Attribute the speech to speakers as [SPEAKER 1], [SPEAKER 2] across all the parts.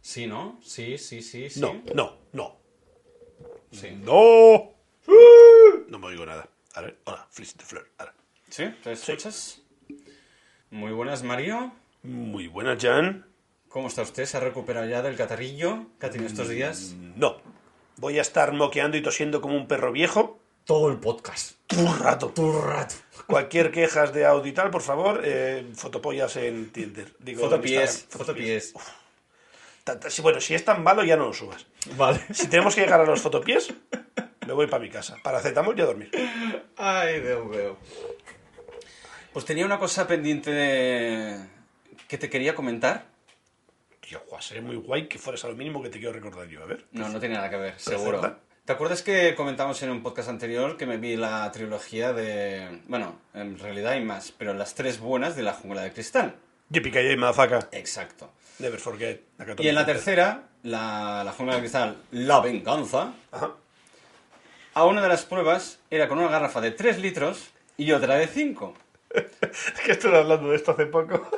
[SPEAKER 1] Sí, ¿no? Sí, sí, sí, sí.
[SPEAKER 2] No, no, no.
[SPEAKER 1] Sí.
[SPEAKER 2] ¡No! No me oigo nada. A ver, hola, Fritz de Fleur. a ver.
[SPEAKER 1] ¿Sí? ¿Te escuchas? Muy buenas, Mario.
[SPEAKER 2] Muy buena, Jan.
[SPEAKER 1] ¿Cómo está usted? ¿Se ha recuperado ya del catarrillo que ha tenido estos días?
[SPEAKER 2] No. Voy a estar moqueando y tosiendo como un perro viejo
[SPEAKER 1] Todo el podcast.
[SPEAKER 2] todo el rato.
[SPEAKER 1] Todo el rato.
[SPEAKER 2] Cualquier quejas de audio y tal, por favor, eh, fotopollas en Tinder. Digo, en
[SPEAKER 1] Fotopies,
[SPEAKER 2] Instagram.
[SPEAKER 1] fotopies.
[SPEAKER 2] Ta- ta- si- Bueno, si es tan malo, ya no lo subas.
[SPEAKER 1] Vale.
[SPEAKER 2] Si tenemos que llegar a los fotopies, me voy para mi casa. Para y a dormir.
[SPEAKER 1] Ay, Dios mío. Pues tenía una cosa pendiente de- que te quería comentar.
[SPEAKER 2] Tío, guau, sería muy guay que fueras a lo mínimo que te quiero recordar yo. A ver.
[SPEAKER 1] No, no tiene nada que ver, seguro.
[SPEAKER 2] Perfecta.
[SPEAKER 1] ¿Te acuerdas que comentamos en un podcast anterior que me vi la trilogía de... Bueno, en realidad hay más, pero las tres buenas de la jungla de cristal?
[SPEAKER 2] Yippee-ki-yay, motherfucker.
[SPEAKER 1] Exacto.
[SPEAKER 2] Never forget.
[SPEAKER 1] Y en la tercera, la, la jungla de cristal, la venganza,
[SPEAKER 2] Ajá.
[SPEAKER 1] a una de las pruebas era con una garrafa de 3 litros y otra de 5.
[SPEAKER 2] Es que estoy hablando de esto hace poco.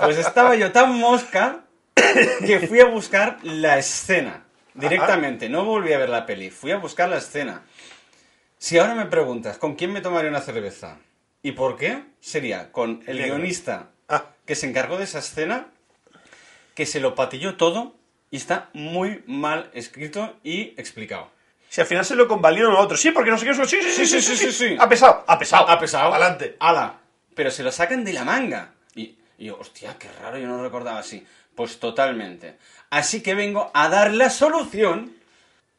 [SPEAKER 1] Pues estaba yo tan mosca que fui a buscar la escena. Directamente, no volví a ver la peli, fui a buscar la escena. Si ahora me preguntas, ¿con quién me tomaría una cerveza? ¿Y por qué? Sería con el
[SPEAKER 2] Negro.
[SPEAKER 1] guionista
[SPEAKER 2] Ah.
[SPEAKER 1] que se encargó de esa escena, que se lo patilló todo y está muy mal escrito y explicado.
[SPEAKER 2] Si al final se lo convalieron a otro. Sí, porque no sé qué es lo- Sí, sí, sí, sí, sí, sí, sí. Ha pesado. Ha pesado.
[SPEAKER 1] Ha pesado.
[SPEAKER 2] Adelante.
[SPEAKER 1] Ala. Pero se lo sacan de la manga. Y, y yo, hostia, qué raro, yo no lo recordaba así. Pues totalmente. Así que vengo a dar la solución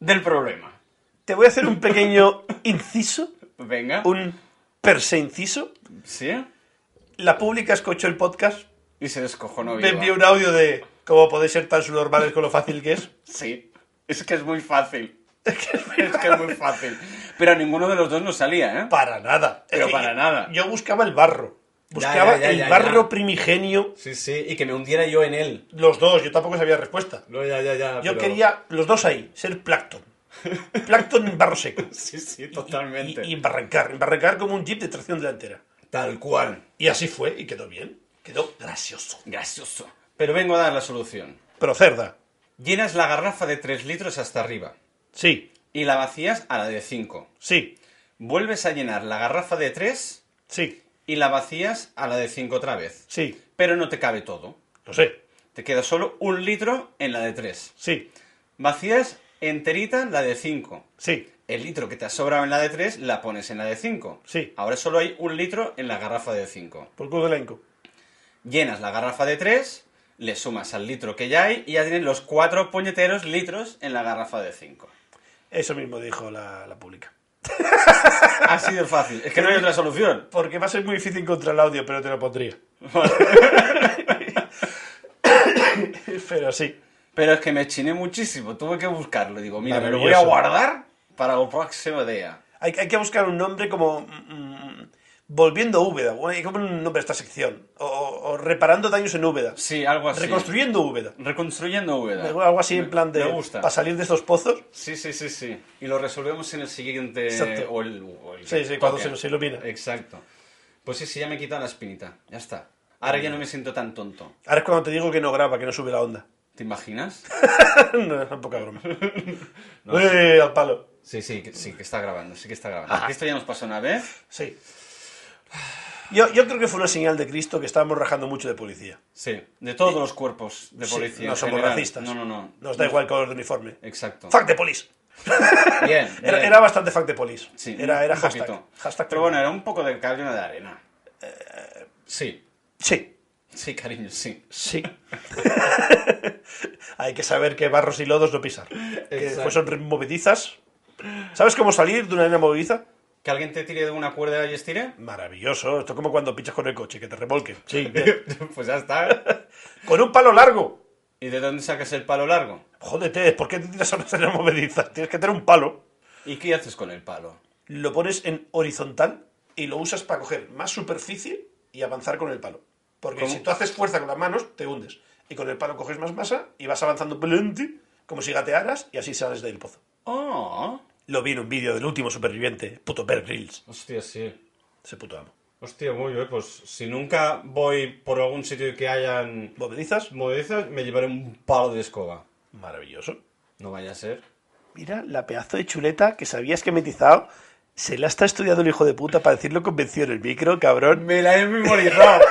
[SPEAKER 1] del problema.
[SPEAKER 2] Te voy a hacer un pequeño inciso.
[SPEAKER 1] Venga.
[SPEAKER 2] Un per se inciso.
[SPEAKER 1] ¿Sí?
[SPEAKER 2] La pública escuchó el podcast.
[SPEAKER 1] Y se descojonó
[SPEAKER 2] Me
[SPEAKER 1] viva.
[SPEAKER 2] envió un audio de cómo podéis ser tan subnormales con lo fácil que es.
[SPEAKER 1] Sí. Es que es muy fácil. es que es muy fácil. Pero a ninguno de los dos nos salía, ¿eh?
[SPEAKER 2] Para nada.
[SPEAKER 1] Pero
[SPEAKER 2] Es que
[SPEAKER 1] para
[SPEAKER 2] yo-
[SPEAKER 1] nada.
[SPEAKER 2] Yo buscaba el barro. Buscaba
[SPEAKER 1] ya, ya,
[SPEAKER 2] el
[SPEAKER 1] ya,
[SPEAKER 2] barro
[SPEAKER 1] ya.
[SPEAKER 2] primigenio.
[SPEAKER 1] Sí, sí. Y que me hundiera yo en él.
[SPEAKER 2] Los dos, yo tampoco sabía respuesta.
[SPEAKER 1] No, ya, ya, ya.
[SPEAKER 2] Yo quería, los dos ahí, ser Plankton. Plankton en barro seco.
[SPEAKER 1] Sí, sí,
[SPEAKER 2] Y, y embarrancar, embarrancar como un jeep de tracción delantera.
[SPEAKER 1] Tal cual.
[SPEAKER 2] Y así fue, y quedó bien. Quedó gracioso.
[SPEAKER 1] Gracioso. Pero vengo a dar la solución.
[SPEAKER 2] Pero cerda.
[SPEAKER 1] Llenas la garrafa de 3 litros hasta arriba
[SPEAKER 2] Sí,
[SPEAKER 1] y la vacías a la de 5.
[SPEAKER 2] sí,
[SPEAKER 1] Vuelves a llenar la garrafa de 3
[SPEAKER 2] sí,
[SPEAKER 1] y la vacías a la de 5 otra vez.
[SPEAKER 2] sí.
[SPEAKER 1] Pero no te cabe todo.
[SPEAKER 2] Lo sé.
[SPEAKER 1] Te queda solo un litro en la de 3.
[SPEAKER 2] Sí,
[SPEAKER 1] Vacías enterita la de 5.
[SPEAKER 2] sí.
[SPEAKER 1] El litro que te ha sobrado en la de 3 la pones en la de 5.
[SPEAKER 2] Sí.
[SPEAKER 1] Ahora solo hay un litro en la garrafa de 5.
[SPEAKER 2] Por culo de elenco.
[SPEAKER 1] Llenas la garrafa de 3, le sumas al litro que ya hay y ya tienes los 4 puñeteros litros en la garrafa de 5.
[SPEAKER 2] Eso mismo dijo la, la pública.
[SPEAKER 1] Así de fácil. Es que no hay otra solución.
[SPEAKER 2] Porque va a ser muy difícil contra el audio, pero te lo pondría. pero sí.
[SPEAKER 1] Pero es que me chiné muchísimo. Tuve que buscarlo. Digo, mira, me lo voy a
[SPEAKER 2] Maravilloso.
[SPEAKER 1] guardar para el próximo día.
[SPEAKER 2] Hay, hay que buscar un nombre como. mm, volviendo Úbeda. o hay como un nombre a esta sección. O, o- o reparando daños en Úbeda.
[SPEAKER 1] Sí, algo así.
[SPEAKER 2] Reconstruyendo Úbeda.
[SPEAKER 1] Reconstruyendo Úbeda.
[SPEAKER 2] Algo así en plan de.
[SPEAKER 1] Me gusta.
[SPEAKER 2] Para salir de estos pozos.
[SPEAKER 1] Sí, sí, sí, sí. Y lo resolvemos en el siguiente...
[SPEAKER 2] Exacto.
[SPEAKER 1] O el, o el
[SPEAKER 2] Sí,
[SPEAKER 1] que
[SPEAKER 2] sí, cuando
[SPEAKER 1] toque.
[SPEAKER 2] se nos ilumina.
[SPEAKER 1] Exacto. Pues sí, sí, ya me he quitado la espinita. Ya está. Ahora ya no me siento tan tonto.
[SPEAKER 2] Ahora es cuando te digo que no graba, que no sube la onda.
[SPEAKER 1] ¿Te imaginas?
[SPEAKER 2] no, es una poca broma. Eh, al palo.
[SPEAKER 1] Sí, sí, que- sí, que está grabando, sí que está grabando. Esto ya nos pasó una vez.
[SPEAKER 2] Sí. Yo, yo creo que fue una señal de Cristo que estábamos rajando mucho de policía.
[SPEAKER 1] Sí. De todos los cuerpos de
[SPEAKER 2] Sí,
[SPEAKER 1] policía. en
[SPEAKER 2] no somos
[SPEAKER 1] general.
[SPEAKER 2] racistas.
[SPEAKER 1] No, no, no. Eh,
[SPEAKER 2] Nos da igual color de uniforme.
[SPEAKER 1] Exacto.
[SPEAKER 2] Fuck de police.
[SPEAKER 1] Bien,
[SPEAKER 2] Era,
[SPEAKER 1] bien.
[SPEAKER 2] era bastante fuck de police.
[SPEAKER 1] Eh, Sí,
[SPEAKER 2] era era
[SPEAKER 1] un
[SPEAKER 2] hashtag.
[SPEAKER 1] poquito.
[SPEAKER 2] hashtag. Eh,
[SPEAKER 1] Pero bueno, era un poco de cariño de arena. Sí,
[SPEAKER 2] Sí,
[SPEAKER 1] sí, cariño, sí.
[SPEAKER 2] sí. Hay que saber que barros y lodos no pisar. Que después son movedizas. ¿Sabes cómo salir de una arena movediza?
[SPEAKER 1] ¿Que alguien te tire de una cuerda y estire?
[SPEAKER 2] Maravilloso. Esto es como cuando pinchas con el coche, que te remolque. Sí,
[SPEAKER 1] pues ya está.
[SPEAKER 2] Con un palo largo.
[SPEAKER 1] ¿Y de dónde sacas el palo largo?
[SPEAKER 2] Jódete, ¿por qué te tiras a una arena movediza? Tienes que tener un palo.
[SPEAKER 1] ¿Y qué haces con el palo?
[SPEAKER 2] Lo pones en horizontal y lo usas para coger más superficie y avanzar con el palo. Porque
[SPEAKER 1] ¿Cómo?
[SPEAKER 2] si tú haces fuerza con las manos, te hundes. Y con el palo coges más masa y vas avanzando plenty, como si gatearas y así sales del pozo.
[SPEAKER 1] Oh,
[SPEAKER 2] Lo vi en un vídeo del último superviviente, puto Bear Grylls.
[SPEAKER 1] hostia, sí.
[SPEAKER 2] Ese puto amo.
[SPEAKER 1] Hostia, muy bien, pues si nunca voy por algún sitio que hayan
[SPEAKER 2] ¿Bovedizas?
[SPEAKER 1] movedizas, me llevaré un palo de escoba.
[SPEAKER 2] Maravilloso.
[SPEAKER 1] No vaya a ser.
[SPEAKER 2] Mira la pedazo de chuleta que sabías que metizado. Se la está estudiando el hijo de puta para decirlo convencido en el micro, cabrón.
[SPEAKER 1] Me la he memorizado.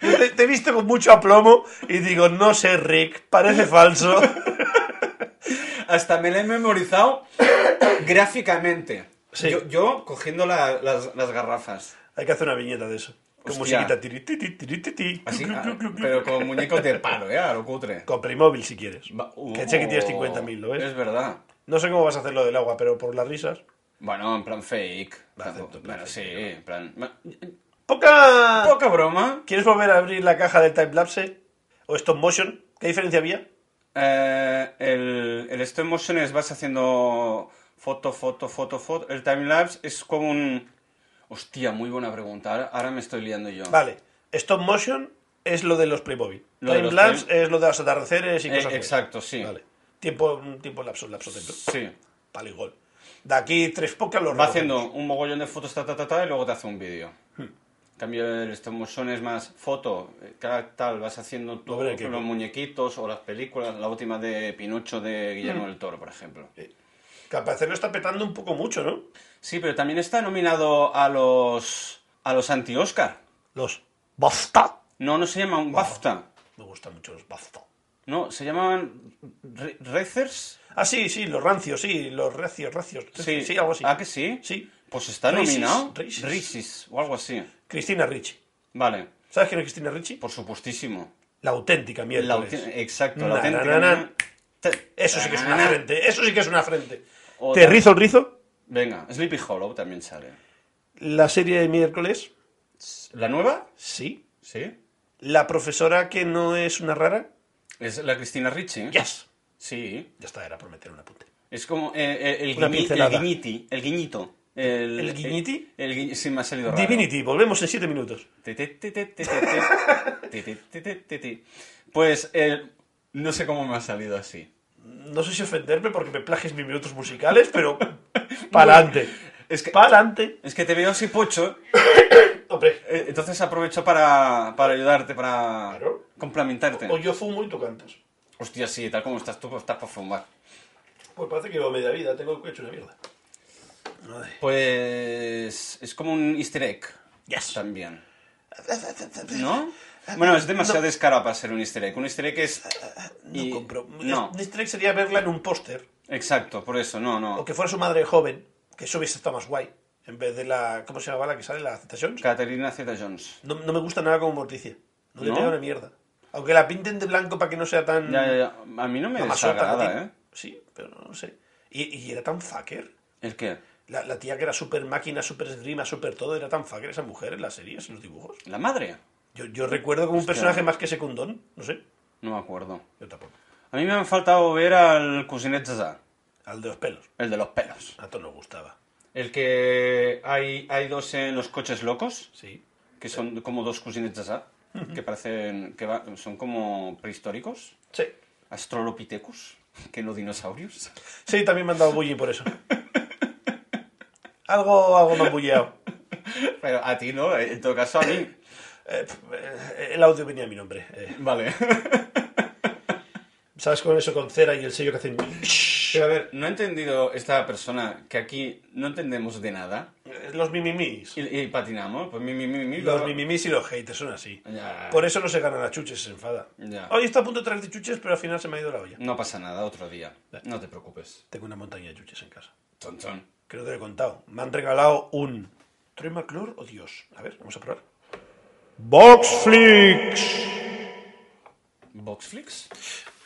[SPEAKER 2] Yo te, te he visto con mucho aplomo y digo, no sé, Rick, parece falso.
[SPEAKER 1] Hasta me la he memorizado gráficamente.
[SPEAKER 2] Sí.
[SPEAKER 1] Yo, yo cogiendo la- las, las garrafas.
[SPEAKER 2] Hay que hacer una viñeta de eso. Con
[SPEAKER 1] Hostia.
[SPEAKER 2] musiquita. Tiri, tiri, tiri, tiri,
[SPEAKER 1] Así,
[SPEAKER 2] clu,
[SPEAKER 1] ah,
[SPEAKER 2] clu, clu, clu.
[SPEAKER 1] pero con muñecos de palo, ¿eh? A lo cutre.
[SPEAKER 2] Con Playmobil, si quieres.
[SPEAKER 1] Va- uh,
[SPEAKER 2] Que sé que tienes 50.000, ¿lo ves?
[SPEAKER 1] Es verdad.
[SPEAKER 2] No sé cómo vas a hacer lo del agua, pero por las risas.
[SPEAKER 1] Bueno, en plan fake.
[SPEAKER 2] Lo acepto, en plan
[SPEAKER 1] Bueno,
[SPEAKER 2] fake,
[SPEAKER 1] sí, en plan...
[SPEAKER 2] ¡Poca!
[SPEAKER 1] Poca broma.
[SPEAKER 2] ¿Quieres volver a abrir la caja del timelapse? ¿O stop motion? ¿Qué diferencia había?
[SPEAKER 1] Eh, el, el stop motion es vas haciendo foto, foto, foto, foto. El timelapse es como un... Hostia, muy buena pregunta. Ahora, ahora me estoy liando yo.
[SPEAKER 2] Vale. Stop motion es lo de los Playmobil.
[SPEAKER 1] Lo de los
[SPEAKER 2] Timelapse
[SPEAKER 1] play-
[SPEAKER 2] es lo de los atardeceres y
[SPEAKER 1] Eh,
[SPEAKER 2] cosas así.
[SPEAKER 1] exacto, sí.
[SPEAKER 2] Vale. Tiempo, un tiempo lapso, lapso, tiempo.
[SPEAKER 1] Sí.
[SPEAKER 2] Paligol. De aquí tres pocas los
[SPEAKER 1] Va
[SPEAKER 2] recogemos.
[SPEAKER 1] haciendo un mogollón de fotos, ta, ta, ta, ta, y luego te hace un vídeo. En cambio, el stop motion es más foto, eh, cada tal, vas haciendo tú
[SPEAKER 2] Hombre, que-
[SPEAKER 1] los muñequitos o las películas, la última de Pinocho de
[SPEAKER 2] Mm.
[SPEAKER 1] Guillermo del Toro, por ejemplo.
[SPEAKER 2] Que al parecer lo está petando un poco mucho, ¿no?
[SPEAKER 1] Sí, pero también está nominado a los a los anti-Oscar.
[SPEAKER 2] Los BAFTA.
[SPEAKER 1] No, no se llama un BAFTA.
[SPEAKER 2] Me gustan mucho los BAFTA.
[SPEAKER 1] No, se llamaban re- Racers.
[SPEAKER 2] Ah, sí, sí, los rancios, sí, los racios, racios. Sí, sí algo así.
[SPEAKER 1] ¿Ah, que sí?
[SPEAKER 2] Sí.
[SPEAKER 1] Pues está
[SPEAKER 2] Races,
[SPEAKER 1] nominado.
[SPEAKER 2] races.
[SPEAKER 1] Races, o algo así.
[SPEAKER 2] Cristina Ricci.
[SPEAKER 1] Vale,
[SPEAKER 2] ¿Sabes quién es Cristina Ricci?
[SPEAKER 1] por supuestísimo.
[SPEAKER 2] La auténtica
[SPEAKER 1] La
[SPEAKER 2] miércoles.
[SPEAKER 1] auti- eh, exacto, la
[SPEAKER 2] Na,
[SPEAKER 1] auténtica.
[SPEAKER 2] na, na, na.
[SPEAKER 1] Te-
[SPEAKER 2] Eso sí que es
[SPEAKER 1] na,
[SPEAKER 2] una
[SPEAKER 1] na, na.
[SPEAKER 2] frente. Eso sí que es una frente.
[SPEAKER 1] Otra.
[SPEAKER 2] ¿Te rizo el rizo?
[SPEAKER 1] Venga, Sleepy Hollow también sale.
[SPEAKER 2] La serie de miércoles.
[SPEAKER 1] ¿La nueva?
[SPEAKER 2] Sí.
[SPEAKER 1] Sí.
[SPEAKER 2] La profesora que no es una rara.
[SPEAKER 1] ¿Es la Cristina Ricci?
[SPEAKER 2] Yes.
[SPEAKER 1] Sí.
[SPEAKER 2] Ya está, era por meter un apunte.
[SPEAKER 1] Es como eh, eh, el,
[SPEAKER 2] Una
[SPEAKER 1] guiñi-
[SPEAKER 2] pincelada.
[SPEAKER 1] el guiñiti, el guiñito. ¿El,
[SPEAKER 2] ¿El guiñiti?
[SPEAKER 1] El, guiñi- sí, me ha salido raro.
[SPEAKER 2] Divinity, volvemos en siete minutos.
[SPEAKER 1] Te, te, te, te, te, te, te, te, te, te, te, te. Pues el... no sé cómo me ha salido así.
[SPEAKER 2] No sé si ofenderme porque me plagies mis minutos musicales, pero. ¡Pa'lante!
[SPEAKER 1] Es que-
[SPEAKER 2] ¡Pa'lante!
[SPEAKER 1] Es que te veo así pocho,
[SPEAKER 2] Hombre,
[SPEAKER 1] eh, entonces aprovecho para, para ayudarte, para
[SPEAKER 2] Claro.
[SPEAKER 1] complementarte.
[SPEAKER 2] o yo fumo y tú cantas.
[SPEAKER 1] Hostia, sí, tal como estás tú, pues estás para fumar.
[SPEAKER 2] Pues parece que llevo media vida, tengo el hecho una mierda.
[SPEAKER 1] Pues es como un easter egg
[SPEAKER 2] Yes.
[SPEAKER 1] también. ¿No? Bueno, es demasiado descarado para ser un easter egg. Un easter egg es...
[SPEAKER 2] No
[SPEAKER 1] y-
[SPEAKER 2] compro.
[SPEAKER 1] No,
[SPEAKER 2] Un easter egg sería verla en un póster,
[SPEAKER 1] exacto, por eso, no,
[SPEAKER 2] o
[SPEAKER 1] no.
[SPEAKER 2] que fuera su madre joven, que eso hubiese estado más guay, en vez de la. ¿Cómo se llamaba la que sale? ¿La Zeta Jones?
[SPEAKER 1] Caterina Zeta-Jones.
[SPEAKER 2] No, no me gusta nada como Morticia. No le
[SPEAKER 1] ¿No?
[SPEAKER 2] pega una mierda. Aunque la pinten de blanco para que no sea tan.
[SPEAKER 1] Ya, ya, ya. A mí no me
[SPEAKER 2] mamazota,
[SPEAKER 1] desagrada,
[SPEAKER 2] la
[SPEAKER 1] ¿eh?
[SPEAKER 2] tía. Sí, pero no sé. Y, y era tan fucker.
[SPEAKER 1] ¿El qué?
[SPEAKER 2] La, la tía que era súper máquina, súper esgrima, súper todo, era tan fucker esa mujer en las series, en los dibujos.
[SPEAKER 1] ¿La madre?
[SPEAKER 2] Yo, yo recuerdo como un personaje más que secundón, no sé.
[SPEAKER 1] No me acuerdo.
[SPEAKER 2] Yo tampoco.
[SPEAKER 1] A mí me han faltado ver al Cousinet Zazà,
[SPEAKER 2] Al de los pelos.
[SPEAKER 1] el de los pelos.
[SPEAKER 2] A todos nos gustaba.
[SPEAKER 1] El que hay, hay dos en los coches locos,
[SPEAKER 2] Sí.
[SPEAKER 1] que son como dos Cousinet Zazà, que parecen que va- son como prehistóricos,
[SPEAKER 2] Sí.
[SPEAKER 1] astrolopithecus, que no dinosaurios.
[SPEAKER 2] Sí, también me han dado bully por eso. algo, algo me han bulleado.
[SPEAKER 1] Pero a ti no, en todo caso a mí.
[SPEAKER 2] Eh, pf, eh, el audio venía a mi nombre. Eh,
[SPEAKER 1] Vale.
[SPEAKER 2] ¿Sabes con eso, con cera y el sello que hacen?
[SPEAKER 1] Pero a ver, no he entendido esta persona que aquí no entendemos de nada
[SPEAKER 2] Eh, Los mimimis.
[SPEAKER 1] y, y patinamos. Pues mi, mi, mi, mi,
[SPEAKER 2] Los mimimis y los haters son así.
[SPEAKER 1] Ya.
[SPEAKER 2] Por eso no se ganan las chuches, se enfada.
[SPEAKER 1] Ya.
[SPEAKER 2] Hoy está a punto de traerte chuches, pero al final se me ha ido la olla.
[SPEAKER 1] No pasa nada, otro día. No te preocupes.
[SPEAKER 2] Tengo una montaña de chuches en casa.
[SPEAKER 1] Tonchón.
[SPEAKER 2] Que no te lo he contado. Me han regalado un... ¿Troy McClure o Dios? A ver, vamos a probar. ¡Boxflix!
[SPEAKER 1] ¿Boxflix?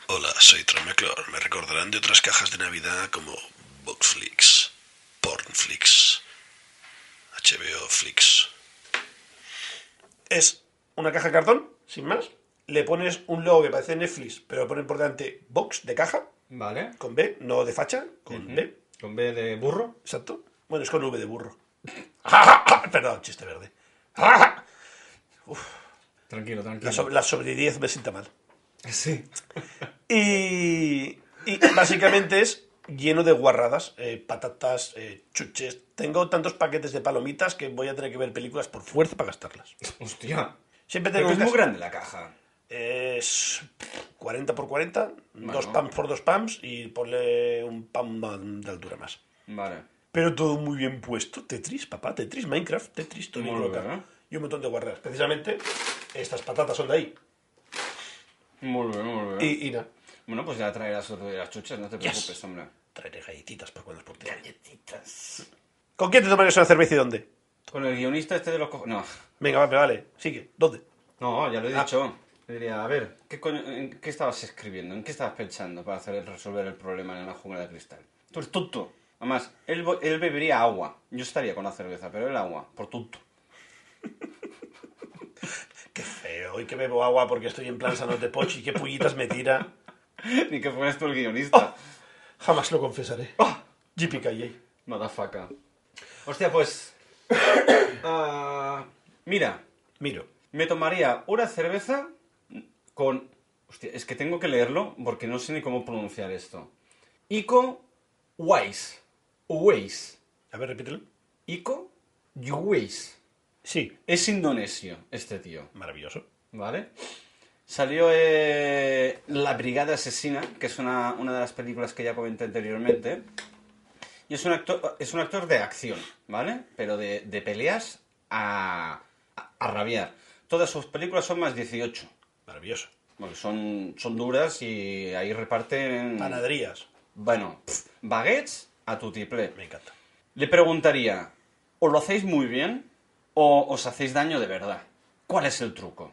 [SPEAKER 3] Hola, soy Troy McClure. Me recordarán de otras cajas de Navidad como Boxflix, Pornflix, HBO Flix.
[SPEAKER 2] Es una caja de cartón, sin más. Le pones un logo que parece Netflix, pero le ponen por delante box de caja,
[SPEAKER 1] Vale.
[SPEAKER 2] con B, no de facha, con B.
[SPEAKER 1] ¿Con B de burro?
[SPEAKER 2] Exacto. Bueno, es con V de burro. Perdón, chiste verde.
[SPEAKER 1] Tranquilo, tranquilo.
[SPEAKER 2] La, sobre, la sobriedad me sienta mal.
[SPEAKER 1] Sí.
[SPEAKER 2] Y, y básicamente es lleno de guarradas, eh, patatas, eh, chuches. Tengo tantos paquetes de palomitas que voy a tener que ver películas por fuerza para gastarlas.
[SPEAKER 1] Hostia.
[SPEAKER 2] Siempre
[SPEAKER 1] Pero
[SPEAKER 2] tengo
[SPEAKER 1] que es
[SPEAKER 2] cas-
[SPEAKER 1] muy grande la caja.
[SPEAKER 2] Es pff, 40 por 40,
[SPEAKER 1] Bueno.
[SPEAKER 2] dos pams por dos pams y ponle un pam ma- de altura más.
[SPEAKER 1] Vale.
[SPEAKER 2] Pero todo muy bien puesto. Tetris, papá, Tetris, Minecraft, Tetris, todo bien
[SPEAKER 1] Muy bien,
[SPEAKER 2] colocado.
[SPEAKER 1] ¿eh?
[SPEAKER 2] Y un montón de guarradas. Precisamente estas patatas son de ahí.
[SPEAKER 1] Muy bien, muy bien.
[SPEAKER 2] Y, y nada.
[SPEAKER 1] Bueno, pues ya traerás otro de las chuchas, no te
[SPEAKER 2] Yes.
[SPEAKER 1] preocupes, hombre.
[SPEAKER 2] Traeré galletitas por cuando es por Galletitas. ¿Con quién te tomarías una cerveza y dónde?
[SPEAKER 1] Con el guionista este de los cojones.
[SPEAKER 2] Venga, vale, vale. Sigue. ¿Dónde?
[SPEAKER 1] No, no, ya lo he
[SPEAKER 2] Ah.
[SPEAKER 1] dicho. Le diría, a ver, ¿qué, coño- en qué estabas escribiendo? ¿En qué estabas pensando para hacer resolver el problema en la jungla de cristal? Tú eres tonto. Además, él, bo- él bebería agua. Yo estaría con la cerveza, pero el agua, por tonto.
[SPEAKER 2] Qué feo. Hoy que bebo agua porque estoy en plan sanote pochi. Qué pullitas me tira.
[SPEAKER 1] Ni que fueras tú el guionista.
[SPEAKER 2] Jamás lo confesaré. JPKJ.
[SPEAKER 1] Madafaca. Hostia, pues. ah, mira,
[SPEAKER 2] Miro.
[SPEAKER 1] me tomaría una cerveza con. Hostia, es que tengo que leerlo porque no sé ni cómo pronunciar esto. Ico Weiss. Weiss.
[SPEAKER 2] A ver, repítelo.
[SPEAKER 1] Ico Weiss.
[SPEAKER 2] Sí.
[SPEAKER 1] Es indonesio, este tío,
[SPEAKER 2] Maravilloso.
[SPEAKER 1] ¿vale? Salió eh, La Brigada Asesina, que es una, una de las películas que ya comenté anteriormente. Y es un actor, es un actor de acción, ¿vale? Pero de, de peleas a, a, a rabiar. Todas sus películas son más 18.
[SPEAKER 2] Maravilloso.
[SPEAKER 1] Porque son, son duras y ahí
[SPEAKER 2] Mm.
[SPEAKER 1] reparten...
[SPEAKER 2] Panaderías.
[SPEAKER 1] Bueno, pf, baguettes a tu tiple.
[SPEAKER 2] Me encanta.
[SPEAKER 1] Le preguntaría, ¿o lo hacéis muy bien o os hacéis daño de verdad? ¿Cuál es el truco?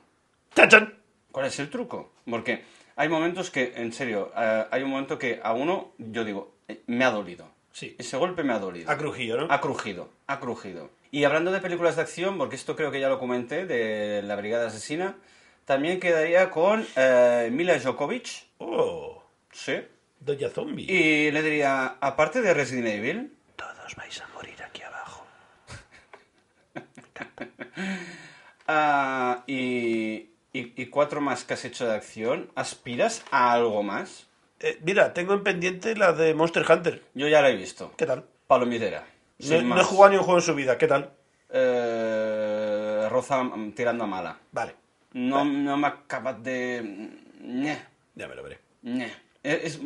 [SPEAKER 2] ¡Chan, chan!
[SPEAKER 1] ¿Cuál es el truco? Porque hay momentos que, en serio, eh, hay un momento que a uno, yo digo, eh, me ha dolido.
[SPEAKER 2] Sí.
[SPEAKER 1] Ese golpe me ha dolido.
[SPEAKER 2] Ha crujido, ¿no?
[SPEAKER 1] Ha crujido, ha crujido. Y hablando de películas de acción, porque esto creo que ya lo comenté, de La Brigada Asesina, también quedaría con eh, Mila Jokovic,
[SPEAKER 2] ¡Oh!
[SPEAKER 1] sí,
[SPEAKER 2] Doña Zombie.
[SPEAKER 1] y le diría, aparte de Resident Evil,
[SPEAKER 2] Todos vais a morir aquí abajo.
[SPEAKER 1] ah, y, y- y cuatro más que has hecho de acción, ¿aspiras a algo más?
[SPEAKER 2] Eh, mira, tengo en pendiente la de Monster Hunter.
[SPEAKER 1] Yo ya la he visto.
[SPEAKER 2] ¿Qué tal?
[SPEAKER 1] Palomitera.
[SPEAKER 2] No,
[SPEAKER 1] sin
[SPEAKER 2] no he
[SPEAKER 1] más.
[SPEAKER 2] jugado ni un juego en su vida. ¿Qué tal?
[SPEAKER 1] Eh, roza mm, tirando a mala.
[SPEAKER 2] Vale.
[SPEAKER 1] No,
[SPEAKER 2] Ah.
[SPEAKER 1] no me acabas de... mm, Ñe,
[SPEAKER 2] Ya me lo veré.
[SPEAKER 1] ñe. Es es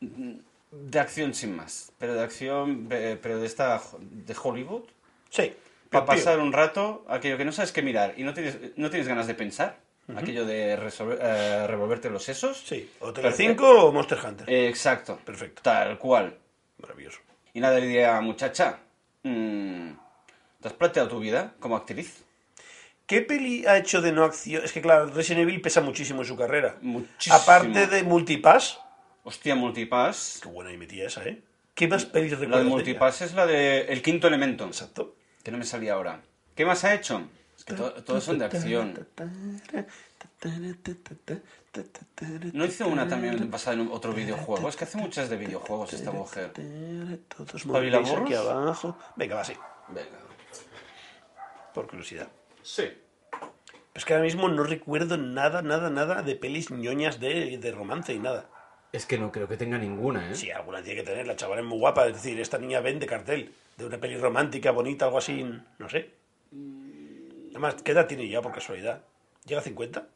[SPEAKER 1] de acción sin más, pero de acción, eh, pero de esta de Hollywood,
[SPEAKER 2] Sí.
[SPEAKER 1] para
[SPEAKER 2] Pío, pío.
[SPEAKER 1] pasar un rato, aquello que no sabes qué mirar y no tienes, no tienes ganas de pensar, aquello de resolver- eh, revolverte los sesos.
[SPEAKER 2] Sí. O
[SPEAKER 1] Perfecto.
[SPEAKER 2] Telecinco o Monster Hunter.
[SPEAKER 1] Eh, exacto.
[SPEAKER 2] Perfecto.
[SPEAKER 1] Tal cual.
[SPEAKER 2] Maravilloso.
[SPEAKER 1] Y nada, le diría, muchacha, mm, ¿te has planteado tu vida como actriz?
[SPEAKER 2] ¿Qué peli ha hecho de no acción? Es que, claro, Resident Evil pesa muchísimo en su carrera.
[SPEAKER 1] Muchísimo.
[SPEAKER 2] Aparte de Multipass.
[SPEAKER 1] Hostia, Multipass.
[SPEAKER 2] Qué buena y metida esa, ¿eh? ¿Qué más pelis
[SPEAKER 1] La
[SPEAKER 2] recuerdas?
[SPEAKER 1] de
[SPEAKER 2] ella?
[SPEAKER 1] Multipass es la de El Quinto Elemento,
[SPEAKER 2] Exacto.
[SPEAKER 1] que no me salía ahora. ¿Qué más ha hecho? Es que to- todos son de acción. ¿No hizo una también basada en otro videojuego? Es que hace muchas de videojuegos esta mujer.
[SPEAKER 2] Todos
[SPEAKER 1] ¿Pabila
[SPEAKER 2] moriréis aquí
[SPEAKER 1] Burros?
[SPEAKER 2] abajo. Venga, va, sí.
[SPEAKER 1] Venga.
[SPEAKER 2] Por curiosidad.
[SPEAKER 1] Sí.
[SPEAKER 2] Es que ahora mismo no recuerdo nada, nada, nada de pelis ñoñas de, de romance y nada.
[SPEAKER 1] Es que no creo que tenga ninguna, ¿eh?
[SPEAKER 2] Sí, alguna tiene que tener, la chavala es muy guapa. Es decir, esta niña vende cartel de una peli romántica, bonita, algo así, no sé. Además, ¿qué edad tiene ya por casualidad? ¿Llega a 50?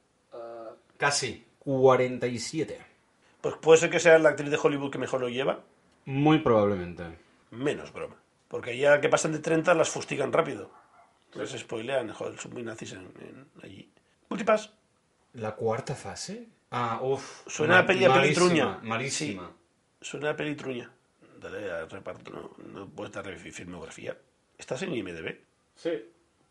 [SPEAKER 1] Casi. 47.
[SPEAKER 2] Pues puede ser que sea la actriz de Hollywood que mejor lo lleva.
[SPEAKER 1] Muy probablemente.
[SPEAKER 2] Menos broma. Porque ya que pasan de 30 las fustigan rápido. Les spoilean, joder, son muy nazis en, en- allí. Multipass.
[SPEAKER 1] ¿La cuarta fase? Ah, uff.
[SPEAKER 2] Suena a peli- a peli truña.
[SPEAKER 1] Malísima.
[SPEAKER 2] Sí. Suena a peli truña. Dale al reparto, no, no puedes darle fi- filmografía. Estás en IMDB
[SPEAKER 1] sí.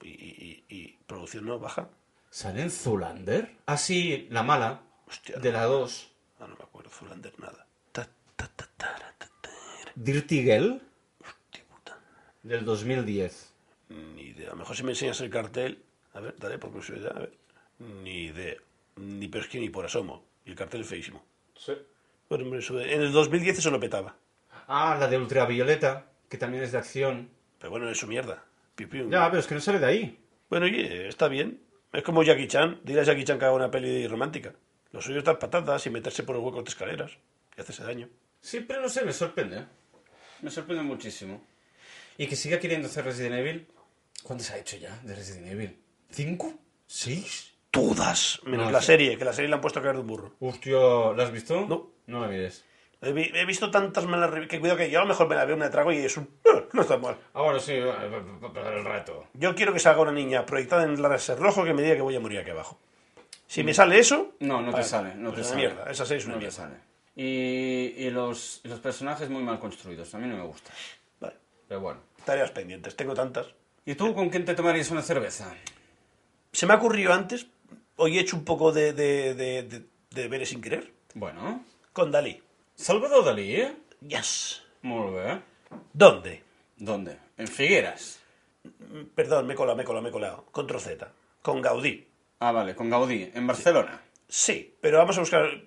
[SPEAKER 2] y, y- y- y producción no baja.
[SPEAKER 1] ¿Sale en Zulander? Ah, sí, la mala.
[SPEAKER 2] Hostia.
[SPEAKER 1] De la 2.
[SPEAKER 2] Ah, no me acuerdo, Zulander, nada. Ta, ta, ta, tara, ta, tara.
[SPEAKER 1] Dirty Girl.
[SPEAKER 2] Hostia puta.
[SPEAKER 1] Del 2010.
[SPEAKER 2] Ni idea. A lo mejor si me enseñas el cartel. A ver, dale por curiosidad. A ver. Ni idea. Ni pero es que ni por asomo. Y el cartel es feísimo.
[SPEAKER 1] Sí.
[SPEAKER 2] Bueno, hombre, eso- en el 2010 eso lo petaba.
[SPEAKER 1] Ah, la de Ultravioleta, que también es de acción.
[SPEAKER 2] Pero bueno, es su mierda. Piu, piu.
[SPEAKER 1] Ya, pero es que no sale de ahí.
[SPEAKER 2] Bueno, oye, está bien. Es como Jackie Chan. Dile a Jackie Chan que haga una peli romántica. Lo suyo es dar patadas y meterse por los huecos de escaleras. Y hacerse daño.
[SPEAKER 1] Sí, pero no sé, me sorprende. Me sorprende muchísimo. Y que siga queriendo hacer Resident Evil. ¿Cuánto se ha hecho ya de Resident Evil? ¿Cinco? ¿Seis?
[SPEAKER 2] Todas. Menos
[SPEAKER 1] No,
[SPEAKER 2] la
[SPEAKER 1] sí.
[SPEAKER 2] serie, que la serie la han puesto a caer de un burro.
[SPEAKER 1] Hostia, ¿la has visto?
[SPEAKER 2] No.
[SPEAKER 1] No la mires.
[SPEAKER 2] He, vi- he visto tantas malas reviews que cuidado que yo a lo mejor me la veo, me la trago y es un... No está mal.
[SPEAKER 1] Ah, bueno, sí, para el rato.
[SPEAKER 2] Yo quiero que salga una niña proyectada en el ser rojo que me diga que voy a morir aquí abajo. Si me sale eso...
[SPEAKER 1] No, no te
[SPEAKER 2] vale,
[SPEAKER 1] sale, no
[SPEAKER 2] pues
[SPEAKER 1] te
[SPEAKER 2] es
[SPEAKER 1] sale.
[SPEAKER 2] una mierda, esa serie es una
[SPEAKER 1] No te
[SPEAKER 2] mierda.
[SPEAKER 1] sale. Y, y los, y los personajes muy mal construidos, a mí no me gusta.
[SPEAKER 2] Vale.
[SPEAKER 1] Pero bueno.
[SPEAKER 2] Tareas pendientes, tengo tantas.
[SPEAKER 1] ¿Y tú con quién te tomarías una cerveza?
[SPEAKER 2] Se me ha ocurrido antes, hoy he hecho un poco de, de, de, de- de deberes sin querer,
[SPEAKER 1] Bueno.
[SPEAKER 2] con Dalí.
[SPEAKER 1] Salvador Dalí, eh?
[SPEAKER 2] Yes.
[SPEAKER 1] Molt bé.
[SPEAKER 2] ¿Dónde?
[SPEAKER 1] ¿Dónde? En Figueras.
[SPEAKER 2] Mm, Perdón, me he colado, me he colado, me he colado. Con Troceta. Con Gaudí.
[SPEAKER 1] Ah, vale, con Gaudí, en Barcelona.
[SPEAKER 2] Sí, pero vamos a buscar...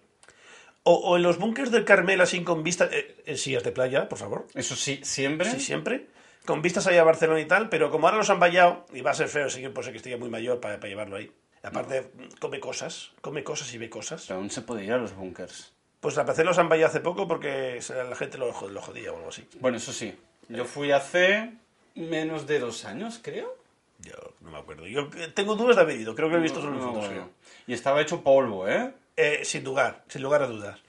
[SPEAKER 2] O, o en los búnkers del Carmel así con vistas... eh, en sillas de playa, por favor.
[SPEAKER 1] Eso sí, siempre.
[SPEAKER 2] Sí, siempre. Con vistas allá a Barcelona y tal, pero como ahora los han vallado, y va a ser feo seguir, pues que estoy ya muy mayor para, para llevarlo ahí. Aparte, mm, come cosas, come cosas y ve cosas.
[SPEAKER 1] Pero aún se puede ir a los búnkers.
[SPEAKER 2] Pues la PC los han vallado hace poco porque se- la gente lo, jod- lo jodía o algo así.
[SPEAKER 1] Bueno, eso sí. Yo fui hace menos de dos años, creo.
[SPEAKER 2] Yo no me acuerdo. Yo tengo dudas de haber ido. Creo que he visto solo en
[SPEAKER 1] No,
[SPEAKER 2] fotos.
[SPEAKER 1] bueno.
[SPEAKER 2] creo.
[SPEAKER 1] Y estaba hecho polvo, ¿eh?
[SPEAKER 2] Eh, sin lugar, sin lugar a dudas.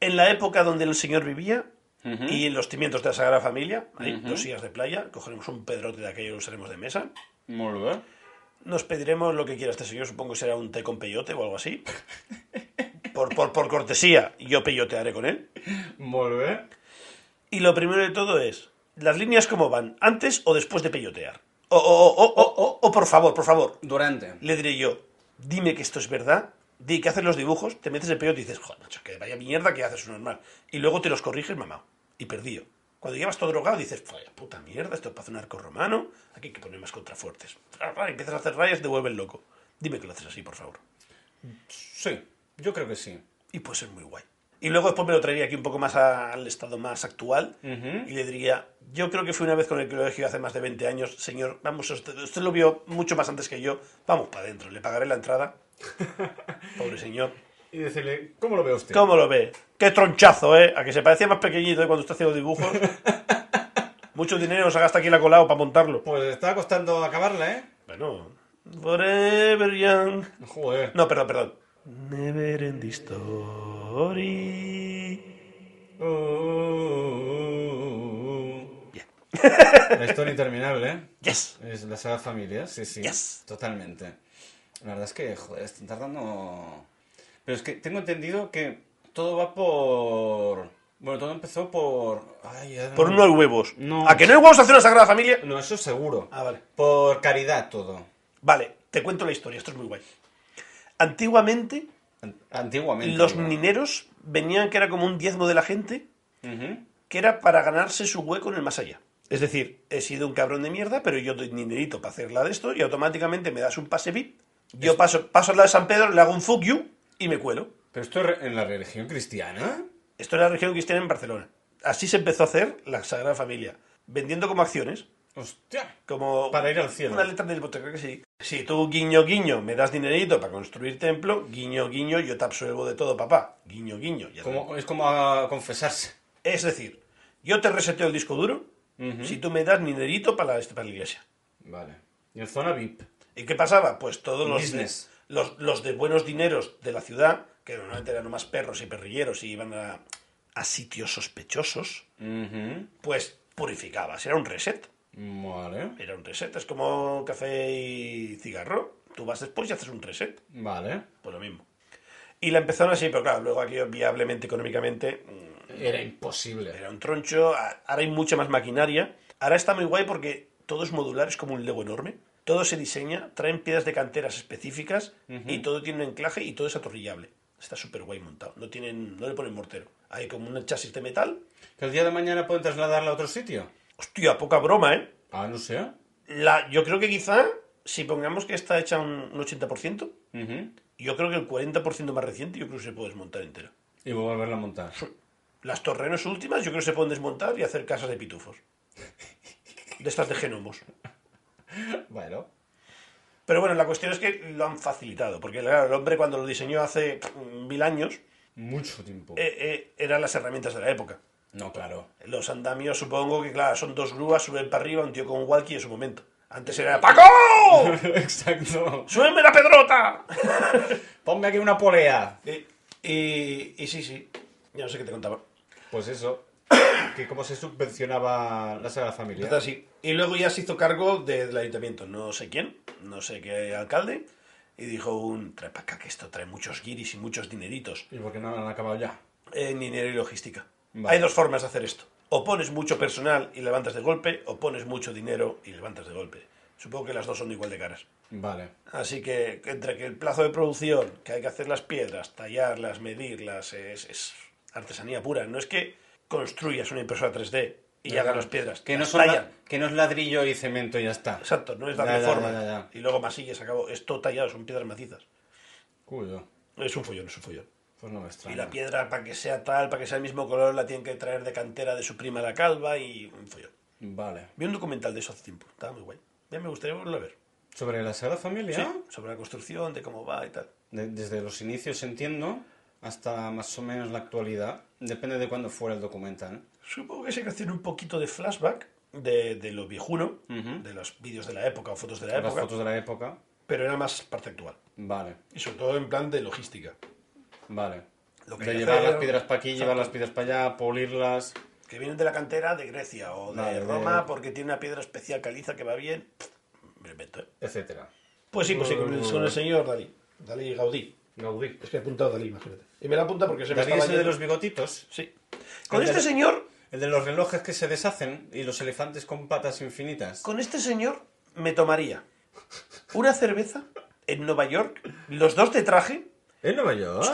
[SPEAKER 2] En la época donde el señor vivía
[SPEAKER 1] Ujú.
[SPEAKER 2] y en los cimientos de la Sagrada Familia, hay
[SPEAKER 1] Ujú.
[SPEAKER 2] dos sillas de playa, cogeremos un pedrote de aquello y lo usaremos de mesa.
[SPEAKER 1] Molt bé.
[SPEAKER 2] Nos pediremos lo que quiera este señor, supongo que será un té con peyote o algo así. Por, por, por cortesía, yo peyotearé con él.
[SPEAKER 1] Molt bé.
[SPEAKER 2] Y lo primero de todo es, ¿las líneas cómo van? ¿Antes o después de peyotear? O, o, o, o, o, o, o, por favor, por favor,
[SPEAKER 1] Durante.
[SPEAKER 2] le diré yo, dime que esto es verdad, di que haces los dibujos, te metes el peyote y dices, joder, macho, que vaya mierda que haces normal. Y luego te los corriges, mamá, y perdido. Cuando llevas todo drogado dices, vaya puta mierda, esto es para hacer un arco romano, aquí hay que poner más contrafuertes. Ra, ra, Empiezas a hacer rayas, te vuelves loco. Dime que lo haces así, por favor.
[SPEAKER 1] Sí, yo creo que sí.
[SPEAKER 2] Y puede ser muy guay. Y luego después me lo traería aquí un poco más a- al estado más actual
[SPEAKER 1] Ujú.
[SPEAKER 2] y le diría, yo creo que fui una vez con el colegio hace más de 20 años, señor, vamos, usted, usted lo vio mucho más antes que yo, vamos para adentro, le pagaré la entrada. Pobre señor.
[SPEAKER 1] Y decirle, ¿cómo lo ve usted?
[SPEAKER 2] ¿Cómo lo ve? Qué tronchazo, ¿eh? A que se parecía más pequeñito ¿eh? cuando usted hacía los dibujos. mucho dinero se gasta aquí en la colado para montarlo.
[SPEAKER 1] Pues está costando acabarla, ¿eh?
[SPEAKER 2] Bueno, forever young.
[SPEAKER 1] Joder.
[SPEAKER 2] No, perdón, perdón. Never end story.
[SPEAKER 1] Uh, uh, uh, uh. La historia interminable, ¿eh?
[SPEAKER 2] Yes.
[SPEAKER 1] Es la saga familia, sí, sí.
[SPEAKER 2] Yes.
[SPEAKER 1] Totalmente. La verdad es que, joder, están tardando. Pero es que tengo entendido que todo va por. Bueno, todo empezó por. Ay, ahora
[SPEAKER 2] Por
[SPEAKER 1] no-
[SPEAKER 2] no hay huevos.
[SPEAKER 1] No.
[SPEAKER 2] ¿A que no hay huevos hacer una sagrada familia?
[SPEAKER 1] No, eso seguro.
[SPEAKER 2] Ah, vale.
[SPEAKER 1] Por caridad todo.
[SPEAKER 2] Vale, te cuento la historia, esto es muy guay. Antiguamente,
[SPEAKER 1] An- Antiguamente.
[SPEAKER 2] los
[SPEAKER 1] digo.
[SPEAKER 2] mineros venían que era como un diezmo de la gente,
[SPEAKER 1] Ujú.
[SPEAKER 2] que era para ganarse su hueco en el más allá. Es decir, he sido un cabrón de mierda, pero yo doy dinerito para hacer la de esto y automáticamente me das un pase VIP. Yo paso, paso la de San Pedro, le hago un fuck you y me cuelo.
[SPEAKER 1] Pero esto es re- en la religión cristiana.
[SPEAKER 2] Esto era la región cristiana en Barcelona. Así se empezó a hacer la Sagrada Familia, vendiendo como acciones.
[SPEAKER 1] Hostia.
[SPEAKER 2] Como
[SPEAKER 1] Para ir al cielo.
[SPEAKER 2] Una letra del hipoteca que sí. Si tú, guiño, guiño, me das dinerito para construir templo, guiño, guiño, yo te absuelvo de todo, papá. Guiño, guiño. ya te-
[SPEAKER 1] Como, es como a confesarse.
[SPEAKER 2] Es decir, yo te reseteo el disco duro si tú me das dinerito para la, para la iglesia.
[SPEAKER 1] Vale. Y en zona VIP.
[SPEAKER 2] ¿Y qué pasaba? Pues todos los de,
[SPEAKER 1] Business.
[SPEAKER 2] los, los de buenos dineros de la ciudad, que normalmente eran más perros y perrilleros y iban a, a sitios sospechosos,
[SPEAKER 1] Ujú.
[SPEAKER 2] pues purificabas. Era un reset.
[SPEAKER 1] Vale.
[SPEAKER 2] Era un reset. Es como café y cigarro. Tú vas después y haces un reset.
[SPEAKER 1] Vale.
[SPEAKER 2] Pues lo mismo. Y la empezaron así, pero claro, luego aquí viablemente, económicamente, mm,
[SPEAKER 1] Era imposible.
[SPEAKER 2] era un troncho. A- Ahora hay mucha más maquinaria. Ahora está muy guay porque todo es modular, es como un Lego enorme. Todo se diseña, traen piedras de canteras específicas y todo tiene un enclaje y todo es atorrillable. Está súper guay montado. No, tienen, no le ponen mortero. Hay como un chasis de metal.
[SPEAKER 1] ¿Que el día de mañana pueden trasladarla a otro sitio?
[SPEAKER 2] Hostia, poca broma, ¿eh?
[SPEAKER 1] Ah, no sé.
[SPEAKER 2] La, yo creo que quizá, si pongamos que está hecha un, un 80%,
[SPEAKER 1] Ujú.
[SPEAKER 2] yo creo que el 40% más reciente yo creo que se puede desmontar entero.
[SPEAKER 1] Y voy a volverla a montar.
[SPEAKER 2] Las torrenos últimas yo creo que se pueden desmontar y hacer casas de pitufos. De estas de genomos.
[SPEAKER 1] Bueno.
[SPEAKER 2] Pero bueno, la cuestión es que lo han facilitado, porque claro, el hombre cuando lo diseñó hace mm, mil años
[SPEAKER 1] Mucho tiempo.
[SPEAKER 2] eh, eh, eran las herramientas de la época.
[SPEAKER 1] No, claro.
[SPEAKER 2] Los andamios, supongo que, claro, son dos grúas, suben para arriba, un tío con un walkie en su momento. Antes era ¡Paco!
[SPEAKER 1] Exacto.
[SPEAKER 2] ¡Súbeme la pedrota!
[SPEAKER 1] Ponme aquí una polea.
[SPEAKER 2] y, y- y sí, sí. Ya no sé qué te contaba.
[SPEAKER 1] Pues eso. Que cómo se subvencionaba la Sagrada Familia.
[SPEAKER 2] Entonces, sí. Y luego ya se hizo cargo del ayuntamiento, no sé quién, no sé qué alcalde, y dijo un, trae para acá que esto trae muchos guiris y muchos dineritos Eh,
[SPEAKER 1] ¿Y por qué no han acabado ya?
[SPEAKER 2] en dinero y logística.
[SPEAKER 1] Vale.
[SPEAKER 2] Hay dos formas de hacer esto. O pones mucho personal y levantas de golpe, o pones mucho dinero y levantas de golpe. Supongo que las dos son igual de caras.
[SPEAKER 1] Vale.
[SPEAKER 2] Así que entre que el plazo de producción, que hay que hacer las piedras, tallarlas, medirlas, es, es artesanía pura. No es que construyas una impresora 3D y hagas las piedras.
[SPEAKER 1] Que no,
[SPEAKER 2] las
[SPEAKER 1] son la-
[SPEAKER 2] tallan.
[SPEAKER 1] que no es ladrillo y cemento y ya está.
[SPEAKER 2] Exacto, no es
[SPEAKER 1] Ya,
[SPEAKER 2] darle
[SPEAKER 1] ya,
[SPEAKER 2] forma.
[SPEAKER 1] ya, ya.
[SPEAKER 2] Y luego masillas, acabó. Es todo tallado, son piedras macizas.
[SPEAKER 1] Cuyo.
[SPEAKER 2] Es un follón, es un follón.
[SPEAKER 1] Pues no me
[SPEAKER 2] Y
[SPEAKER 1] extraña.
[SPEAKER 2] la piedra, para que sea tal, para que sea el mismo color, la tienen que traer de cantera de su prima la calva y un follón.
[SPEAKER 1] Vale.
[SPEAKER 2] Vi un documental de eso hace tiempo, estaba muy guay. Ya me gustaría volverlo a ver.
[SPEAKER 1] ¿Sobre la Sagrada Familia?
[SPEAKER 2] Sí, sobre la construcción, de cómo va y tal.
[SPEAKER 1] De- desde los inicios, entiendo, hasta más o menos la actualidad. Depende de cuándo fuera el documental.
[SPEAKER 2] Supongo que sí hay que hacer un poquito de flashback de, de lo viejuno,
[SPEAKER 1] Ujú.
[SPEAKER 2] de los vídeos de la época o fotos de la
[SPEAKER 1] Las
[SPEAKER 2] época,
[SPEAKER 1] fotos de la época.
[SPEAKER 2] pero era más parte actual.
[SPEAKER 1] Vale,
[SPEAKER 2] Y sobre todo en plan de logística.
[SPEAKER 1] vale.
[SPEAKER 2] Lo que
[SPEAKER 1] de
[SPEAKER 2] hay que
[SPEAKER 1] llevar
[SPEAKER 2] hacer-
[SPEAKER 1] las piedras para aquí, llevar
[SPEAKER 2] Exacto.
[SPEAKER 1] las piedras para allá, pulirlas.
[SPEAKER 2] Que vienen de la cantera de Grecia o de
[SPEAKER 1] Vale, de-
[SPEAKER 2] Roma porque tiene una piedra especial caliza que va bien. Pff, Me lo invento, ¿eh?
[SPEAKER 1] etcétera.
[SPEAKER 2] Pues sí, pues sí, con el, con el señor Dalí. Dalí Gaudí.
[SPEAKER 1] Gaudí.
[SPEAKER 2] Es que he apuntado Dalí, imagínate. Y me la apunta porque se me
[SPEAKER 1] David
[SPEAKER 2] estaba
[SPEAKER 1] es el de
[SPEAKER 2] yendo.
[SPEAKER 1] los bigotitos,
[SPEAKER 2] Sí. Con
[SPEAKER 1] El de
[SPEAKER 2] este
[SPEAKER 1] la-
[SPEAKER 2] señor,
[SPEAKER 1] el de los relojes que se deshacen y los elefantes con patas infinitas.
[SPEAKER 2] con este señor me tomaría una cerveza en Nueva York, los dos de traje,
[SPEAKER 1] ¿En Nueva York?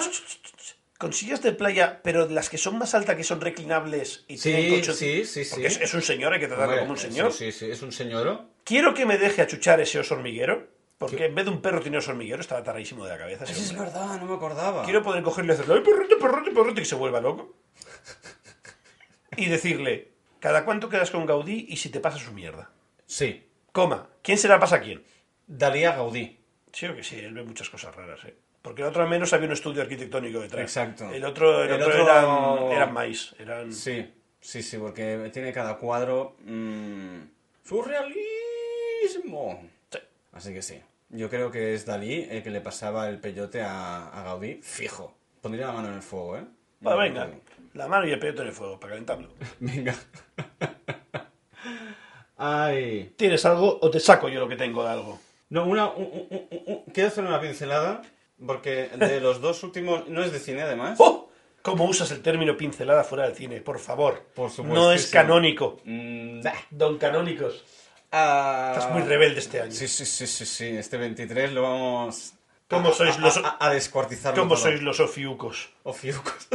[SPEAKER 2] con sillas de playa, pero las que son más altas, que son reclinables y
[SPEAKER 1] Sí,
[SPEAKER 2] tienen colchón-
[SPEAKER 1] sí, sí, sí.
[SPEAKER 2] Porque es, es un señor, hay que tratarlo
[SPEAKER 1] Hombre,
[SPEAKER 2] como un señor.
[SPEAKER 1] Sí, sí, sí, es un señor.
[SPEAKER 2] Quiero que me deje achuchar ese oso hormiguero, porque en vez de un perro tiene oso hormiguero, estaba taradísimo de la cabeza. ese
[SPEAKER 1] Eso es
[SPEAKER 2] hombre.
[SPEAKER 1] verdad, no me acordaba.
[SPEAKER 2] Quiero poder cogerle y hacerle, ¡ay, perrete, perrete, perrete! Y se vuelva loco. Y decirle, ¿cada cuánto quedas con Gaudí y si te pasa su mierda?
[SPEAKER 1] Sí,
[SPEAKER 2] Coma, ¿quién se la pasa a quién?
[SPEAKER 1] Dalí a Gaudí.
[SPEAKER 2] Sí, o que sí, él ve muchas cosas raras, ¿eh? Porque el otro al menos había un estudio arquitectónico detrás.
[SPEAKER 1] Exacto.
[SPEAKER 2] El otro, el
[SPEAKER 1] El
[SPEAKER 2] otro
[SPEAKER 1] otro-
[SPEAKER 2] eran, eran maíz, eran...
[SPEAKER 1] Sí, sí, sí, porque tiene cada cuadro. mm, ¡Surrealismo!
[SPEAKER 2] Sí.
[SPEAKER 1] Así que sí. Yo creo que es Dalí el que le pasaba el peyote a, a Gaudí, fijo. Pondría la mano en el fuego, ¿eh?
[SPEAKER 2] Va,
[SPEAKER 1] No,
[SPEAKER 2] venga,
[SPEAKER 1] no.
[SPEAKER 2] la mano y el peyote en el fuego, para calentarlo.
[SPEAKER 1] Venga. Ay.
[SPEAKER 2] ¿Tienes algo o te saco yo lo que tengo de algo?
[SPEAKER 1] No, una. un- un- un- un- un- Quiero hacer una pincelada, porque de los dos últimos. No es de cine, además.
[SPEAKER 2] ¡Oh! ¿Cómo usas el término pincelada fuera del cine? Por favor.
[SPEAKER 1] Por
[SPEAKER 2] No es
[SPEAKER 1] supuestísimo.
[SPEAKER 2] canónico.
[SPEAKER 1] Mm, bah.
[SPEAKER 2] Don Canónicos.
[SPEAKER 1] Ah.
[SPEAKER 2] Estás muy rebelde este año.
[SPEAKER 1] Sí, sí, sí, sí, sí. Este 23 lo vamos.
[SPEAKER 2] ¿Cómo sois los-
[SPEAKER 1] A, a- a descuartizarlo
[SPEAKER 2] ¿Cómo
[SPEAKER 1] todo.
[SPEAKER 2] sois los ofiucos?
[SPEAKER 1] Ofiucos.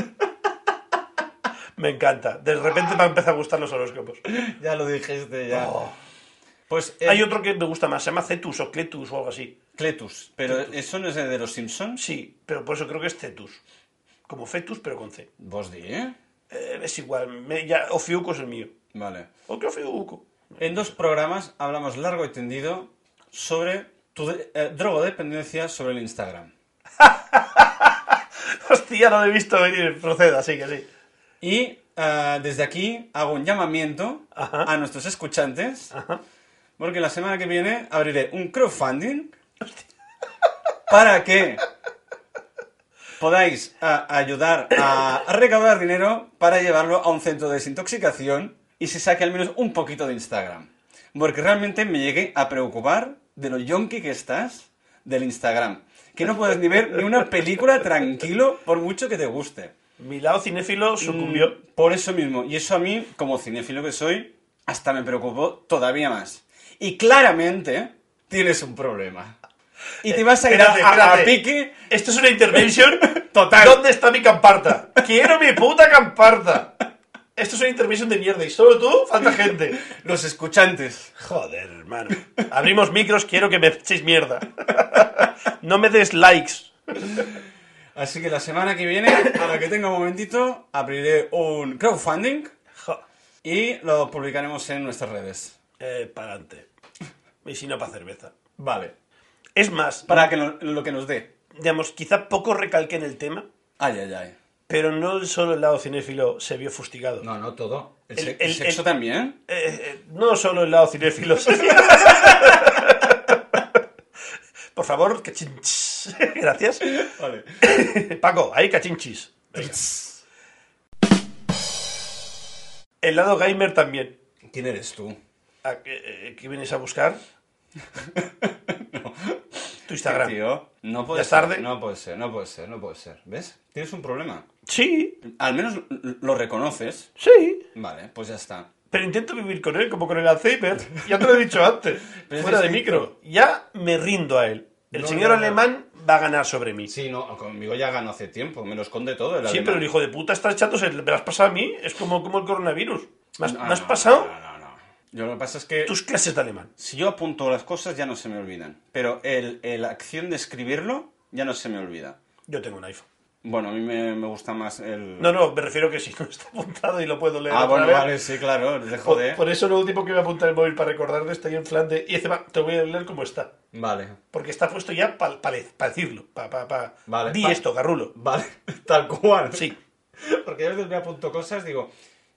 [SPEAKER 2] Me encanta. De repente me empieza a gustar los horóscopos.
[SPEAKER 1] ya lo dijiste, ya.
[SPEAKER 2] Oh.
[SPEAKER 1] Pues eh,
[SPEAKER 2] Hay otro que me gusta más, se llama Cetus o Cletus o algo así.
[SPEAKER 1] Cletus, pero eso no es el de los Simpsons.
[SPEAKER 2] Sí, pero por eso creo que es Cetus. Como Fetus, pero con C.
[SPEAKER 1] Vos di, ¿eh?
[SPEAKER 2] Eh, es igual, me- ya, Ofiuco es el mío.
[SPEAKER 1] Vale.
[SPEAKER 2] ¿O qué Ofiuco?
[SPEAKER 1] En dos programas hablamos largo y tendido sobre tu de- eh, drogodependencia sobre el Instagram.
[SPEAKER 2] Hostia, no lo he visto venir, proceda, así que sí.
[SPEAKER 1] Y ah, desde aquí hago un llamamiento a nuestros escuchantes, porque la semana que viene abriré un crowdfunding para que podáis ah, ayudar a, a recaudar dinero para llevarlo a un centro de desintoxicación y se saque al menos un poquito de Instagram. Porque realmente me llegué a preocupar de lo yonki que estás del Instagram. Que no puedes ni ver ni una película tranquilo por mucho que te guste.
[SPEAKER 2] Mi lado cinéfilo sucumbió.
[SPEAKER 1] Mm, Por eso mismo. Y eso a mí, como cinéfilo que soy, hasta me preocupó todavía más. Y claramente tienes un problema. Y te vas a ir a,
[SPEAKER 2] Espérate,
[SPEAKER 1] a- a
[SPEAKER 2] espérate.
[SPEAKER 1] pique.
[SPEAKER 2] Esto es una intervention
[SPEAKER 1] Total.
[SPEAKER 2] ¿Dónde está mi camparta? Quiero mi puta camparta. Esto es una intervention de mierda y solo tú falta gente.
[SPEAKER 1] Los escuchantes.
[SPEAKER 2] Joder, hermano. Abrimos micros, quiero que me echéis mierda. No me des likes.
[SPEAKER 1] Así que la semana que viene, a la que tenga un momentito, abriré un crowdfunding
[SPEAKER 2] Jo.
[SPEAKER 1] y lo publicaremos en nuestras redes.
[SPEAKER 2] Eh, para adelante. Y si no, para cerveza.
[SPEAKER 1] Vale.
[SPEAKER 2] Es más,
[SPEAKER 1] Para que no- lo que nos dé.
[SPEAKER 2] digamos, quizá poco recalqué en el tema,
[SPEAKER 1] Ay, ay, ay.
[SPEAKER 2] Pero no solo el lado cinéfilo se vio fustigado.
[SPEAKER 1] No, no todo. ¿El,
[SPEAKER 2] El-
[SPEAKER 1] se-
[SPEAKER 2] el-
[SPEAKER 1] el sexo
[SPEAKER 2] el-
[SPEAKER 1] también?
[SPEAKER 2] Eh, eh, no solo el lado cinéfilo. Por favor, cachinchis. Gracias.
[SPEAKER 1] Vale.
[SPEAKER 2] Paco, ahí cachinchis. Venga. El lado gamer también.
[SPEAKER 1] ¿Quién eres tú?
[SPEAKER 2] ¿A qué, eh, qué vienes a buscar? Tu Instagram.
[SPEAKER 1] Tío, no puede
[SPEAKER 2] Ya es
[SPEAKER 1] ser.
[SPEAKER 2] tarde.
[SPEAKER 1] No puede ser, no puede ser, no puede ser. ¿Ves? Tienes un problema.
[SPEAKER 2] Sí,
[SPEAKER 1] Al menos l- lo reconoces.
[SPEAKER 2] sí.
[SPEAKER 1] Vale, pues ya está.
[SPEAKER 2] Pero intento vivir con él como con el Alzheimer. Ya te lo he dicho antes.
[SPEAKER 1] Pero es
[SPEAKER 2] fuera de
[SPEAKER 1] distinto.
[SPEAKER 2] micro. Ya me rindo a él. El
[SPEAKER 1] No,
[SPEAKER 2] señor
[SPEAKER 1] no, no.
[SPEAKER 2] alemán va a ganar sobre mí.
[SPEAKER 1] Sí, no, conmigo ya ganó hace tiempo, me lo esconde todo. El
[SPEAKER 2] Sí,
[SPEAKER 1] alemán.
[SPEAKER 2] pero el hijo de puta está echándose. ¿Me lo has pasado a mí? Es como, como el coronavirus. ¿Me has,
[SPEAKER 1] No,
[SPEAKER 2] me has
[SPEAKER 1] no,
[SPEAKER 2] pasado
[SPEAKER 1] No, no, no. Yo lo que pasa es que
[SPEAKER 2] tus clases de alemán?
[SPEAKER 1] si yo apunto las cosas ya no se me olvidan. Pero el, el acción de escribirlo ya no se me olvida.
[SPEAKER 2] Yo tengo un iPhone.
[SPEAKER 1] Bueno, a mí me, me gusta más el.
[SPEAKER 2] No, no, me refiero que si no está apuntado y lo puedo leer.
[SPEAKER 1] ah,
[SPEAKER 2] otra
[SPEAKER 1] bueno,
[SPEAKER 2] vez.
[SPEAKER 1] vale, sí, claro, dejo
[SPEAKER 2] Por,
[SPEAKER 1] de.
[SPEAKER 2] por eso lo último que me apunta el móvil para recordar de estoy en Flandes Y encima te voy a leer cómo está.
[SPEAKER 1] Vale,
[SPEAKER 2] Porque está puesto ya para decirlo. Pa, pa, pa.
[SPEAKER 1] Vale,
[SPEAKER 2] Di
[SPEAKER 1] pa-
[SPEAKER 2] esto, garrulo.
[SPEAKER 1] vale, tal cual.
[SPEAKER 2] Sí.
[SPEAKER 1] Porque yo a veces me apunto cosas digo,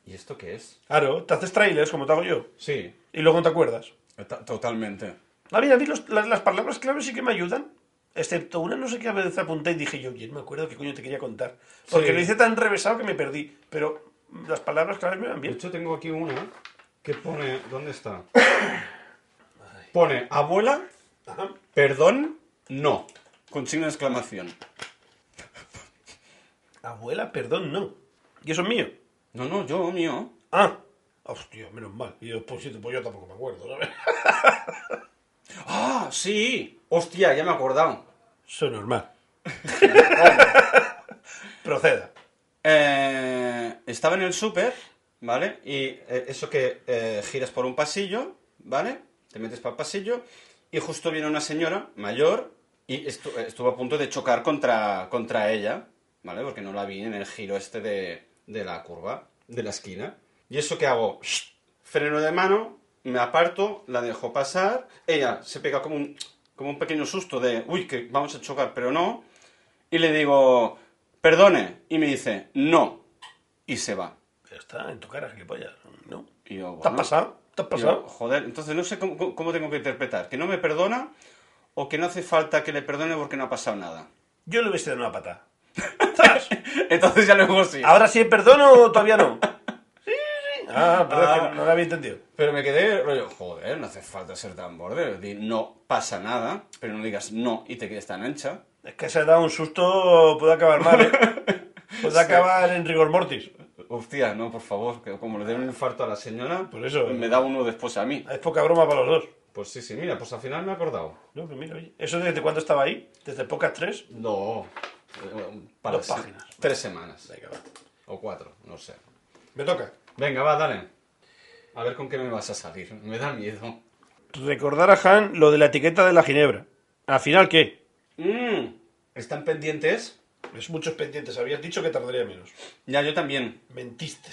[SPEAKER 1] ¿y esto qué es?
[SPEAKER 2] Claro, te haces trailers como te hago yo.
[SPEAKER 1] Sí,
[SPEAKER 2] Y luego no te acuerdas.
[SPEAKER 1] to- totalmente.
[SPEAKER 2] A mí, a mí los- las, las palabras clave sí que me ayudan. Excepto una, no sé qué vez apunté y dije yo, oye, no me acuerdo qué coño te quería contar. Porque
[SPEAKER 1] Sí.
[SPEAKER 2] lo hice tan revesado que me perdí. Pero las palabras clave me van
[SPEAKER 1] De
[SPEAKER 2] bien.
[SPEAKER 1] hecho, tengo aquí una que pone. ¿Dónde está? Pone abuela,
[SPEAKER 2] Ajá.
[SPEAKER 1] perdón, no. Con signo de exclamación.
[SPEAKER 2] Abuela, perdón, no. Y eso es mío.
[SPEAKER 1] No, no, yo, mío.
[SPEAKER 2] Ah. Hostia, menos mal. Y yo, pues, sí, pues yo tampoco me acuerdo, ¿sabes?
[SPEAKER 1] ¡Ah, sí! Hostia, ya me he acordado.
[SPEAKER 2] Eso es normal. Proceda.
[SPEAKER 1] Eh, estaba en el súper, ¿vale? Y eh, eso que eh, giras por un pasillo, ¿vale? Te metes para el pasillo y justo viene una señora mayor y estu- eh, estuvo a punto de chocar contra, contra ella, ¿vale? Porque no la vi en el giro este de, de la curva, de la esquina. Y eso que hago, freno de mano, me aparto, la dejo pasar, ella se pega como un, como un pequeño susto de, uy, que vamos a chocar, pero no, y le digo, perdone, y me dice, no, y se va.
[SPEAKER 2] Pero está en tu cara, gilipollas. ¿No?
[SPEAKER 1] Y yo,
[SPEAKER 2] ¿Te has
[SPEAKER 1] bueno,
[SPEAKER 2] pasado? ¿Te has
[SPEAKER 1] yo,
[SPEAKER 2] pasado?
[SPEAKER 1] joder, entonces no sé cómo, cómo tengo que interpretar, que no me perdona o que no hace falta que le perdone porque no ha pasado nada.
[SPEAKER 2] Yo le hubiese dado una patada. ¿Sabes?
[SPEAKER 1] Entonces ya luego sí.
[SPEAKER 2] ¿Ahora sí perdono o todavía no? Sí, sí. Ah, perdón,
[SPEAKER 1] Ah.
[SPEAKER 2] que no, no lo había entendido.
[SPEAKER 1] Pero me quedé rollo, joder, no hace falta ser tan borde. Di, no pasa nada, pero no digas no y te quedes tan ancha.
[SPEAKER 2] Es que se ha dado un susto, puede acabar mal, ¿eh? Puede
[SPEAKER 1] Sí.
[SPEAKER 2] acabar en rigor mortis.
[SPEAKER 1] Hostia, no, por favor, que como le den un infarto a la señora,
[SPEAKER 2] Por eso.
[SPEAKER 1] me da uno después a mí.
[SPEAKER 2] Es poca broma para los dos.
[SPEAKER 1] eh. Pues sí, sí, mira, pues al final me he acordado.
[SPEAKER 2] No, que mira, oye. ¿Eso desde cuándo estaba ahí? ¿Desde pocas tres?
[SPEAKER 1] No, eh, para
[SPEAKER 2] Dos
[SPEAKER 1] se-
[SPEAKER 2] páginas.
[SPEAKER 1] Tres semanas.
[SPEAKER 2] Venga, va.
[SPEAKER 1] O cuatro, no sé.
[SPEAKER 2] Me toca.
[SPEAKER 1] Venga, va, dale. A ver con qué me vas a salir. Me da miedo.
[SPEAKER 2] Recordar a Han lo de la etiqueta de la ginebra. ¿Al final qué?
[SPEAKER 1] Mm, ¿Están pendientes?
[SPEAKER 2] Es muchos pendientes. Habías dicho que tardaría menos.
[SPEAKER 1] Ya, yo también.
[SPEAKER 2] Mentiste.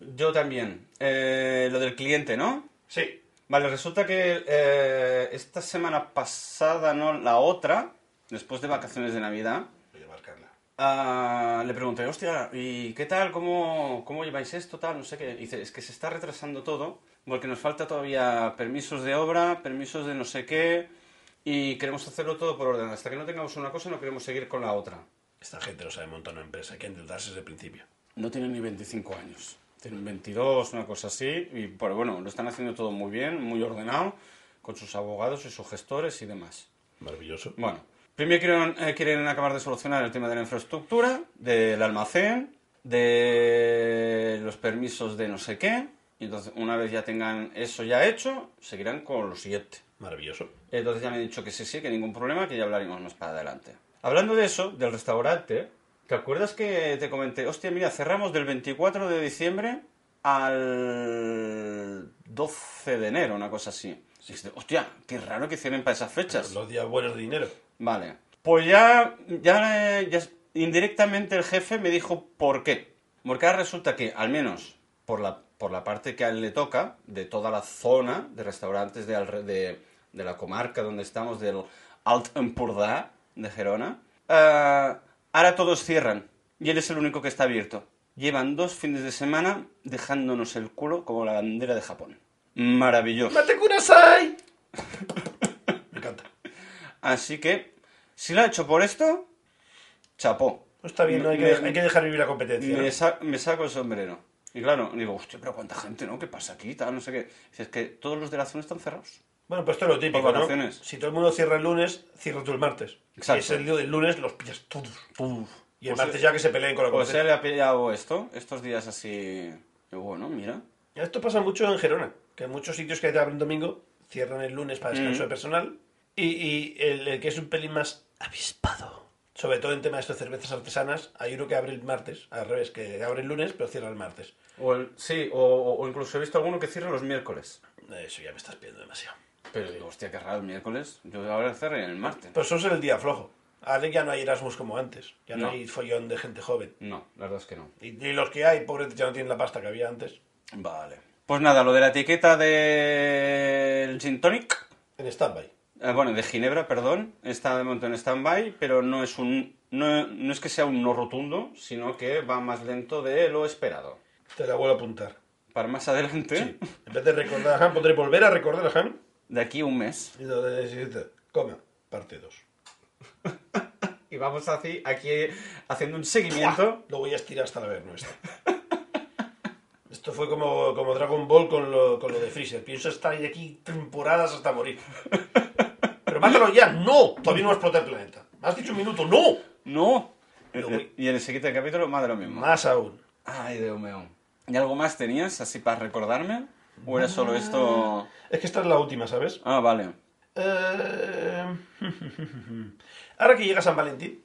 [SPEAKER 1] Yo también. Eh, lo del cliente, ¿no?
[SPEAKER 2] Sí.
[SPEAKER 1] Vale, resulta que eh, esta semana pasada, no, la otra, después de vacaciones de Navidad,
[SPEAKER 2] Voy a marcarla.
[SPEAKER 1] Ah, le pregunté, hostia, ¿y qué tal? ¿Cómo, cómo lleváis esto? Tal, no sé qué. Y dice, es que se está retrasando todo porque nos falta todavía permisos de obra, permisos de no sé qué y queremos hacerlo todo por orden. Hasta que no tengamos una cosa no queremos seguir con la otra.
[SPEAKER 2] Esta gente lo sabe montar una empresa. Hay que endeudarse desde el principio.
[SPEAKER 1] No tienen ni 25 años. Tienen 22, una cosa así. Y pero bueno, lo están haciendo todo muy bien, muy ordenado, con sus abogados y sus gestores y demás.
[SPEAKER 2] Maravilloso.
[SPEAKER 1] Bueno, primero quieren, eh, quieren acabar de solucionar el tema de la infraestructura, del almacén, de los permisos de no sé qué. Y entonces, una vez ya tengan eso ya hecho, seguirán con lo siguiente.
[SPEAKER 2] Maravilloso.
[SPEAKER 1] Entonces ya me han dicho que sí, sí, que ningún problema, que ya hablaremos más para adelante. Hablando de eso, del restaurante, ¿te acuerdas que te comenté, hostia, mira, cerramos del 24 de diciembre al 12 de enero, una cosa así? Y dijiste, hostia, qué raro que cierren para esas fechas.
[SPEAKER 2] Los días buenos de dinero.
[SPEAKER 1] Vale. Pues ya, ya, eh, ya s- indirectamente el jefe me dijo por qué. Porque ahora resulta que, al menos por la, por la parte que a él le toca, de toda la zona de restaurantes de, alre- de, de la comarca donde estamos, del Alt Empordà de Gerona, eh, ahora todos cierran. Y él es el único que está abierto. Llevan dos fines de semana dejándonos el culo como la bandera de Japón. Maravilloso.
[SPEAKER 2] ¡Mate Kurasai! Me encanta.
[SPEAKER 1] Así que, si lo ha hecho por esto, chapó.
[SPEAKER 2] Pues está bien, ¿no? hay, que,
[SPEAKER 1] Me-
[SPEAKER 2] hay que dejar vivir la competencia. ¿no?
[SPEAKER 1] Me, sa- me saco el sombrero. Y claro, digo, hostia, pero cuánta gente, ¿no? ¿Qué pasa aquí? Tal, no sé qué. Dice, es que todos los de la zona están cerrados.
[SPEAKER 2] Bueno, pues esto es lo típico,
[SPEAKER 1] Por
[SPEAKER 2] ¿no?
[SPEAKER 1] vacaciones.
[SPEAKER 2] Si todo el mundo cierra el lunes, cierra tú el martes.
[SPEAKER 1] Exacto.
[SPEAKER 2] Y es el día del lunes, los pillas todos. Y el
[SPEAKER 1] Pues
[SPEAKER 2] martes
[SPEAKER 1] él-
[SPEAKER 2] ya que se peleen con la
[SPEAKER 1] Pues
[SPEAKER 2] competencia.
[SPEAKER 1] él le ha pillado esto, estos días así. Y bueno, mira.
[SPEAKER 2] Esto pasa mucho en Gerona, que en muchos sitios que abren domingo cierran el lunes para descanso
[SPEAKER 1] Mm.
[SPEAKER 2] de personal. Y, y el, el que es un pelín más avispado, sobre todo en tema de estas cervezas artesanas, hay uno que abre el martes, al revés, que abre el lunes pero cierra el martes.
[SPEAKER 1] O el- sí, o, o- o incluso he visto alguno que cierra los miércoles.
[SPEAKER 2] Eso ya me estás pidiendo demasiado.
[SPEAKER 1] Pero digo, hostia, qué raro el miércoles. Yo ahora cerré el martes.
[SPEAKER 2] Pero eso es el día flojo. Ahora ya no hay Erasmus como antes, ya no,
[SPEAKER 1] No.
[SPEAKER 2] hay follón de gente joven.
[SPEAKER 1] No, la verdad es que no.
[SPEAKER 2] Y, y los que hay, pobres, ya no tienen la pasta que había antes.
[SPEAKER 1] Vale. Pues nada, lo de la etiqueta del gin tonic.
[SPEAKER 2] En stand-by.
[SPEAKER 1] Ah, bueno, de Ginebra, perdón, está de momento en stand-by, pero no es, un, no, no es que sea un no rotundo, sino que va más lento de lo esperado.
[SPEAKER 2] Te la vuelvo a apuntar.
[SPEAKER 1] Para más adelante,
[SPEAKER 2] En vez de recordar a Ham, podré volver a recordar a Ham.
[SPEAKER 1] de aquí un mes.
[SPEAKER 2] Y lo de- de- de- Coma, parte 2.
[SPEAKER 1] Y vamos así, aquí haciendo un seguimiento.
[SPEAKER 2] Lo voy a estirar hasta la ver nuestra. Esto fue como, como Dragon Ball con lo, con lo de Freezer. Pienso estar ahí aquí temporadas hasta morir. Pero mátalo ya. ¡No! Todavía no va a explotar el planeta. Me has dicho un minuto. ¡No!
[SPEAKER 1] ¡No!
[SPEAKER 2] Lo voy-
[SPEAKER 1] Y en el siguiente capítulo, más de lo mismo.
[SPEAKER 2] Más aún.
[SPEAKER 1] Ay, Dios mío. ¿Y algo más tenías así para recordarme? ¿O era solo esto...?
[SPEAKER 2] Es que esta es la última, ¿sabes?
[SPEAKER 1] Ah, vale.
[SPEAKER 2] Eh, Ahora que llega San Valentín,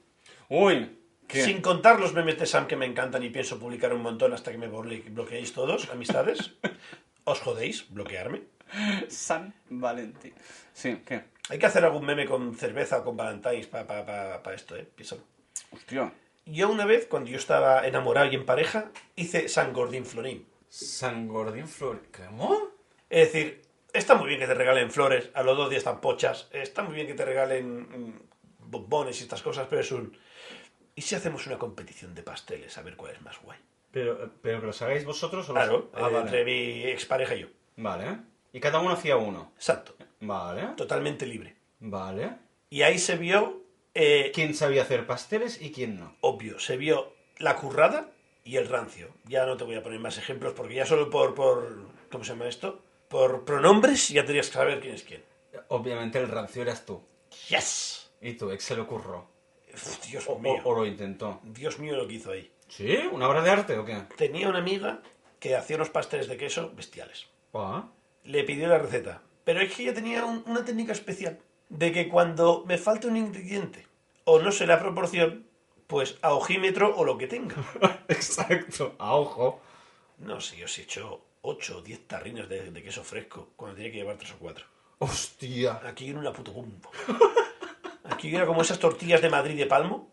[SPEAKER 1] Uy, ¿qué?
[SPEAKER 2] sin contar los memes de Sam que me encantan y pienso publicar un montón hasta que me borle- bloqueéis todos, amistades, os jodéis, bloquearme.
[SPEAKER 1] San Valentín. Sí, ¿qué?
[SPEAKER 2] Hay que hacer algún meme con cerveza o con Valentine's para esto, ¿eh? Piénsalo.
[SPEAKER 1] Hostia.
[SPEAKER 2] Yo una vez, cuando yo estaba enamorado y en pareja, hice San Gordín Florín.
[SPEAKER 1] San Gordín Flor... ¿Cómo?
[SPEAKER 2] Es decir, está muy bien que te regalen flores, a los dos días tan pochas, está muy bien que te regalen mm, bombones y estas cosas, pero es un... ¿Y si hacemos una competición de pasteles a ver cuál es más guay?
[SPEAKER 1] Pero, pero que los hagáis vosotros o los-
[SPEAKER 2] Claro,
[SPEAKER 1] Ah,
[SPEAKER 2] eh,
[SPEAKER 1] vale.
[SPEAKER 2] entre mi expareja y yo.
[SPEAKER 1] Vale. Y cada uno hacía uno.
[SPEAKER 2] Exacto,
[SPEAKER 1] Vale.
[SPEAKER 2] totalmente libre.
[SPEAKER 1] Vale.
[SPEAKER 2] Y ahí se vio, eh,
[SPEAKER 1] ¿Quién sabía hacer pasteles y quién no?
[SPEAKER 2] obvio, se vio la currada y el rancio. Ya no te voy a poner más ejemplos porque ya solo por, por ¿cómo se llama esto? Por pronombres ya tenías que saber quién es quién.
[SPEAKER 1] Obviamente el rancio eras tú.
[SPEAKER 2] ¡Yes!
[SPEAKER 1] Y tu ex se le ocurrió.
[SPEAKER 2] Uf, Dios
[SPEAKER 1] O,
[SPEAKER 2] mío.
[SPEAKER 1] o- o lo intentó.
[SPEAKER 2] Dios mío lo que hizo ahí.
[SPEAKER 1] ¿Sí? ¿Una obra de arte o qué?
[SPEAKER 2] Tenía una amiga que hacía unos pasteles de queso bestiales.
[SPEAKER 1] Ah.
[SPEAKER 2] Le pidió la receta. Pero es que ella tenía un- una técnica especial de que cuando me falta un ingrediente o no sé la proporción, pues a ojímetro o lo que tenga.
[SPEAKER 1] Exacto. A ojo.
[SPEAKER 2] No sé, yo si he hecho 8 o 10 tarrinas de, de queso fresco cuando tenía que llevar 3 o 4.
[SPEAKER 1] Hostia.
[SPEAKER 2] Aquí era una puto bomba. Aquí era como esas tortillas de Madrid de palmo.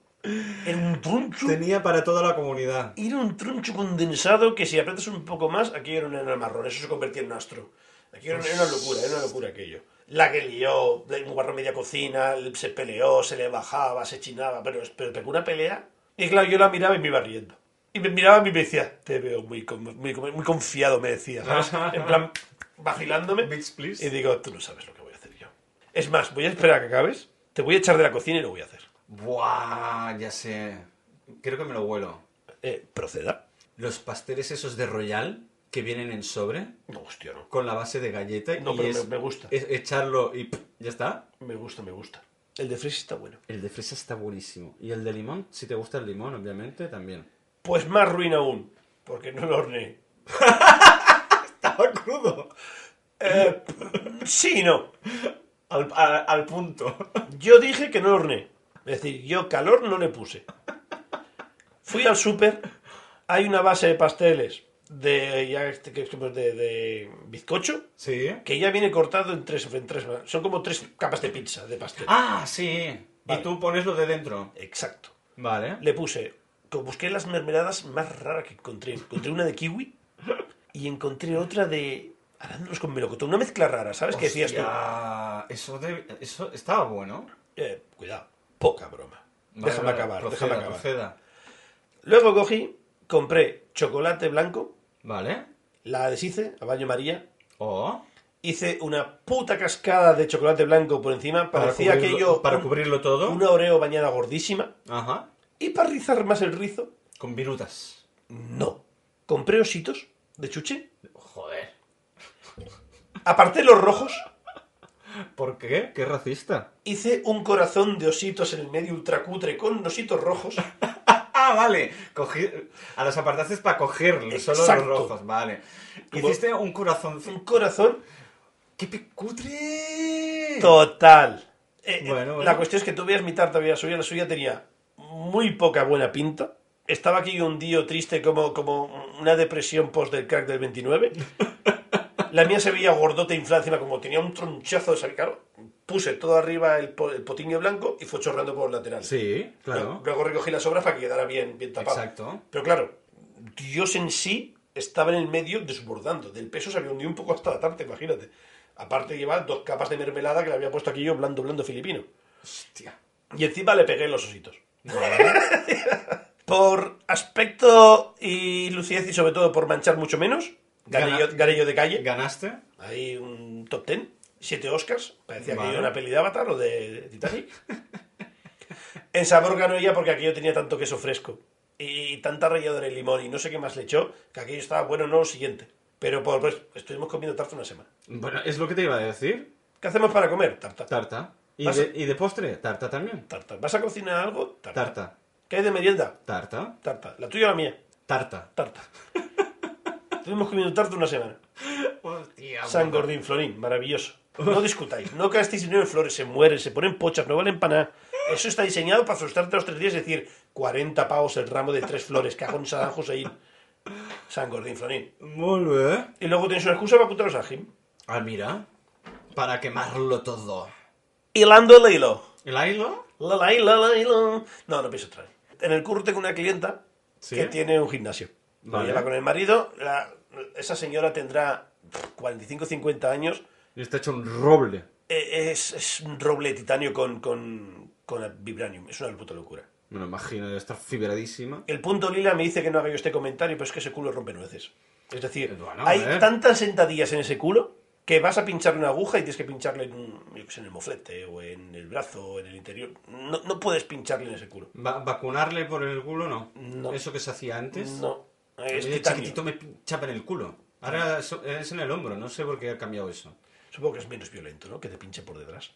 [SPEAKER 2] Era un troncho.
[SPEAKER 1] Tenía para toda la comunidad.
[SPEAKER 2] Era un troncho condensado que si aprietas un poco más, aquí era un enano marrón. Eso se convertía en un astro. Aquí era, era una locura, era una locura aquello. La que lió, la guarró media cocina, se peleó, se le bajaba, se chinaba, pero, pero pegó una pelea. Y claro, yo la miraba y me iba riendo. Y me miraba y me decía, te veo muy, con- muy, con- muy confiado, me decía, ¿sabes? En plan, vacilándome.
[SPEAKER 1] Bitch, please.
[SPEAKER 2] Y digo, tú no sabes lo que voy a hacer yo. Es más, voy a esperar a que acabes, te voy a echar de la cocina y lo voy a hacer.
[SPEAKER 1] Buah, ya sé. Creo que me lo vuelo.
[SPEAKER 2] Eh, proceda.
[SPEAKER 1] Los pasteles esos de Royal que vienen en sobre.
[SPEAKER 2] No, hostia, no.
[SPEAKER 1] con la base de galleta
[SPEAKER 2] No,
[SPEAKER 1] y
[SPEAKER 2] pero
[SPEAKER 1] es-
[SPEAKER 2] me- me gusta.
[SPEAKER 1] es echarlo y ¡pff! ya está.
[SPEAKER 2] Me gusta, me gusta. El de Fresh está bueno.
[SPEAKER 1] El de fresa está buenísimo. Y el de limón, si te gusta el limón, obviamente, también.
[SPEAKER 2] Pues más ruin aún, porque no lo horneé.
[SPEAKER 1] Estaba crudo.
[SPEAKER 2] Eh, sí y no.
[SPEAKER 1] Al, punto.
[SPEAKER 2] Yo dije que no lo horneé. Es decir, yo calor no le puse. Fui al súper, hay una base de pasteles de, ya este que es como de, de bizcocho
[SPEAKER 1] Sí.
[SPEAKER 2] que ya viene cortado en tres, en tres- Son como tres capas de pizza de pastel.
[SPEAKER 1] Ah, sí.
[SPEAKER 2] Vale.
[SPEAKER 1] Y tú pones lo de dentro.
[SPEAKER 2] Exacto.
[SPEAKER 1] Vale.
[SPEAKER 2] Le puse, co- busqué las mermeladas más raras que encontré. Encontré una de kiwi y encontré otra de arándanos con melocotón. Una mezcla rara, ¿sabes? Que decías tú,
[SPEAKER 1] Hostia, Eso, de- eso estaba bueno.
[SPEAKER 2] eh, cuidado, poca broma.
[SPEAKER 1] Vale,
[SPEAKER 2] déjame
[SPEAKER 1] vale,
[SPEAKER 2] acabar,
[SPEAKER 1] proceda,
[SPEAKER 2] déjame acabar.
[SPEAKER 1] proceda.
[SPEAKER 2] Luego cogí, compré chocolate blanco,
[SPEAKER 1] Vale.
[SPEAKER 2] la deshice a baño María,
[SPEAKER 1] Oh.
[SPEAKER 2] hice una puta cascada de chocolate blanco por encima, parecía
[SPEAKER 1] cubrirlo-
[SPEAKER 2] aquello
[SPEAKER 1] Para
[SPEAKER 2] un-
[SPEAKER 1] cubrirlo todo.
[SPEAKER 2] una oreo bañada gordísima.
[SPEAKER 1] Ajá.
[SPEAKER 2] Y para rizar más el rizo,
[SPEAKER 1] Con virutas.
[SPEAKER 2] no. Compré ositos de chuche,
[SPEAKER 1] Joder.
[SPEAKER 2] aparté los rojos,
[SPEAKER 1] ¿Por qué? Qué racista.
[SPEAKER 2] hice un corazón de ositos en el medio ultracutre con ositos rojos.
[SPEAKER 1] Ah, vale. Cogí... A los apartaste para cogerlos, solo
[SPEAKER 2] Exacto.
[SPEAKER 1] los rojos, vale.
[SPEAKER 2] Como-
[SPEAKER 1] Hiciste un corazoncito.
[SPEAKER 2] Un corazón
[SPEAKER 1] ¡Qué picutre!
[SPEAKER 2] Total. Eh, eh,
[SPEAKER 1] Bueno, bueno.
[SPEAKER 2] La cuestión es que tú veías mi tarta, veías la suya, la suya tenía muy poca buena pinta. Estaba aquí un día triste como, como una depresión post del crack del 29. La mía se veía gordota e inflada encima, como tenía un tronchazo de sal- claro, Puse todo arriba el, po- el potingue blanco y fue chorrando por el lateral.
[SPEAKER 1] Sí, claro.
[SPEAKER 2] Luego- Luego recogí las obras para que quedara bien, bien tapado.
[SPEAKER 1] Exacto.
[SPEAKER 2] Pero claro, Dios en sí estaba en el medio desbordando. Del peso se había hundido un poco hasta la tarta, imagínate. Aparte llevaba dos capas de mermelada que le había puesto aquí yo, blando, blando filipino.
[SPEAKER 1] Hostia.
[SPEAKER 2] Y encima le pegué los ositos. por aspecto y lucidez y sobre todo por manchar mucho menos, gané
[SPEAKER 1] Gana-
[SPEAKER 2] yo- gané yo de calle.
[SPEAKER 1] ¿Ganaste?
[SPEAKER 2] Hay un top ten, siete Oscars, parecía que
[SPEAKER 1] Vale.
[SPEAKER 2] era una peli de Avatar o de Titanic. en sabor ganó ella porque aquello tenía tanto queso fresco y tanta ralladura de limón y no sé qué más le echó, que aquello estaba bueno, no lo siguiente. Pero por, pues, estuvimos comiendo tarta una semana.
[SPEAKER 1] Bueno, es lo que te iba a decir.
[SPEAKER 2] ¿Qué hacemos para comer? Tarta.
[SPEAKER 1] Tarta. ¿Y,
[SPEAKER 2] Vas-
[SPEAKER 1] de, y de postre? Tarta también.
[SPEAKER 2] Tarta. ¿Vas a cocinar algo? Tarta.
[SPEAKER 1] Tarta.
[SPEAKER 2] ¿Qué hay de merienda?
[SPEAKER 1] Tarta.
[SPEAKER 2] Tarta. ¿La tuya o la mía?
[SPEAKER 1] Tarta.
[SPEAKER 2] Tarta. estuvimos comiendo tarta una semana.
[SPEAKER 1] Hostia.
[SPEAKER 2] San Gordín Florín, maravilloso. No discutáis, no gastéis dinero en flores, se mueren, se ponen pochas, no valen para nada. Eso está diseñado para frustrarte los tres días y decir 40 pavos el ramo de tres flores, cajón en Saddam Hussein. San Gordín Florín.
[SPEAKER 1] Molt bé.
[SPEAKER 2] Y luego tenéis una excusa para apuntaros al gym.
[SPEAKER 1] Ah, mira. Para quemarlo todo.
[SPEAKER 2] Hilando el hilo.
[SPEAKER 1] ¿El ailo?
[SPEAKER 2] La, la, la, la, la. No, no pienso traer. En el curro tengo una clienta
[SPEAKER 1] Sí.
[SPEAKER 2] que tiene un gimnasio. Lo
[SPEAKER 1] Vale.
[SPEAKER 2] lleva con el marido. la- esa señora tendrá 45 50 años.
[SPEAKER 1] Y está hecho un roble.
[SPEAKER 2] Eh, Es, es un roble titanio con, con, con vibranium. Es una puta locura.
[SPEAKER 1] Me lo imagino, debe estar fibradísima.
[SPEAKER 2] El punto lila me dice que no haga yo este comentario, pero es que ese culo rompe nueces. Es decir,
[SPEAKER 1] Bueno,
[SPEAKER 2] hay
[SPEAKER 1] ah, a ver.
[SPEAKER 2] tantas sentadillas en ese culo que vas a pinchar una aguja y tienes que pincharle en, un- yo qué sé, en el moflete o en el brazo o en el interior. No, no puedes pincharle en ese culo.
[SPEAKER 1] Va- ¿Vacunarle por el culo no?
[SPEAKER 2] No.
[SPEAKER 1] ¿Eso que se hacía antes?
[SPEAKER 2] No. Es
[SPEAKER 1] A mí de
[SPEAKER 2] titanio.
[SPEAKER 1] chiquitito me chapa en el culo. Ahora so- es en el hombro, no sé por qué ha cambiado eso.
[SPEAKER 2] Supongo que es menos violento, ¿no? Que te pinche por detrás.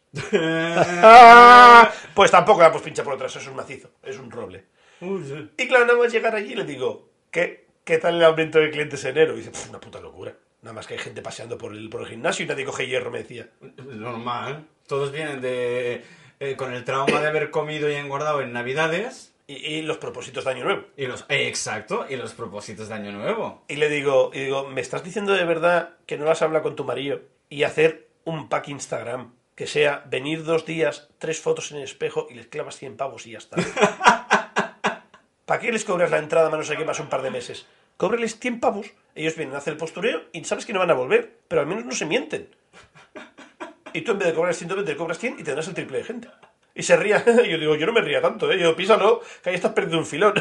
[SPEAKER 2] ¡Ah! Pues tampoco la puedes pinchar por detrás, eso es un macizo, es un roble.
[SPEAKER 1] Uy, sí.
[SPEAKER 2] Y claro, nada más llegar allí le digo, ¿qué, qué tal el aumento de clientes en enero? Y dice, "Pf, una puta locura. Nada más que hay gente paseando por el, por el gimnasio y nadie coge hierro, me decía.
[SPEAKER 1] Normal. Todos vienen de eh, con el trauma de haber comido y engordado en Navidades.
[SPEAKER 2] Y, y los propósitos de año nuevo.
[SPEAKER 1] Y los, eh, exacto, y los propósitos de Año Nuevo.
[SPEAKER 2] Y le digo, y digo, ¿me estás diciendo de verdad que no las habla con tu marido y hacer un pack Instagram? Que sea venir dos días, tres fotos en el espejo y les clavas 100 pavos y ya está. ¿Para qué les cobras la entrada, más no sé qué, más un par de meses? Cóbreles 100 pavos, ellos vienen a hacer el postureo y sabes que no van a volver, pero al menos no se mienten. Y tú en vez de cobrar 120, le cobras 100 y tendrás el triple de gente. Y se ría. Yo digo, yo no me ría tanto, ¿eh? Yo, písalo, que ahí estás perdiendo un filón.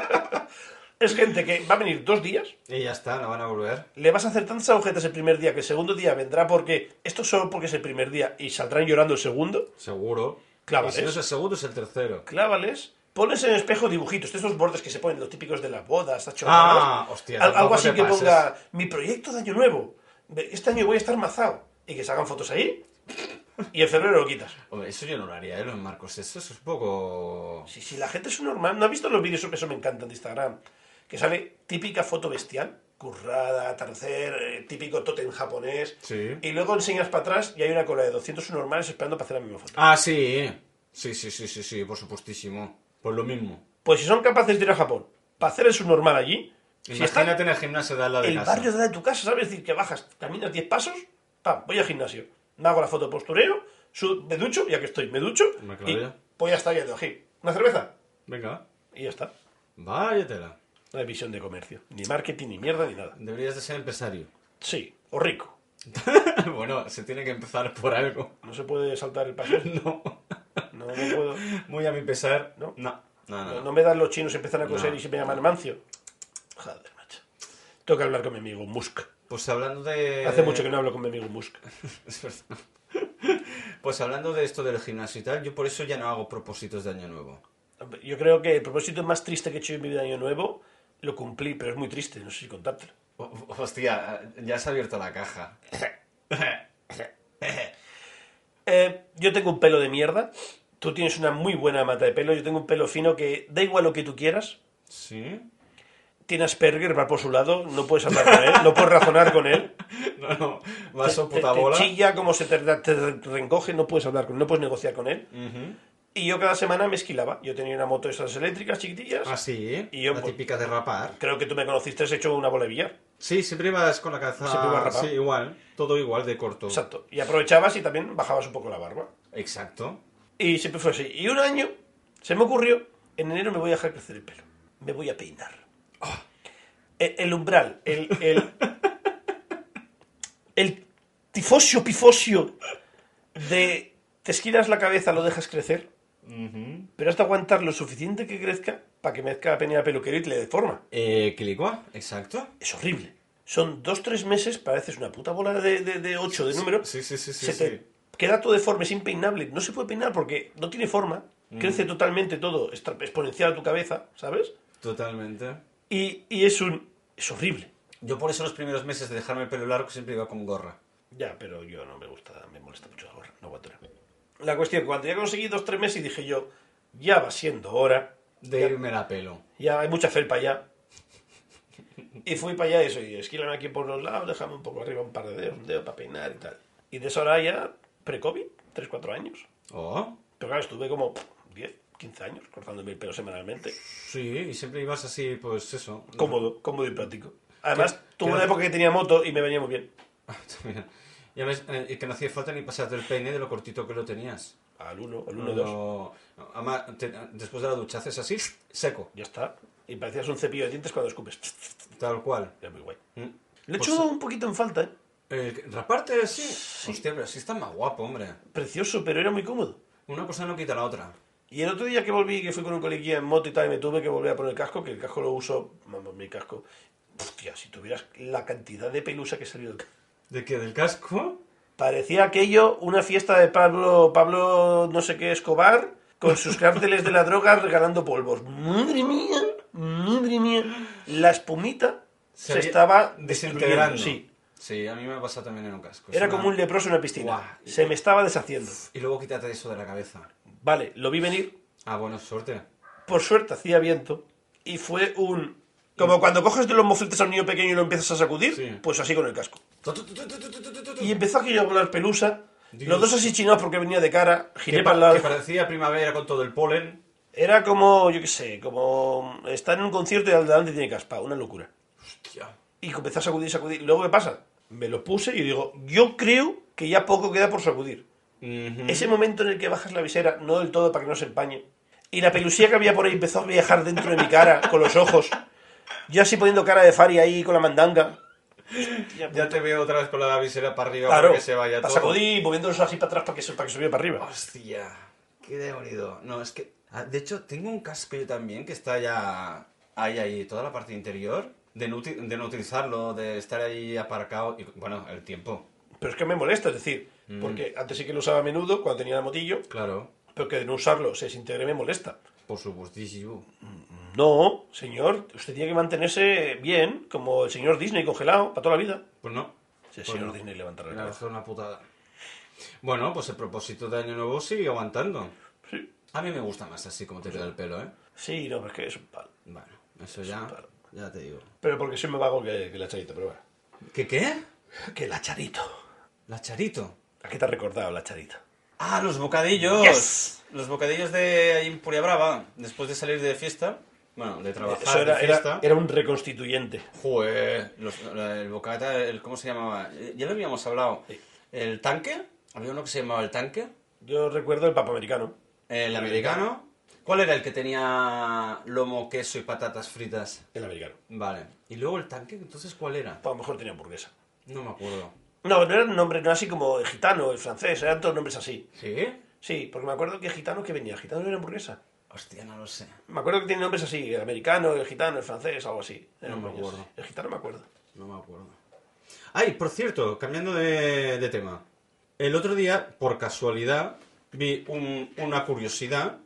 [SPEAKER 2] es gente que va a venir dos días,
[SPEAKER 1] Y ya está, no van a volver.
[SPEAKER 2] le vas a hacer tantas agujetas el primer día que el segundo día vendrá porque esto solo porque es el primer día y saldrán llorando el segundo.
[SPEAKER 1] Seguro.
[SPEAKER 2] Claro,
[SPEAKER 1] Y si no
[SPEAKER 2] ¿eh?
[SPEAKER 1] es el segundo, es el tercero.
[SPEAKER 2] Clávales, pones en el espejo dibujitos, de esos bordes que se ponen, los típicos de las bodas, estas chorradas.
[SPEAKER 1] Ah, hostia,
[SPEAKER 2] Al- algo
[SPEAKER 1] tampoco
[SPEAKER 2] así
[SPEAKER 1] te
[SPEAKER 2] que
[SPEAKER 1] pases.
[SPEAKER 2] ponga mi proyecto de año nuevo. Este año voy a estar mazado y que se hagan fotos ahí y en febrero lo quitas.
[SPEAKER 1] Hombre, eso yo no lo haría, ¿eh? Los marcos, eso es un poco...
[SPEAKER 2] Sí, sí, la gente es un normal. ¿No has visto los vídeos? Eso me encantan de Instagram. Que sale típica foto bestial, currada, atardecer, eh, típico tótem japonés.
[SPEAKER 1] Sí.
[SPEAKER 2] Y luego enseñas para atrás y hay una cola de 200 normales esperando para hacer la misma foto.
[SPEAKER 1] Ah, sí. Sí, sí, sí, sí, sí, por supuestísimo. Por lo mismo.
[SPEAKER 2] Pues si son capaces de ir a Japón para hacer el subnormal allí, si está
[SPEAKER 1] Imagínate en el gimnasio de al lado de
[SPEAKER 2] el
[SPEAKER 1] casa.
[SPEAKER 2] barrio de, la de tu casa, ¿sabes? Es decir, que bajas, caminas 10 pasos, pam, voy al gimnasio, me hago la foto postureo, su- me ducho, ya que estoy, me ducho,
[SPEAKER 1] Hombre, claro,
[SPEAKER 2] y
[SPEAKER 1] ya.
[SPEAKER 2] voy hasta allá de gym. Una cerveza
[SPEAKER 1] Venga.
[SPEAKER 2] y ya está.
[SPEAKER 1] Váyatela.
[SPEAKER 2] No hay visión de comercio, ni marketing, ni mierda, ni nada.
[SPEAKER 1] Deberías de ser empresario.
[SPEAKER 2] Sí, o rico.
[SPEAKER 1] bueno, se tiene que empezar por algo.
[SPEAKER 2] No se puede saltar el paseo.
[SPEAKER 1] No.
[SPEAKER 2] No, no puedo.
[SPEAKER 1] Muy a mi pesar.
[SPEAKER 2] No.
[SPEAKER 1] No. No, no,
[SPEAKER 2] No,
[SPEAKER 1] no.
[SPEAKER 2] no me dan los chinos, empiezan a coser
[SPEAKER 1] No.
[SPEAKER 2] y se me llaman Mancio. Joder, macho. Tengo que hablar con mi amigo Musk.
[SPEAKER 1] Pues hablando de...
[SPEAKER 2] Hace mucho que no hablo con mi amigo Musk.
[SPEAKER 1] Es verdad. Pues hablando de esto del gimnasio y tal, yo por eso ya no hago propósitos de año nuevo.
[SPEAKER 2] Yo creo que el propósito más triste que he hecho en mi vida de año nuevo lo cumplí, pero es muy triste, no sé si contártelo.
[SPEAKER 1] O- Hostia, ya has abierto la caja.
[SPEAKER 2] Eh, yo tengo un pelo de mierda, tú tienes una muy buena mata de pelo, yo tengo un pelo fino que da igual lo que tú quieras,
[SPEAKER 1] ¿Sí?
[SPEAKER 2] tiene Asperger, va por su lado, no puedes hablar con él, no puedes razonar con él.
[SPEAKER 1] No, no, vas a
[SPEAKER 2] Te-
[SPEAKER 1] puta
[SPEAKER 2] te- te
[SPEAKER 1] bola.
[SPEAKER 2] chilla, como se te, te rencoge, no puedes hablar con él, no puedes negociar con él.
[SPEAKER 1] Ujú.
[SPEAKER 2] Y yo cada semana me esquilaba. Yo tenía una moto de esas eléctricas chiquitillas.
[SPEAKER 1] Ah, sí,
[SPEAKER 2] Y yo,
[SPEAKER 1] la
[SPEAKER 2] pues-
[SPEAKER 1] típica de rapar.
[SPEAKER 2] Creo que tú me conociste, has hecho una bola de billar.
[SPEAKER 1] Sí, siempre ibas con la cabeza...
[SPEAKER 2] Siempre iba rapado.
[SPEAKER 1] Sí, igual, todo igual de corto.
[SPEAKER 2] Exacto. Y aprovechabas y también bajabas un poco la barba.
[SPEAKER 1] Exacto.
[SPEAKER 2] Y siempre fue así. Y un año se me ocurrió, en enero me voy a dejar crecer el pelo. Me voy a peinar.
[SPEAKER 1] Ah.
[SPEAKER 2] El, el umbral, el... El, el tifosio pifosio de... Te esquinas la cabeza, lo dejas crecer,
[SPEAKER 1] Ujú.
[SPEAKER 2] pero hasta aguantar lo suficiente que crezca para que mezcla la peña peluquero y te le deforma.
[SPEAKER 1] Eh, Quilicua, exacto.
[SPEAKER 2] Es horrible. Son dos, tres meses, pareces una puta bola de, de, de ocho de número.
[SPEAKER 1] Sí, sí, sí, sí.
[SPEAKER 2] se
[SPEAKER 1] sí.
[SPEAKER 2] te queda todo deforme, es impeinable. No se puede peinar porque no tiene forma. Crece totalmente todo, extra- exponencial a tu cabeza, ¿sabes?
[SPEAKER 1] Totalmente.
[SPEAKER 2] Y, y es un... es horrible.
[SPEAKER 1] Yo por eso los primeros meses de dejarme el pelo largo siempre iba con gorra.
[SPEAKER 2] Ya, pero yo no me gusta, me molesta mucho la gorra, no aguanto nada. La cuestión, cuando ya conseguí dos, tres meses y dije yo, ya va siendo hora,
[SPEAKER 1] De
[SPEAKER 2] Ya.
[SPEAKER 1] irme la pelo.
[SPEAKER 2] ya hay mucha felpa ya. Y fui para allá eso, y esquílame aquí por los lados, déjame un poco arriba un par de dedos, un dedo para peinar y tal. Y de esa hora ya, pre-COVID, tres, cuatro años.
[SPEAKER 1] Oh,
[SPEAKER 2] Pero claro, estuve como pff, 10, 15 años cortándome el pelo semanalmente.
[SPEAKER 1] sí, y siempre ibas así, pues eso.
[SPEAKER 2] Cómodo, cómodo y práctico. Además,
[SPEAKER 1] ¿Qué-
[SPEAKER 2] tuve
[SPEAKER 1] qué
[SPEAKER 2] una
[SPEAKER 1] hace-
[SPEAKER 2] época que tenía moto y me venía muy bien.
[SPEAKER 1] Mira, ya ves, eh, que no hacía falta ni pasarte el peine de lo cortito que lo tenías.
[SPEAKER 2] Al 1, al 1, 2.
[SPEAKER 1] No, no, además, te- después de la ducha haces así, seco,
[SPEAKER 2] Ya está. Y parecías un cepillo de dientes cuando escupes.
[SPEAKER 1] tal cual.
[SPEAKER 2] Era muy guay.
[SPEAKER 1] Mm.
[SPEAKER 2] Le he
[SPEAKER 1] Pues
[SPEAKER 2] hecho
[SPEAKER 1] sí.
[SPEAKER 2] un poquito en falta, ¿eh?
[SPEAKER 1] Eh, raparte así, hostia, pero así está más guapo, hombre.
[SPEAKER 2] Precioso, pero era muy cómodo.
[SPEAKER 1] Una cosa no quita la otra.
[SPEAKER 2] Y el otro día que volví, que fui con un coleguía en moto y tal, y me tuve que volver a poner el casco, que el casco lo uso, vamos, mi casco. Hostia, si tuvieras la cantidad de pelusa que salió del casco.
[SPEAKER 1] ¿De qué? ¿Del casco?
[SPEAKER 2] Parecía aquello una fiesta de Pablo, Pablo no sé qué Escobar con sus cárteles de la droga regalando polvos. Madre mía, madre mía. La espumita se,
[SPEAKER 1] había-
[SPEAKER 2] estaba
[SPEAKER 1] desintegrando.
[SPEAKER 2] desintegrando. Sí.
[SPEAKER 1] Sí, a mí me ha pasado también en un casco. Es
[SPEAKER 2] Era
[SPEAKER 1] una-
[SPEAKER 2] como un leproso en una piscina.
[SPEAKER 1] Guau.
[SPEAKER 2] Se me estaba deshaciendo.
[SPEAKER 1] Y luego quítate eso de la cabeza.
[SPEAKER 2] Vale, lo vi venir.
[SPEAKER 1] Ah, bueno, suerte.
[SPEAKER 2] Por suerte hacía viento. Y fue un. Como cuando coges de los mofletes a un niño pequeño y lo empiezas a sacudir,
[SPEAKER 1] Sí.
[SPEAKER 2] pues así con el casco.
[SPEAKER 1] Tu, tu, tu, tu, tu, tu, tu, tu, tu.
[SPEAKER 2] Y empezó aquello a volar pelusa.
[SPEAKER 1] Dios.
[SPEAKER 2] Los dos así chinados porque venía de cara.
[SPEAKER 1] Que,
[SPEAKER 2] Giré
[SPEAKER 1] pa-
[SPEAKER 2] para el lado.
[SPEAKER 1] que parecía primavera con todo el polen.
[SPEAKER 2] Era como, yo qué sé, como estar en un concierto y al delante tiene caspa, una locura.
[SPEAKER 1] Hostia.
[SPEAKER 2] Y empezó a sacudir, sacudir. Luego, ¿qué pasa? Me lo puse y digo, yo creo que ya poco queda por sacudir. Ese momento en el que bajas la visera, no del todo para que no se empañe, y la pelusía que había por ahí empezó a viajar dentro de mi cara, con los ojos, yo así poniendo cara de Fari ahí con la mandanga. Hostia,
[SPEAKER 1] Ya te veo otra vez con la visera para arriba
[SPEAKER 2] claro,
[SPEAKER 1] para que se vaya
[SPEAKER 2] para
[SPEAKER 1] todo.
[SPEAKER 2] sacudir, moviéndolos así para atrás para que, se- para que subiera para arriba.
[SPEAKER 1] Hostia, qué demonido. No, es que. ah, De hecho, tengo un casco yo también que está ya. Ahí, ahí, toda la parte interior. De no, uti- de no utilizarlo, de estar ahí aparcado. Y, bueno, el tiempo.
[SPEAKER 2] Pero es que me molesta, es decir,
[SPEAKER 1] Mm.
[SPEAKER 2] porque antes sí que lo usaba a menudo cuando tenía la motillo,
[SPEAKER 1] Claro,
[SPEAKER 2] pero que de no usarlo se desintegre me molesta.
[SPEAKER 1] por supuestísimo.
[SPEAKER 2] No, señor, usted tiene que mantenerse bien, como el señor Disney congelado, para toda la vida.
[SPEAKER 1] Pues no.
[SPEAKER 2] Si el
[SPEAKER 1] Pues
[SPEAKER 2] señor
[SPEAKER 1] no.
[SPEAKER 2] Disney levantará la
[SPEAKER 1] Mira,
[SPEAKER 2] cabeza.
[SPEAKER 1] fue una putada. Bueno, pues el propósito de Año Nuevo sigue aguantando.
[SPEAKER 2] Sí.
[SPEAKER 1] A mí me gusta más así como te queda el pelo, ¿eh?
[SPEAKER 2] Sí, no, pero es que es un palo.
[SPEAKER 1] Bueno, eso ya.
[SPEAKER 2] claro.
[SPEAKER 1] Ya te digo.
[SPEAKER 2] Pero porque soy más vago que, que el hacharito, pero bueno.
[SPEAKER 1] ¿Qué qué?
[SPEAKER 2] Que el hacharito.
[SPEAKER 1] La charito.
[SPEAKER 2] ¿A qué te ha recordado el hacharito?
[SPEAKER 1] Ah, los bocadillos.
[SPEAKER 2] Yes.
[SPEAKER 1] Los bocadillos de ahí en Puria Brava, después de salir de fiesta. Bueno, de trabajar
[SPEAKER 2] Eso era,
[SPEAKER 1] de
[SPEAKER 2] era-
[SPEAKER 1] fiesta.
[SPEAKER 2] era un reconstituyente.
[SPEAKER 1] Jue, los- la- el bocata, el, ¿cómo se llamaba? Eh, Ya lo habíamos hablado.
[SPEAKER 2] Sí.
[SPEAKER 1] El tanque, había uno que se llamaba el tanque.
[SPEAKER 2] Yo recuerdo el papa americano.
[SPEAKER 1] El americano. ¿Cuál era el que tenía lomo, queso y patatas fritas?
[SPEAKER 2] El americano. Pues
[SPEAKER 1] Vale. ¿Y luego el tanque? Entonces, ¿cuál era?
[SPEAKER 2] A lo mejor tenía hamburguesa.
[SPEAKER 1] No me acuerdo.
[SPEAKER 2] No, no eran nombres, no era así como el gitano, el francés, eran todos nombres así.
[SPEAKER 1] ¿Sí?
[SPEAKER 2] Sí, porque me acuerdo que gitano que venía, gitano era hamburguesa.
[SPEAKER 1] Hostia, no lo sé.
[SPEAKER 2] Me acuerdo que tiene nombres así, el americano, el gitano, el francés, algo así. Era
[SPEAKER 1] No
[SPEAKER 2] un
[SPEAKER 1] me
[SPEAKER 2] coño
[SPEAKER 1] acuerdo.
[SPEAKER 2] así. El gitano me acuerdo.
[SPEAKER 1] No me acuerdo. Ay, por cierto, cambiando de, de tema. El otro día, por casualidad, vi un- una curiosidad.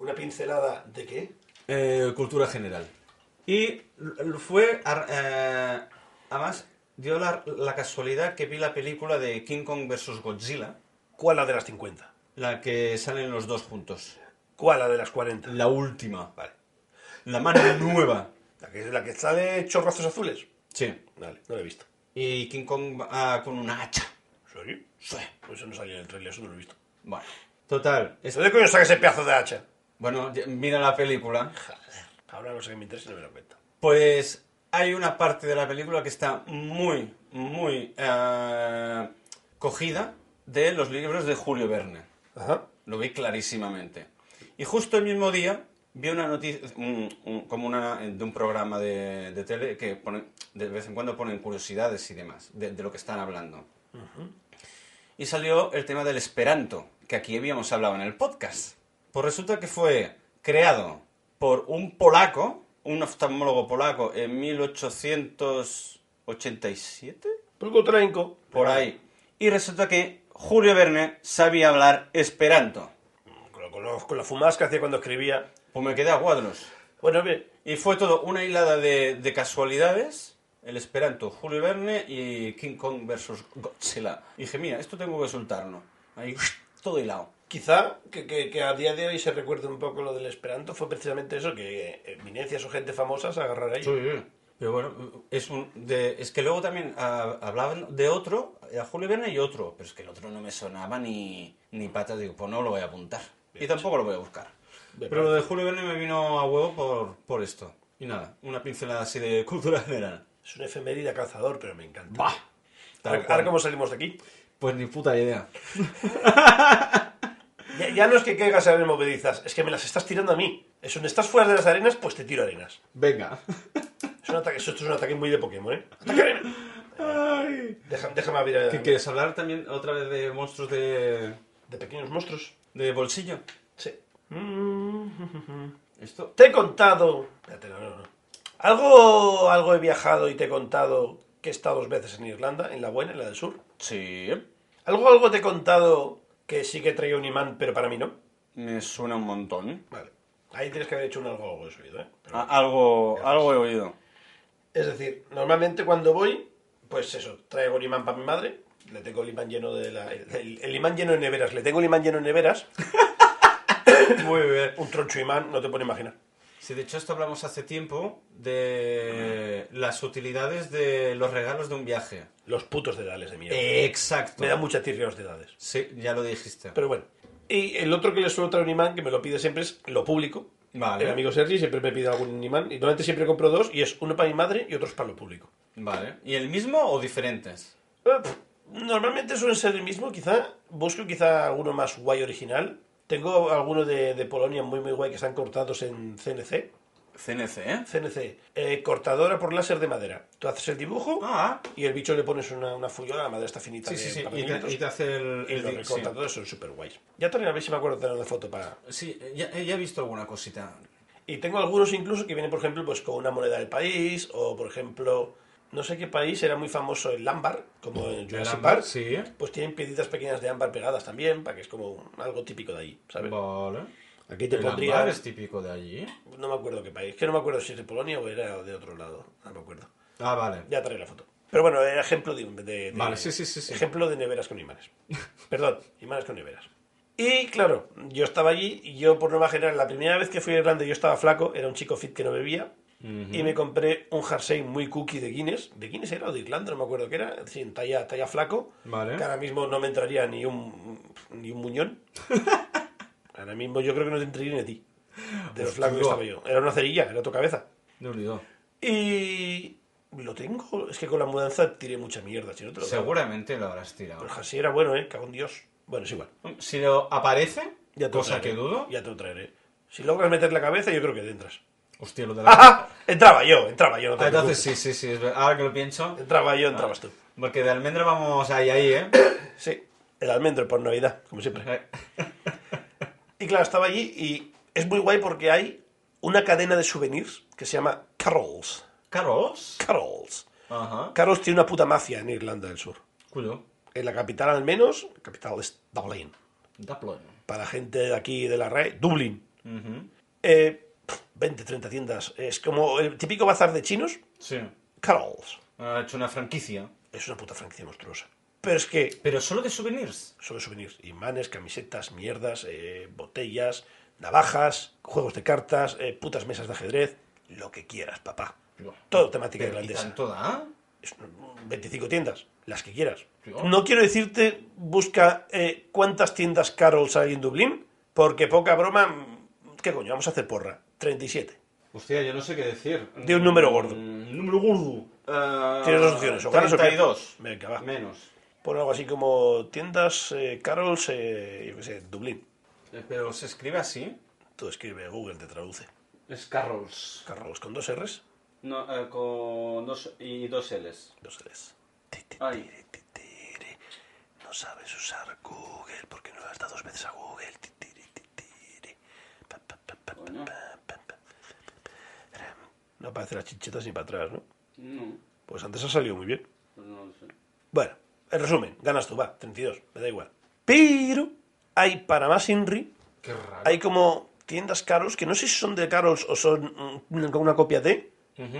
[SPEAKER 2] ¿Una pincelada de qué?
[SPEAKER 1] eh, cultura general. Y l- fue... ar- eh, además, dio la, la casualidad que vi la película de King Kong vs. Godzilla,
[SPEAKER 2] ¿Cuál la de las 50?
[SPEAKER 1] la que salen los dos juntos.
[SPEAKER 2] ¿Cuál la de las 40?
[SPEAKER 1] La última.
[SPEAKER 2] Vale.
[SPEAKER 1] La mano nueva.
[SPEAKER 2] ¿La que, la que está de chorrazos azules?
[SPEAKER 1] Sí.
[SPEAKER 2] Vale, no la he visto.
[SPEAKER 1] Y King Kong va con una hacha.
[SPEAKER 2] ¿En serio?
[SPEAKER 1] Sí.
[SPEAKER 2] Pues eso no salió en el trailer, eso no lo he visto.
[SPEAKER 1] Bueno. Total. es-
[SPEAKER 2] ¿Eso de coño saca ese pedazo de hacha?
[SPEAKER 1] Bueno, ya- mira la película.
[SPEAKER 2] Joder. Ahora no sé qué me interesa y no me lo cuento.
[SPEAKER 1] Pues hay una parte de la película que está muy, muy eh, cogida de los libros de Julio Verne.
[SPEAKER 2] Ajá.
[SPEAKER 1] Lo vi clarísimamente. Y justo el mismo día vi una noticia, un- un- como una de un programa de, de tele que pone- de vez en cuando ponen curiosidades y demás de, de lo que están hablando. Y salió el tema del esperanto, que aquí habíamos hablado en el podcast. Pues resulta que fue creado por un polaco, un oftalmólogo polaco, en 1887,
[SPEAKER 2] Pulco Trainco.
[SPEAKER 1] por ahí. Y resulta que Julio Verne sabía hablar esperanto.
[SPEAKER 2] Con, lo- con lo- con la fumaz que hacía cuando escribía.
[SPEAKER 1] Pues me quedé a cuadros.
[SPEAKER 2] Bueno, bien.
[SPEAKER 1] Y fue todo una hilada de, de casualidades. El Esperanto, Julio Verne y King Kong versus Godzilla. Y dije, mira, esto tengo que soltarlo. Ahí, todo hilado.
[SPEAKER 2] Quizá que, que- que a día de hoy se recuerde un poco lo del Esperanto fue precisamente eso, que eminencias o gente famosa se agarrará ahí.
[SPEAKER 1] Pero bueno, es, un, de- es que luego también ah, hablaban de otro, a Julio Verne y otro. Pero es que el otro no me sonaba ni, ni pata. Digo, pues no lo voy a apuntar. Y tampoco lo voy a buscar.
[SPEAKER 2] Bien,
[SPEAKER 1] Pero lo de Julio Verne me vino a huevo por, por esto. Y nada, una pincelada así de cultura general.
[SPEAKER 2] Es un efeméride cazador, pero me encanta.
[SPEAKER 1] ¡Bah! Tal
[SPEAKER 2] Ahora,
[SPEAKER 1] cual.
[SPEAKER 2] ahora cómo salimos de aquí.
[SPEAKER 1] Pues ni puta idea.
[SPEAKER 2] Ya, ya no es que caigas en movedizas, es que me las estás tirando a mí. Es un estás fuera de las arenas, pues te tiro arenas.
[SPEAKER 1] Venga.
[SPEAKER 2] Es un ataque, esto es un ataque muy de Pokémon, ¿eh? ¡Ataque arena! Deja- déjame abrir
[SPEAKER 1] ¿Qué
[SPEAKER 2] a-
[SPEAKER 1] quieres hablar también otra vez de monstruos de,
[SPEAKER 2] de pequeños monstruos.
[SPEAKER 1] de bolsillo?
[SPEAKER 2] Sí. Mm.
[SPEAKER 1] Esto.
[SPEAKER 2] Te he contado. Espérate, no, no, no. Algo, algo he viajado y te he contado que he estado dos veces en Irlanda, en la buena, en la del sur.
[SPEAKER 1] Sí.
[SPEAKER 2] Algo, algo te he contado que sí que traía un imán, pero para mí no.
[SPEAKER 1] Me suena un montón.
[SPEAKER 2] Vale. Ahí tienes que haber hecho un algo, algo de su oído, ¿eh? Pero-
[SPEAKER 1] A- algo,
[SPEAKER 2] Gracias.
[SPEAKER 1] algo he oído.
[SPEAKER 2] Es decir, normalmente cuando voy, pues eso, traigo un imán para mi madre, le tengo el imán lleno de la, el, el imán lleno de neveras, le tengo el imán lleno de neveras,
[SPEAKER 1] Muy bien.
[SPEAKER 2] un troncho imán, no te puedo imaginar.
[SPEAKER 1] Sí, de hecho, esto hablamos hace tiempo de las utilidades de los regalos de un viaje.
[SPEAKER 2] Los putos dedales de mierda.
[SPEAKER 1] Exacto.
[SPEAKER 2] Me da mucha tirria los dedales.
[SPEAKER 1] Sí, ya lo dijiste.
[SPEAKER 2] Pero bueno. Y el otro que le suelo traer un imán, que me lo pide siempre, es lo público.
[SPEAKER 1] Vale.
[SPEAKER 2] El amigo Sergi siempre me pide algún imán. Y normalmente siempre compro dos, y es uno para mi madre y otro es para lo público.
[SPEAKER 1] Vale. ¿Y el mismo o diferentes?
[SPEAKER 2] Eh, pff, Normalmente suelen ser el mismo, quizá. Busco quizá alguno más guay original. Tengo alguno de, de Polonia muy muy guay que están cortados en CNC.
[SPEAKER 1] CNC, ¿eh?
[SPEAKER 2] CNC, eh, cortadora por láser de madera. Tú haces el dibujo
[SPEAKER 1] Ah,
[SPEAKER 2] y el bicho le pones una, una fuyola, la madera está finita.
[SPEAKER 1] sí,
[SPEAKER 2] de
[SPEAKER 1] sí, sí.
[SPEAKER 2] un par de
[SPEAKER 1] Y te,
[SPEAKER 2] milímetros,
[SPEAKER 1] y te hace el.
[SPEAKER 2] y
[SPEAKER 1] el
[SPEAKER 2] lo
[SPEAKER 1] di- sí.
[SPEAKER 2] recorta todo, son súper guays. Ya también a ver si me acuerdo de tener una foto para,
[SPEAKER 1] Sí, ya, ya he visto alguna cosita.
[SPEAKER 2] Y tengo algunos incluso que vienen, por ejemplo, pues con una moneda del país, o por ejemplo, no sé qué país era muy famoso el ámbar, como en Jurassic
[SPEAKER 1] Mm, ámbar,
[SPEAKER 2] Park.
[SPEAKER 1] sí.
[SPEAKER 2] Pues tienen piedritas pequeñas de ámbar pegadas también, para que es como un- algo típico de ahí, ¿sabes?
[SPEAKER 1] Vale.
[SPEAKER 2] Aquí te
[SPEAKER 1] el
[SPEAKER 2] pondría-
[SPEAKER 1] ámbar es típico de allí.
[SPEAKER 2] No me acuerdo qué país, que no me acuerdo si es de Polonia o era de otro lado, no me acuerdo.
[SPEAKER 1] Ah, vale.
[SPEAKER 2] Ya traeré la foto. Pero bueno, era ejemplo de, de- de-
[SPEAKER 1] Vale, sí, sí, sí, sí.
[SPEAKER 2] ejemplo de neveras con imanes. Perdón, imanes con neveras. Y claro, yo estaba allí y yo por norma general, la primera vez que fui a Irlanda yo estaba flaco, era un chico fit que no bebía y me compré un jersey muy cookie de Guinness, de Guinness era o de Irlanda, no me acuerdo qué era, sí, en talla, talla flaco,
[SPEAKER 1] Vale.
[SPEAKER 2] que ahora mismo no me entraría ni un, ni un muñón. ahora mismo yo creo que no te entraría ni a ti. De los flacos que
[SPEAKER 1] Hostia.
[SPEAKER 2] estaba yo. Era una cerilla, era tu cabeza.
[SPEAKER 1] No olvidó.
[SPEAKER 2] Y lo tengo. Es que con la mudanza tiré mucha mierda, si no te lo digo.
[SPEAKER 1] Seguramente lo habrás tirado.
[SPEAKER 2] Pero así era bueno, ¿eh? Cago en Dios. Bueno, es igual.
[SPEAKER 1] Si lo aparece,
[SPEAKER 2] Ya te lo
[SPEAKER 1] cosa
[SPEAKER 2] traeré.
[SPEAKER 1] que dudo.
[SPEAKER 2] Ya te lo traeré. Si logras meter la cabeza, yo creo que te entras.
[SPEAKER 1] Hostia, lo de la.
[SPEAKER 2] ¡Ajá! Entraba yo, entraba yo, no te
[SPEAKER 1] Ah, entonces
[SPEAKER 2] preocupes.
[SPEAKER 1] sí, sí, sí. es verdad. Ahora que lo pienso.
[SPEAKER 2] Entraba yo, entrabas tú.
[SPEAKER 1] Porque de almendra vamos ahí, ahí, ¿eh?
[SPEAKER 2] Sí, el almendro por Navidad, como siempre.
[SPEAKER 1] Eh,
[SPEAKER 2] Y claro, estaba allí y es muy guay porque hay una cadena de souvenirs que se llama Carol's.
[SPEAKER 1] ¿Carros?
[SPEAKER 2] Carol's.
[SPEAKER 1] Ajá.
[SPEAKER 2] Carol's tiene una puta mafia en Irlanda del Sur.
[SPEAKER 1] Culo.
[SPEAKER 2] En la capital al menos, la capital es Dublín.
[SPEAKER 1] Dublin.
[SPEAKER 2] Para gente de aquí de la red, Dublín. Eh, pf, 20, 30 tiendas. Es como el típico bazar de chinos.
[SPEAKER 1] Sí.
[SPEAKER 2] Carol's.
[SPEAKER 1] Ha hecho una franquicia.
[SPEAKER 2] Es una puta franquicia monstruosa. Pero es que
[SPEAKER 1] Pero solo de souvenirs.
[SPEAKER 2] solo souvenirs, imanes, camisetas, mierdas, eh, botellas, navajas, juegos de cartas, eh, putas mesas de ajedrez, lo que quieras, papá. Todo temática
[SPEAKER 1] Pero, ¿y
[SPEAKER 2] irlandesa.
[SPEAKER 1] tanto da?
[SPEAKER 2] Es un- 25 tiendas, las que quieras.
[SPEAKER 1] Tío.
[SPEAKER 2] No quiero decirte, busca eh, cuántas tiendas Carols hay en Dublín, porque poca broma, mm, ¿qué coño? Vamos a hacer porra. 37.
[SPEAKER 1] Hostia, yo no sé qué decir.
[SPEAKER 2] Di un número gordo.
[SPEAKER 1] Mm, número gordo. Eh,
[SPEAKER 2] Tienes dos opciones, o ganas o pierdes.
[SPEAKER 1] 32.
[SPEAKER 2] Venga, va.
[SPEAKER 1] Menos.
[SPEAKER 2] Pon algo así como tiendas eh, Carols, eh, yo qué sé, Dublín.
[SPEAKER 1] Eh, Pero se escribe así.
[SPEAKER 2] Tú escribe, Google te traduce.
[SPEAKER 1] Es Carrols.
[SPEAKER 2] Carols con dos R's,
[SPEAKER 1] No, eh, con dos y dos L's.
[SPEAKER 2] dos R's.
[SPEAKER 1] Ay.
[SPEAKER 2] No sabes usar Google porque no lo has dado dos veces a Google. Ti, tiri, ti, tiri. Pa, pa, pa, pa, pa,
[SPEAKER 1] Coño.
[SPEAKER 2] pa, pa, pa. No aparece las chinchetas ni para atrás, ¿no?
[SPEAKER 1] No,
[SPEAKER 2] Pues antes ha salido muy bien.
[SPEAKER 1] pues no lo sé.
[SPEAKER 2] Bueno, en resumen, ganas tú, va, 32, me da igual. Pero hay para más Inri,
[SPEAKER 1] Qué raro.
[SPEAKER 2] hay como tiendas Carols, que no sé si son de Carols o son mm, una, una copia de,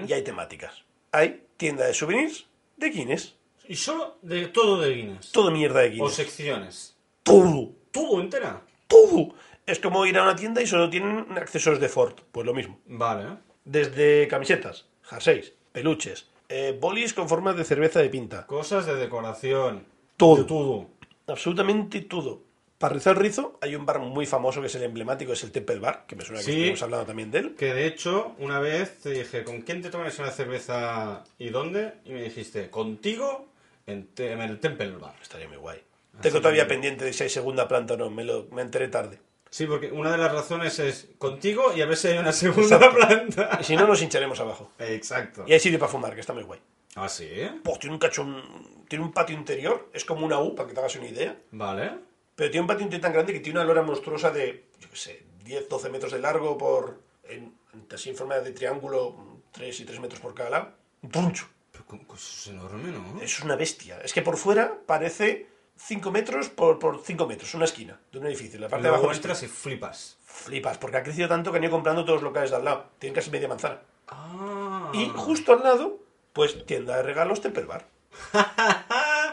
[SPEAKER 2] y hay temáticas. Hay tienda de souvenirs de Guinness,
[SPEAKER 1] Y solo de todo de Guinness.
[SPEAKER 2] todo mierda de
[SPEAKER 1] O
[SPEAKER 2] Guinness.
[SPEAKER 1] secciones.
[SPEAKER 2] Todo.
[SPEAKER 1] ¿Todo entera?
[SPEAKER 2] todo. Es como ir a una tienda y solo tienen accesorios de Ford, pues lo mismo.
[SPEAKER 1] Vale.
[SPEAKER 2] Desde camisetas, jerseys, peluches, eh, bolis con forma de cerveza de pinta.
[SPEAKER 1] Cosas de decoración.
[SPEAKER 2] Todo.
[SPEAKER 1] De todo.
[SPEAKER 2] Absolutamente todo. Para rizar el rizo hay un bar muy famoso que es el emblemático, es el Temple Bar, que me suena que
[SPEAKER 1] Sí.
[SPEAKER 2] estuvimos hablando también de él.
[SPEAKER 1] Que de hecho, una vez te dije, ¿con quién te tomas una cerveza y dónde? Y me dijiste, contigo en, te- en el Temple Bar.
[SPEAKER 2] Estaría muy guay. Tengo todavía pendiente de si hay segunda planta o no, me, lo, me enteré tarde.
[SPEAKER 1] Sí, porque una de las razones es contigo y a ver si hay una segunda planta.
[SPEAKER 2] Y si no, nos hincharemos abajo.
[SPEAKER 1] Exacto.
[SPEAKER 2] Y hay sitio para fumar, que está muy guay.
[SPEAKER 1] ¿Ah, sí?
[SPEAKER 2] Pues tiene un cachón, tiene un patio interior, es como una U, para que te hagas una idea.
[SPEAKER 1] Vale.
[SPEAKER 2] Pero tiene un patio interior tan grande que tiene una lora monstruosa de, yo qué sé, 10, 12 metros de largo por. En, así en forma de triángulo, 3 y 3 metros por cada lado. Un troncho.
[SPEAKER 1] Pero con- con- eso es enorme, ¿no?
[SPEAKER 2] Es una bestia. Es que por fuera parece 5 metros por, por 5 metros, una esquina de un edificio. La parte de
[SPEAKER 1] Luego
[SPEAKER 2] abajo
[SPEAKER 1] entras y flipas.
[SPEAKER 2] flipas, porque ha crecido tanto que han ido comprando todos los locales de al lado. Tienen casi media manzana.
[SPEAKER 1] Ah.
[SPEAKER 2] Y justo al lado, pues tienda de regalos Temple Bar.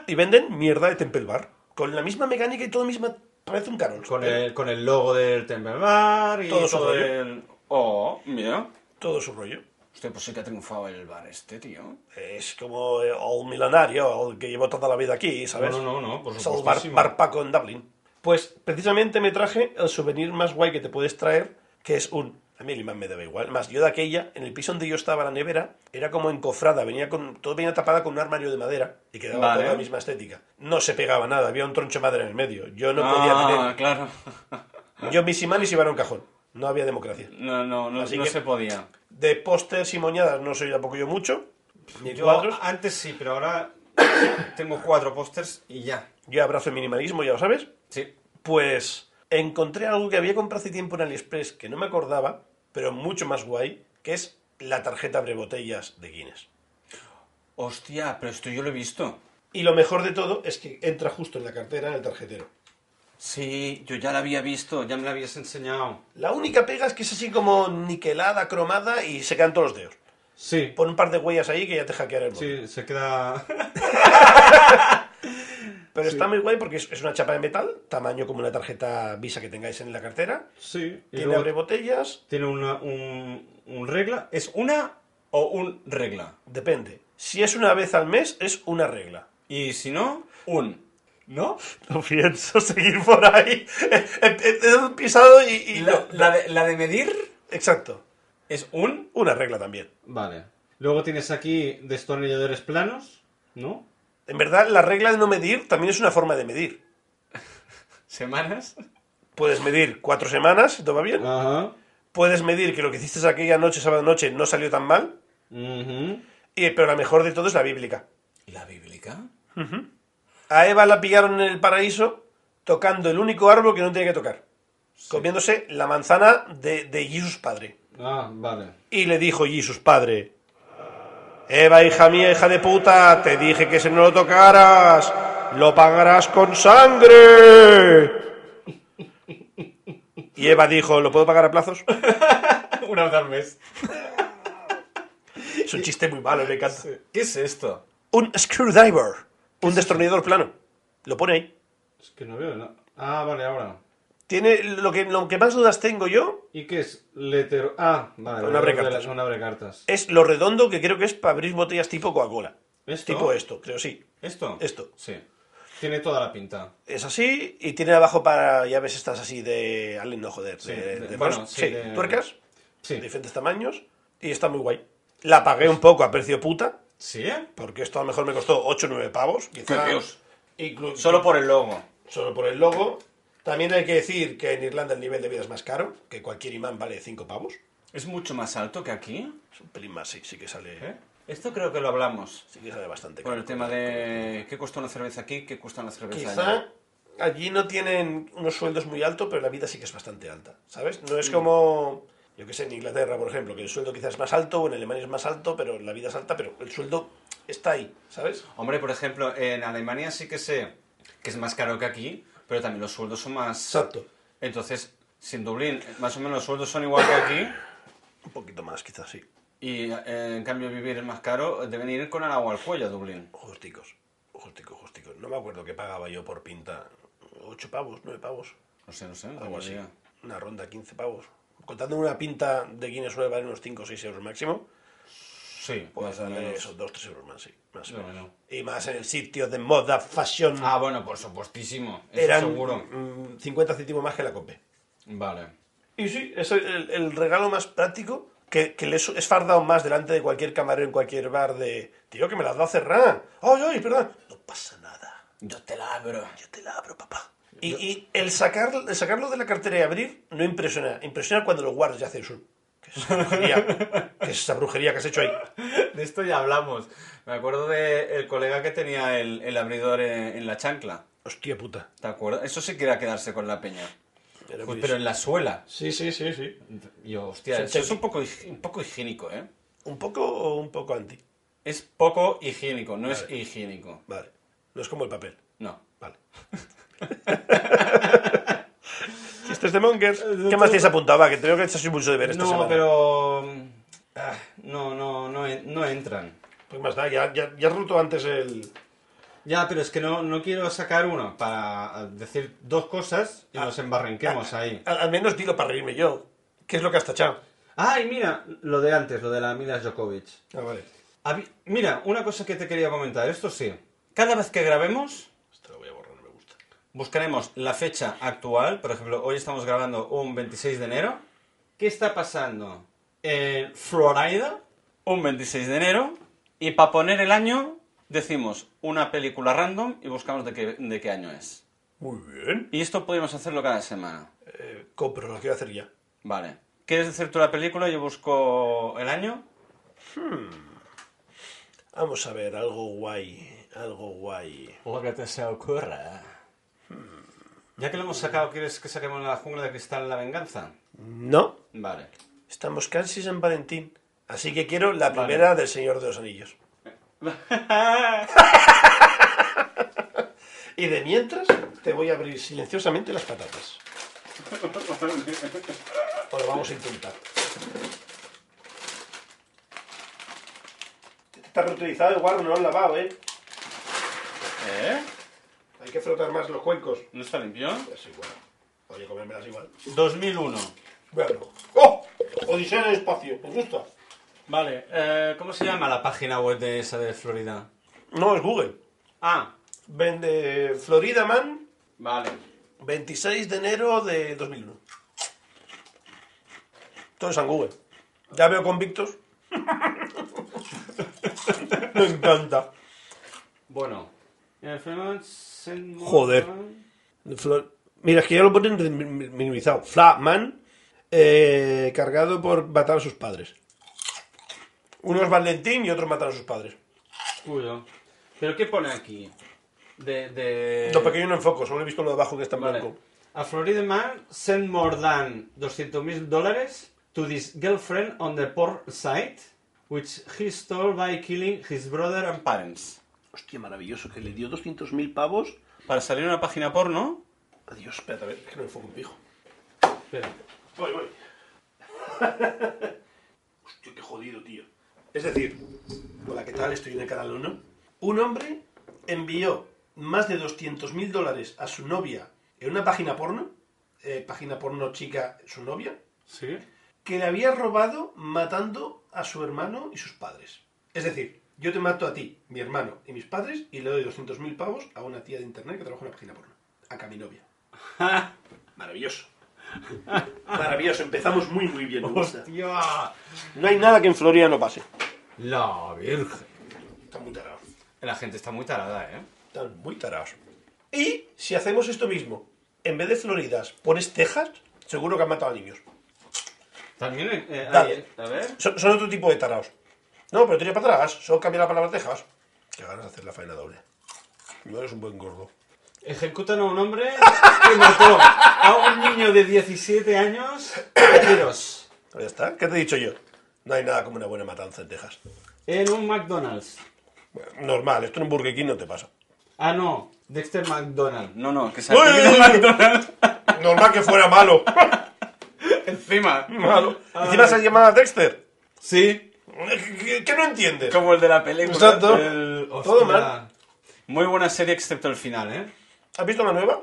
[SPEAKER 2] y venden mierda de Temple Bar. Con la misma mecánica y todo misma. Parece un Eh, carol.
[SPEAKER 1] Con el, con el logo del Temple Bar y
[SPEAKER 2] Todo
[SPEAKER 1] eh, todo,
[SPEAKER 2] su rollo.
[SPEAKER 1] el... Oh, mira.
[SPEAKER 2] Todo su rollo.
[SPEAKER 1] Usted pues sí que ha triunfado el bar este, tío.
[SPEAKER 2] Es como eh, el millonario, el que llevó toda la vida aquí, ¿sabes?
[SPEAKER 1] No, no, no, no, por
[SPEAKER 2] Es el bar,
[SPEAKER 1] supuestísimo.
[SPEAKER 2] bar Paco en Dublín. Pues precisamente me traje el souvenir más guay que te puedes traer, que es un... A mí el imán me daba igual. Más, yo de aquella, en el piso donde yo estaba, la nevera, era como encofrada, venía con, todo venía tapada con un armario de madera y quedaba
[SPEAKER 1] Vale.
[SPEAKER 2] toda la misma estética. No se pegaba nada, había un troncho de madera en el medio. Yo no podía
[SPEAKER 1] Ah, claro.
[SPEAKER 2] tener... Yo mis imanes iban a un cajón. No había democracia.
[SPEAKER 1] No, no, no,
[SPEAKER 2] Así
[SPEAKER 1] no
[SPEAKER 2] que-
[SPEAKER 1] se podía.
[SPEAKER 2] De pósters y moñadas no soy tampoco yo mucho. Ni
[SPEAKER 1] Yo
[SPEAKER 2] cuadros.
[SPEAKER 1] antes sí, pero ahora tengo cuatro pósters y ya.
[SPEAKER 2] Yo abrazo el minimalismo, ya lo sabes.
[SPEAKER 1] Sí.
[SPEAKER 2] Pues encontré algo que había comprado hace tiempo en AliExpress que no me acordaba, pero mucho más guay, que es la tarjeta abrebotellas de Guinness.
[SPEAKER 1] Hostia, pero esto yo lo he visto.
[SPEAKER 2] Y lo mejor de todo es que entra justo en la cartera, en el tarjetero.
[SPEAKER 1] Sí, yo ya la había visto, ya me la habías enseñado.
[SPEAKER 2] La única pega es que es así como niquelada, cromada y se quedan todos los dedos.
[SPEAKER 1] Sí.
[SPEAKER 2] Pon un par de huellas ahí que ya te hackeará el móvil.
[SPEAKER 1] Sí, se queda...
[SPEAKER 2] Pero está muy guay porque es es una chapa de metal, tamaño como una tarjeta Visa que tengáis en la cartera.
[SPEAKER 1] Sí. y
[SPEAKER 2] Tiene
[SPEAKER 1] luego
[SPEAKER 2] abrebotellas,
[SPEAKER 1] tiene una, un, un regla. ¿Es una o un regla?
[SPEAKER 2] depende. Si es una vez al mes, es una regla.
[SPEAKER 1] Y si no, un. ¿No?
[SPEAKER 2] No pienso seguir por ahí. He, he- he dado un pisado y, y
[SPEAKER 1] La,
[SPEAKER 2] no.
[SPEAKER 1] la de, la de medir
[SPEAKER 2] Exacto.
[SPEAKER 1] es un.
[SPEAKER 2] Una regla también.
[SPEAKER 1] Vale. Luego tienes aquí destornilladores planos, ¿no?
[SPEAKER 2] En verdad, la regla de no medir también es una forma de medir.
[SPEAKER 1] Semanas.
[SPEAKER 2] Puedes medir cuatro semanas, si todo va bien.
[SPEAKER 1] Ajá.
[SPEAKER 2] Puedes medir que lo que hiciste aquella noche, sábado noche, no salió tan mal.
[SPEAKER 1] Ujú.
[SPEAKER 2] Y, pero la mejor de todo es la bíblica.
[SPEAKER 1] ¿Y la bíblica?
[SPEAKER 2] A Eva la pillaron en el paraíso tocando el único árbol que no tenía que tocar. comiéndose la manzana de, de Jesus padre.
[SPEAKER 1] Ah, vale.
[SPEAKER 2] Y le dijo Jesus padre, Eva, hija mía, hija de puta, te dije que se no lo tocaras, lo pagarás con sangre. Y Eva dijo, ¿lo puedo pagar a plazos?
[SPEAKER 1] Una vez al mes.
[SPEAKER 2] Es un chiste muy malo, me encanta.
[SPEAKER 1] ¿Qué es esto?
[SPEAKER 2] Un screwdriver, un destornillador plano. Lo pone ahí.
[SPEAKER 1] Es que no veo, ¿no? Ah, vale, ahora.
[SPEAKER 2] Tiene lo que, lo que más dudas tengo yo
[SPEAKER 1] ¿Y qué es? Letero. Ah, vale.
[SPEAKER 2] Un abre
[SPEAKER 1] vale,
[SPEAKER 2] cartas.
[SPEAKER 1] Un abre cartas.
[SPEAKER 2] es lo redondo que creo que es para abrir botellas tipo Coca-Cola.
[SPEAKER 1] ¿Esto?
[SPEAKER 2] Tipo esto, creo sí.
[SPEAKER 1] ¿Esto?
[SPEAKER 2] Esto.
[SPEAKER 1] Sí. Tiene toda la pinta.
[SPEAKER 2] Es así y tiene abajo para llaves estas así de Allen, no joder,
[SPEAKER 1] Sí,
[SPEAKER 2] de,
[SPEAKER 1] de-
[SPEAKER 2] de
[SPEAKER 1] bueno,
[SPEAKER 2] rosca.
[SPEAKER 1] sí,
[SPEAKER 2] sí,
[SPEAKER 1] de-
[SPEAKER 2] tuercas,
[SPEAKER 1] Sí.
[SPEAKER 2] de diferentes tamaños y está muy guay. La pagué un poco a precio puta,
[SPEAKER 1] ¿Sí?
[SPEAKER 2] porque esto a lo mejor me costó 8 o 9 pavos, quizás.
[SPEAKER 1] Dios.
[SPEAKER 2] Inclu-
[SPEAKER 1] Solo por el logo.
[SPEAKER 2] solo por el logo. También hay que decir que en Irlanda el nivel de vida es más caro, que cualquier imán vale 5 pavos.
[SPEAKER 1] ¿Es mucho más alto que aquí?
[SPEAKER 2] Es un pelín más, sí, sí que sale,
[SPEAKER 1] ¿Eh? Esto creo que lo hablamos.
[SPEAKER 2] sí que sale bastante
[SPEAKER 1] Por
[SPEAKER 2] caro. ¿eh?
[SPEAKER 1] el tema de qué cuesta una cerveza aquí, qué cuesta una cerveza allá.
[SPEAKER 2] Quizá allí no tienen unos sueldos muy altos, pero la vida sí que es bastante alta, ¿sabes? No es como, yo que sé, en Inglaterra, por ejemplo, que el sueldo quizás es más alto, o en Alemania es más alto, pero la vida es alta, pero el sueldo está ahí, ¿sabes?
[SPEAKER 1] Hombre, por ejemplo, en Alemania sí que sé que es más caro que aquí, pero también los sueldos son más...
[SPEAKER 2] Exacto.
[SPEAKER 1] Entonces, si en Dublín más o menos los sueldos son igual que aquí,
[SPEAKER 2] Un poquito más, quizás sí.
[SPEAKER 1] y eh, en cambio vivir es más caro, deben ir con el agua al cuello a Dublín.
[SPEAKER 2] Justicos, justicos, justicos. No me acuerdo qué pagaba yo por pinta. ¿Ocho pagos, nueve pagos,
[SPEAKER 1] No sé, no sé. no
[SPEAKER 2] algo
[SPEAKER 1] tengo
[SPEAKER 2] así.
[SPEAKER 1] idea.
[SPEAKER 2] Una ronda, 15 pavos. Contando una pinta de Guinness suele valer unos 5 o 6 euros máximo.
[SPEAKER 1] Sí,
[SPEAKER 2] Pues
[SPEAKER 1] más o menos.
[SPEAKER 2] esos 2 3 euros más, sí. Más o
[SPEAKER 1] No,
[SPEAKER 2] menos.
[SPEAKER 1] no.
[SPEAKER 2] Y más en el sitio de moda, fashion.
[SPEAKER 1] Ah, bueno, por supuestísimo. Eso
[SPEAKER 2] eran
[SPEAKER 1] seguro.
[SPEAKER 2] mm, 50 céntimos más que la cope.
[SPEAKER 1] Vale.
[SPEAKER 2] Y sí, es el, el regalo más práctico que, que les es fardado más delante de cualquier camarero en cualquier bar de tío que me las da cerrar. Ay, ay, perdón. No pasa nada.
[SPEAKER 1] Yo te la abro.
[SPEAKER 2] Yo te la abro, papá. Y, y el, sacar, el sacarlo de la cartera y abrir no impresiona. Impresiona cuando lo guardas y haces un. ¿Qué es esa brujería? ¿Qué es esa brujería que has hecho ahí?
[SPEAKER 1] De esto ya hablamos. Me acuerdo del el colega que tenía el, el abridor en, en la chancla.
[SPEAKER 2] Hostia puta.
[SPEAKER 1] ¿Te acuerdas? Eso sí que era quedarse con la peña.
[SPEAKER 2] Era
[SPEAKER 1] Pues,
[SPEAKER 2] muy-
[SPEAKER 1] pero en la suela.
[SPEAKER 2] Sí, sí, sí, sí.
[SPEAKER 1] Yo, hostia,
[SPEAKER 2] Sí,
[SPEAKER 1] eso
[SPEAKER 2] sí.
[SPEAKER 1] es un poco, hig- un poco higiénico, ¿eh?
[SPEAKER 2] Un poco o un poco anti.
[SPEAKER 1] Es poco higiénico, no es
[SPEAKER 2] Vale.
[SPEAKER 1] higiénico.
[SPEAKER 2] Vale. No es como el papel.
[SPEAKER 1] No.
[SPEAKER 2] Vale. Chistes de Monkers. ¿Qué más tienes apuntado? Va, que tengo que echar mucho de ver esta semana.
[SPEAKER 1] No, pero... ah, No, no, no, en- no entran.
[SPEAKER 2] Pues más da, ya, ya, ya has roto antes el...
[SPEAKER 1] Ya, pero es que no, no quiero sacar uno para decir dos cosas
[SPEAKER 2] Ah.
[SPEAKER 1] y nos embarrenquemos ahí.
[SPEAKER 2] Al, al menos dilo para reírme yo. ¿Qué es lo que has tachado?
[SPEAKER 1] Ay, mira, lo de antes, lo de la Mila Djokovic.
[SPEAKER 2] Ah, vale.
[SPEAKER 1] Habi- Mira, una cosa que te quería comentar, esto sí. Cada vez que grabemos,
[SPEAKER 2] Esto lo voy a borrar, no me gusta.
[SPEAKER 1] buscaremos la fecha actual. Por ejemplo, hoy estamos grabando un 26 de enero. ¿Qué está pasando en Florida? Un 26 de enero. Y para poner el año, decimos una película random y buscamos de qué, de qué año es.
[SPEAKER 2] Muy bien.
[SPEAKER 1] Y esto podemos hacerlo cada semana.
[SPEAKER 2] Eh, compro, lo quiero hacer ya.
[SPEAKER 1] Vale. ¿Quieres decir tú la película? Yo busco el año.
[SPEAKER 2] Vamos a ver, algo guay. Algo guay.
[SPEAKER 1] Lo que te se ocurra. ¿eh? Ya que lo hemos sacado, ¿quieres que saquemos la jungla de cristal la venganza?
[SPEAKER 2] No,
[SPEAKER 1] Vale.
[SPEAKER 2] estamos casi en Valentín. Así que quiero la primera del Señor de los Anillos. Y de mientras, te voy a abrir silenciosamente las patatas. O lo vamos a intentar. Está reutilizado igual, no lo han lavado, ¿eh?
[SPEAKER 1] ¿Eh?
[SPEAKER 2] Hay que frotar más los cuencos.
[SPEAKER 1] ¿No está limpio?
[SPEAKER 2] Es igual. Oye, comérmelas igual.
[SPEAKER 1] 2001.
[SPEAKER 2] Veanlo. ¡Oh! Odisea en el espacio. Me gusta.
[SPEAKER 1] Vale. eh, ¿Cómo se llama la página web de esa de Florida?
[SPEAKER 2] No, es Google.
[SPEAKER 1] Ah,
[SPEAKER 2] Vende Florida Man,
[SPEAKER 1] vale.
[SPEAKER 2] 26 de enero de 2001. Todo es en Google. Ya veo convictos. Me encanta.
[SPEAKER 1] Bueno. El fenómeno se-
[SPEAKER 2] Joder. Flor- Mira, es que ya lo ponen de- mi- minimizado. Flatman, eh, cargado por matar a sus padres. Uno es Valentín y otro matar a sus padres.
[SPEAKER 1] Cuyo. ¿Pero qué pone aquí? De... de...
[SPEAKER 2] Eh. Lo pequeño no enfoco, solo he visto lo de abajo que está en
[SPEAKER 1] Vale.
[SPEAKER 2] blanco.
[SPEAKER 1] A Florida man sent more than 200.000 dólares to his girlfriend on the porn site, which he stole by killing his brother and parents.
[SPEAKER 2] Hostia, maravilloso, que le dio 200.000 pavos.
[SPEAKER 1] Para salir en una página porno,
[SPEAKER 2] Adiós, espérate, a ver, es que no me enfoco un pijo.
[SPEAKER 1] espera,
[SPEAKER 2] Voy, voy. Hostia, qué jodido, tío. Es decir, hola, ¿qué tal? Estoy en el canal 1. Un hombre envió más de 200.000 dólares a su novia en una página porno, eh, página porno chica, su novia,
[SPEAKER 1] ¿sí?
[SPEAKER 2] que le había robado matando a su hermano y sus padres. Es decir, yo te mato a ti, mi hermano y mis padres y le doy 200.000 pavos a una tía de internet que trabaja en una página porno. Acá mi novia. Maravilloso. Maravilloso, empezamos muy muy bien. me gusta.
[SPEAKER 1] ¡Hostia!
[SPEAKER 2] No hay nada que en Florida no pase.
[SPEAKER 1] La Virgen.
[SPEAKER 2] Están muy tarados.
[SPEAKER 1] La gente está muy tarada, ¿eh?
[SPEAKER 2] Están muy tarados. Y si hacemos esto mismo, en vez de Floridas pones Texas, seguro que han matado a niños.
[SPEAKER 1] También, eh,
[SPEAKER 2] Dale.
[SPEAKER 1] hay- a ver.
[SPEAKER 2] Son, son otro tipo de tarados. No, pero tira para atrás, solo cambia la palabra Texas. Qué ganas de hacer la faena doble. No eres un buen gordo.
[SPEAKER 1] Ejecutan a un hombre que mató a un niño de 17 años a tiros
[SPEAKER 2] Ahí está. ¿Qué te he dicho yo? No hay nada como una buena matanza en Texas.
[SPEAKER 1] en un McDonald's.
[SPEAKER 2] Bueno, Normal, esto en un Burger King no te pasa.
[SPEAKER 1] Ah, no, Dexter McDonald. No, no, que se
[SPEAKER 2] Uy,
[SPEAKER 1] apellida
[SPEAKER 2] uy, uy.
[SPEAKER 1] McDonald.
[SPEAKER 2] Normal que fuera malo.
[SPEAKER 1] Encima.
[SPEAKER 2] Malo. Encima se llamaba Dexter.
[SPEAKER 1] Sí,
[SPEAKER 2] ¿Qué, qué no entiendes?
[SPEAKER 1] como el de la película.
[SPEAKER 2] Exacto.
[SPEAKER 1] El-
[SPEAKER 2] Todo
[SPEAKER 1] hostia.
[SPEAKER 2] mal.
[SPEAKER 1] Muy buena serie, excepto el final, ¿eh?
[SPEAKER 2] ¿Has visto la nueva?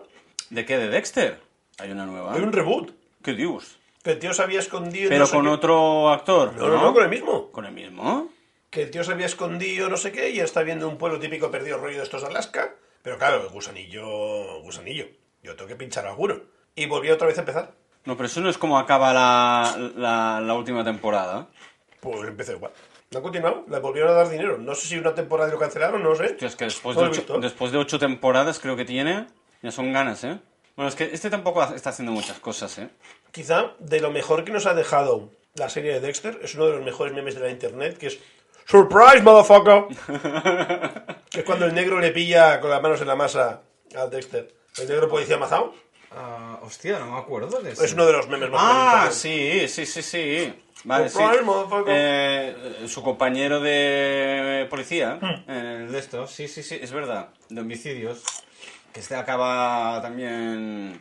[SPEAKER 1] ¿De qué? ¿De Dexter? Hay una nueva.
[SPEAKER 2] Hay un reboot.
[SPEAKER 1] ¿Qué dios?
[SPEAKER 2] Que el tío se había escondido.
[SPEAKER 1] Pero
[SPEAKER 2] no sé
[SPEAKER 1] con
[SPEAKER 2] qué.
[SPEAKER 1] otro actor.
[SPEAKER 2] No, no, no, con el mismo.
[SPEAKER 1] ¿Con el mismo.
[SPEAKER 2] Que el tío se había escondido, no sé qué, y está viendo un pueblo típico perdido rollo de estos de Alaska. Pero claro, gusanillo, gusanillo. Yo tengo que pinchar alguno. Y volvió otra vez a empezar.
[SPEAKER 1] No, pero eso no es como acaba la, la, la última temporada.
[SPEAKER 2] Pues empezó igual. No ha continuado, le volvieron a dar dinero. No sé si una temporada lo cancelaron, no lo sé.
[SPEAKER 1] Tío, es que después
[SPEAKER 2] No
[SPEAKER 1] de,
[SPEAKER 2] lo he
[SPEAKER 1] ocho,
[SPEAKER 2] visto.
[SPEAKER 1] después de ocho temporadas creo que tiene, ya son ganas, ¿eh? Bueno, es que este tampoco ha- está haciendo muchas cosas, ¿eh?
[SPEAKER 2] Quizá de lo mejor que nos ha dejado la serie de Dexter es uno de los mejores memes de la internet, que es Surprise, motherfucker. que es cuando el negro le pilla con las manos en la masa al Dexter. El negro policía amazado.
[SPEAKER 1] Ah, hostia, no me acuerdo de
[SPEAKER 2] Es uno de los memes más
[SPEAKER 1] Ah,
[SPEAKER 2] bonitos.
[SPEAKER 1] sí, sí, sí, sí. Vale, sí.
[SPEAKER 2] Surprise, motherfucker.
[SPEAKER 1] Eh, su compañero de policía, eh, de esto, sí, sí, sí, es verdad, de homicidios, que este acaba también...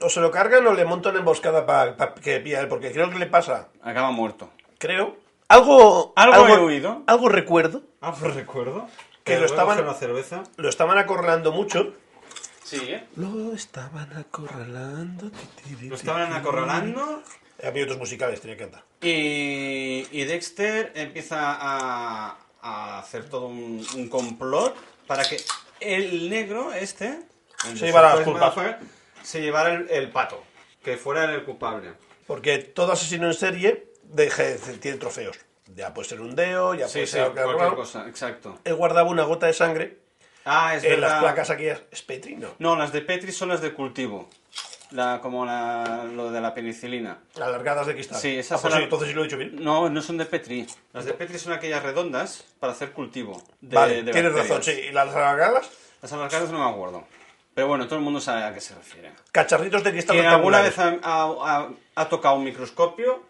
[SPEAKER 2] O se lo cargan o le montan emboscada para que pilla él, porque creo que le pasa.
[SPEAKER 1] acaba muerto.
[SPEAKER 2] Creo. Algo,
[SPEAKER 1] Algo he oído.
[SPEAKER 2] Algo recuerdo.
[SPEAKER 1] Ah, pues recuerdo.
[SPEAKER 2] Que lo
[SPEAKER 1] voy a
[SPEAKER 2] estaban-
[SPEAKER 1] coger una cerveza.
[SPEAKER 2] Lo estaban acorralando mucho.
[SPEAKER 1] Sí, ¿eh?
[SPEAKER 2] Lo estaban acorralando.
[SPEAKER 1] Lo estaban acorralando
[SPEAKER 2] A minutos musicales tenía que cantar.
[SPEAKER 1] Y, y Dexter empieza a, a hacer todo un, un complot para que el negro este el
[SPEAKER 2] Se
[SPEAKER 1] de
[SPEAKER 2] llevara las
[SPEAKER 1] Surprise
[SPEAKER 2] culpas.
[SPEAKER 1] Motherfucker, se llevara el, el pato, que fuera el culpable.
[SPEAKER 2] Porque todo asesino en serie deje- tiene trofeos. Ya puede ser un deo, ya
[SPEAKER 1] Sí,
[SPEAKER 2] puede
[SPEAKER 1] sí,
[SPEAKER 2] ser algo que ha
[SPEAKER 1] cualquier
[SPEAKER 2] robado.
[SPEAKER 1] cosa, exacto.
[SPEAKER 2] Él guardaba una gota de sangre
[SPEAKER 1] Ah, es
[SPEAKER 2] en
[SPEAKER 1] verdad.
[SPEAKER 2] Eh, las placas aquí. ¿Es Petri? No.
[SPEAKER 1] No, las de Petri son las de cultivo, la, como la- lo de la penicilina.
[SPEAKER 2] Alargadas de cristal.
[SPEAKER 1] Sí, esas
[SPEAKER 2] Ah, pues
[SPEAKER 1] eran-
[SPEAKER 2] entonces sí lo he dicho bien.
[SPEAKER 1] No, no son de Petri. Las de Petri son aquellas redondas para hacer cultivo. de-
[SPEAKER 2] vale,
[SPEAKER 1] de
[SPEAKER 2] tienes
[SPEAKER 1] bacterias.
[SPEAKER 2] razón, sí. ¿Y las alargadas?
[SPEAKER 1] Las abarcadas no me acuerdo. Pero bueno, todo el mundo sabe a qué se refiere.
[SPEAKER 2] Cacharritos de cristal
[SPEAKER 1] Que alguna
[SPEAKER 2] rectangulares.
[SPEAKER 1] vez ha, ha- ha- ha tocado un microscopio,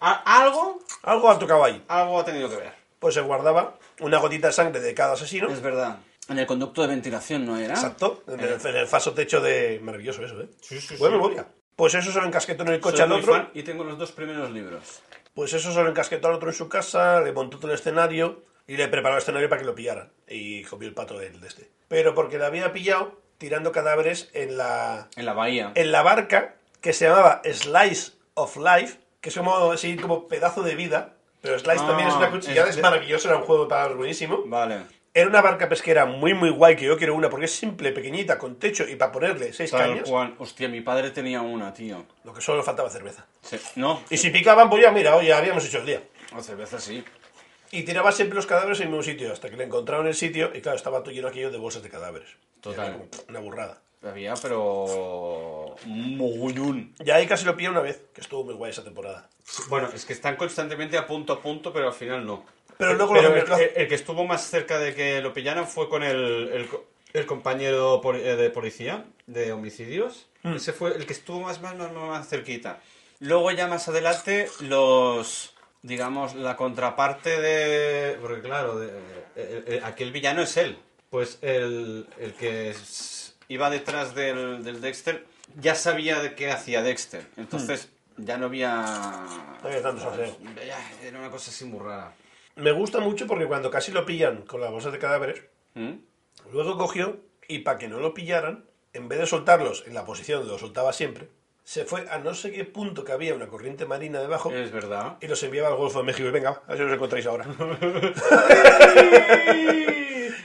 [SPEAKER 1] a- algo,
[SPEAKER 2] Algo ha tocado ahí.
[SPEAKER 1] algo ha tenido que ver.
[SPEAKER 2] Pues se guardaba una gotita de sangre de cada asesino.
[SPEAKER 1] Es verdad. En el conducto de ventilación, ¿no era?
[SPEAKER 2] Exacto. En el, en el falso techo de... Maravilloso eso, ¿eh?
[SPEAKER 1] Sí, sí,
[SPEAKER 2] Buena
[SPEAKER 1] sí.
[SPEAKER 2] memoria. Pues eso se lo encasquetó en el
[SPEAKER 1] Soy
[SPEAKER 2] coche al
[SPEAKER 1] muy
[SPEAKER 2] otro.
[SPEAKER 1] fan y tengo los dos primeros libros.
[SPEAKER 2] Pues eso se lo encasquetó al otro en su casa, le montó todo el escenario y le preparó el escenario para que lo pillaran. Y comió el pato del de este. Pero porque le había pillado tirando cadáveres en la,
[SPEAKER 1] En la bahía.
[SPEAKER 2] en la barca que se llamaba Slice of Life, que es como, así, como pedazo de vida. Pero Slice
[SPEAKER 1] Ah,
[SPEAKER 2] también es una cuchillada,
[SPEAKER 1] es
[SPEAKER 2] es,
[SPEAKER 1] de-
[SPEAKER 2] maravilloso, era un juego de palabras buenísimo.
[SPEAKER 1] Vale.
[SPEAKER 2] Era una barca pesquera muy, muy guay, que yo quiero una, porque es simple, pequeñita, con techo y para ponerle seis
[SPEAKER 1] Tal
[SPEAKER 2] cañas,
[SPEAKER 1] cual. Hostia, mi padre tenía una, tío.
[SPEAKER 2] lo que solo le faltaba cerveza.
[SPEAKER 1] Se- No,
[SPEAKER 2] Y si picaban, pues ya, mira, oye, habíamos hecho el día.
[SPEAKER 1] a cerveza sí.
[SPEAKER 2] Y tiraba siempre los cadáveres en el mismo sitio, hasta que le encontraron el sitio, y claro, estaba todo lleno aquello de bolsas de cadáveres.
[SPEAKER 1] Total.
[SPEAKER 2] Era como, pff, una burrada.
[SPEAKER 1] Había, pero... un Mogollón.
[SPEAKER 2] Y ahí casi lo pillé una vez, que estuvo muy guay esa temporada.
[SPEAKER 1] Bueno, es que están constantemente a punto a punto, pero al final no.
[SPEAKER 2] Pero luego lo
[SPEAKER 1] el,
[SPEAKER 2] cambiaron.
[SPEAKER 1] el- el que estuvo más cerca de que lo pillaran fue con el, el co- el compañero poli- eh, de policía, de homicidios. Ese fue el que estuvo más, más, más, más cerquita. Luego ya más adelante los, digamos, la contraparte de... Porque claro, de- el- el- aquel villano es él. Pues el, el que s- iba detrás del, del Dexter ya sabía de qué hacía Dexter. Entonces ya no había...
[SPEAKER 2] No había tanto salseo.
[SPEAKER 1] Ya, Era una cosa así muy rara.
[SPEAKER 2] Me gusta mucho porque cuando casi lo pillan con las bolsas de cadáveres,
[SPEAKER 1] ¿Mm?
[SPEAKER 2] luego cogió y para que no lo pillaran, en vez de soltarlos en la posición donde los soltaba siempre, se fue a no sé qué punto que había una corriente marina debajo
[SPEAKER 1] Es verdad.
[SPEAKER 2] y los enviaba al Golfo de México. Y venga, a ver si los encontráis ahora.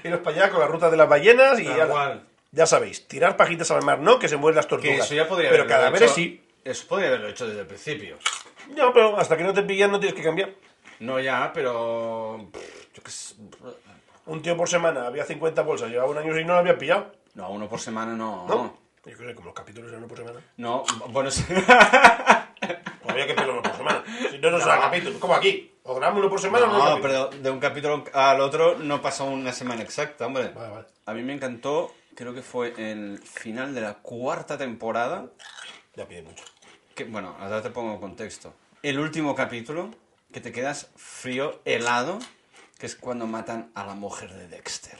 [SPEAKER 2] y los para allá con la ruta de las ballenas y
[SPEAKER 1] Tal
[SPEAKER 2] ya,
[SPEAKER 1] cual.
[SPEAKER 2] ya sabéis, tirar pajitas al mar no, que se mueren las
[SPEAKER 1] Que
[SPEAKER 2] tortugas.
[SPEAKER 1] eso ya podría
[SPEAKER 2] pero
[SPEAKER 1] haberlo
[SPEAKER 2] cadáveres
[SPEAKER 1] hecho-
[SPEAKER 2] sí.
[SPEAKER 1] Eso podría haberlo hecho desde el principio.
[SPEAKER 2] No, pero hasta que no te pillan no tienes que cambiar.
[SPEAKER 1] No ya, pero... pff, Yo qué sé.
[SPEAKER 2] Un tío por semana había 50 bolsas, llevaba un año y no lo había pillado.
[SPEAKER 1] No, uno por semana no.
[SPEAKER 2] ¿No?
[SPEAKER 1] No,
[SPEAKER 2] Yo creo que como los capítulos eran uno por semana.
[SPEAKER 1] bueno, sí.
[SPEAKER 2] Pues había que pedirlo uno por semana. Si no, no será capítulo. Como aquí. O grabamos uno por semana o no.
[SPEAKER 1] No,
[SPEAKER 2] hay capítulo.
[SPEAKER 1] pero de un capítulo al otro no pasa una semana exacta, hombre.
[SPEAKER 2] Vale, vale.
[SPEAKER 1] A mí me encantó, creo que fue el final de la cuarta temporada.
[SPEAKER 2] Ya pide mucho.
[SPEAKER 1] Que, bueno, ahora te pongo en contexto. El último capítulo, que te quedas frío, helado, que es cuando matan a la mujer de Dexter,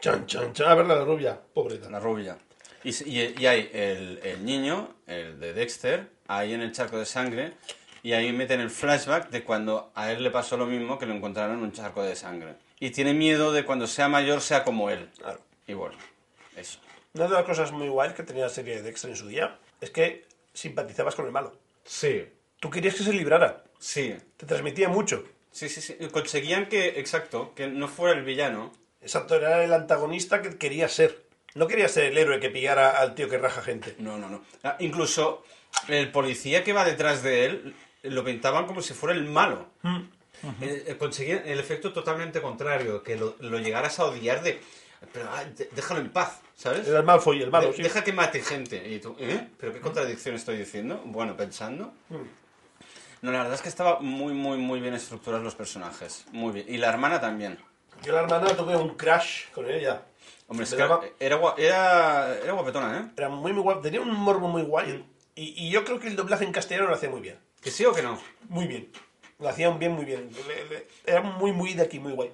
[SPEAKER 2] Chan, chan, chan. A ver la rubia. Pobreta.
[SPEAKER 1] la rubia. Y, se- y- y hay el, el niño, el de Dexter, ahí en el charco de sangre, y ahí meten el flashback de cuando a él le pasó lo mismo que lo encontraron en un charco de sangre. Y tiene miedo de cuando sea mayor sea como él.
[SPEAKER 2] Claro.
[SPEAKER 1] Y bueno, eso.
[SPEAKER 2] Una de las cosas muy guays que tenía la serie de Dexter en su día es que simpatizabas con el malo.
[SPEAKER 1] Sí.
[SPEAKER 2] Tú querías que se librara.
[SPEAKER 1] Sí.
[SPEAKER 2] Te transmitía mucho.
[SPEAKER 1] Sí, sí, sí. Conseguían que, exacto, que no fuera el villano.
[SPEAKER 2] Exacto, era el antagonista que quería ser. No quería ser el héroe que pillara al tío que raja gente.
[SPEAKER 1] No, no, no. Ah, Incluso el policía que va detrás de él lo pintaban como si fuera el malo.
[SPEAKER 2] Mm.
[SPEAKER 1] Eh, eh, Conseguían el efecto totalmente contrario, que lo, lo llegaras a odiar de... Pero ah, de- déjalo en paz, ¿sabes?
[SPEAKER 2] Era el Malfoy, el malo,
[SPEAKER 1] De-
[SPEAKER 2] sí.
[SPEAKER 1] Deja que mate gente. Y tú, ¿eh? ¿Pero qué contradicción estoy diciendo? Bueno, pensando.
[SPEAKER 2] Mm.
[SPEAKER 1] No, la verdad es que estaba muy, muy, muy bien estructurados los personajes. Muy bien. Y la hermana también.
[SPEAKER 2] Yo la hermana tuve un crash con ella.
[SPEAKER 1] Hombre, es
[SPEAKER 2] Me
[SPEAKER 1] que
[SPEAKER 2] daba-
[SPEAKER 1] era, gua- era, era guapetona, ¿eh?
[SPEAKER 2] Era muy, muy guapo. Tenía un morbo muy guay. Y, y yo creo que el doblaje en castellano lo hacía muy bien.
[SPEAKER 1] ¿Que sí o que no?
[SPEAKER 2] Muy bien. Lo hacían bien, muy bien. Le- le- Era muy, muy de aquí, muy guay.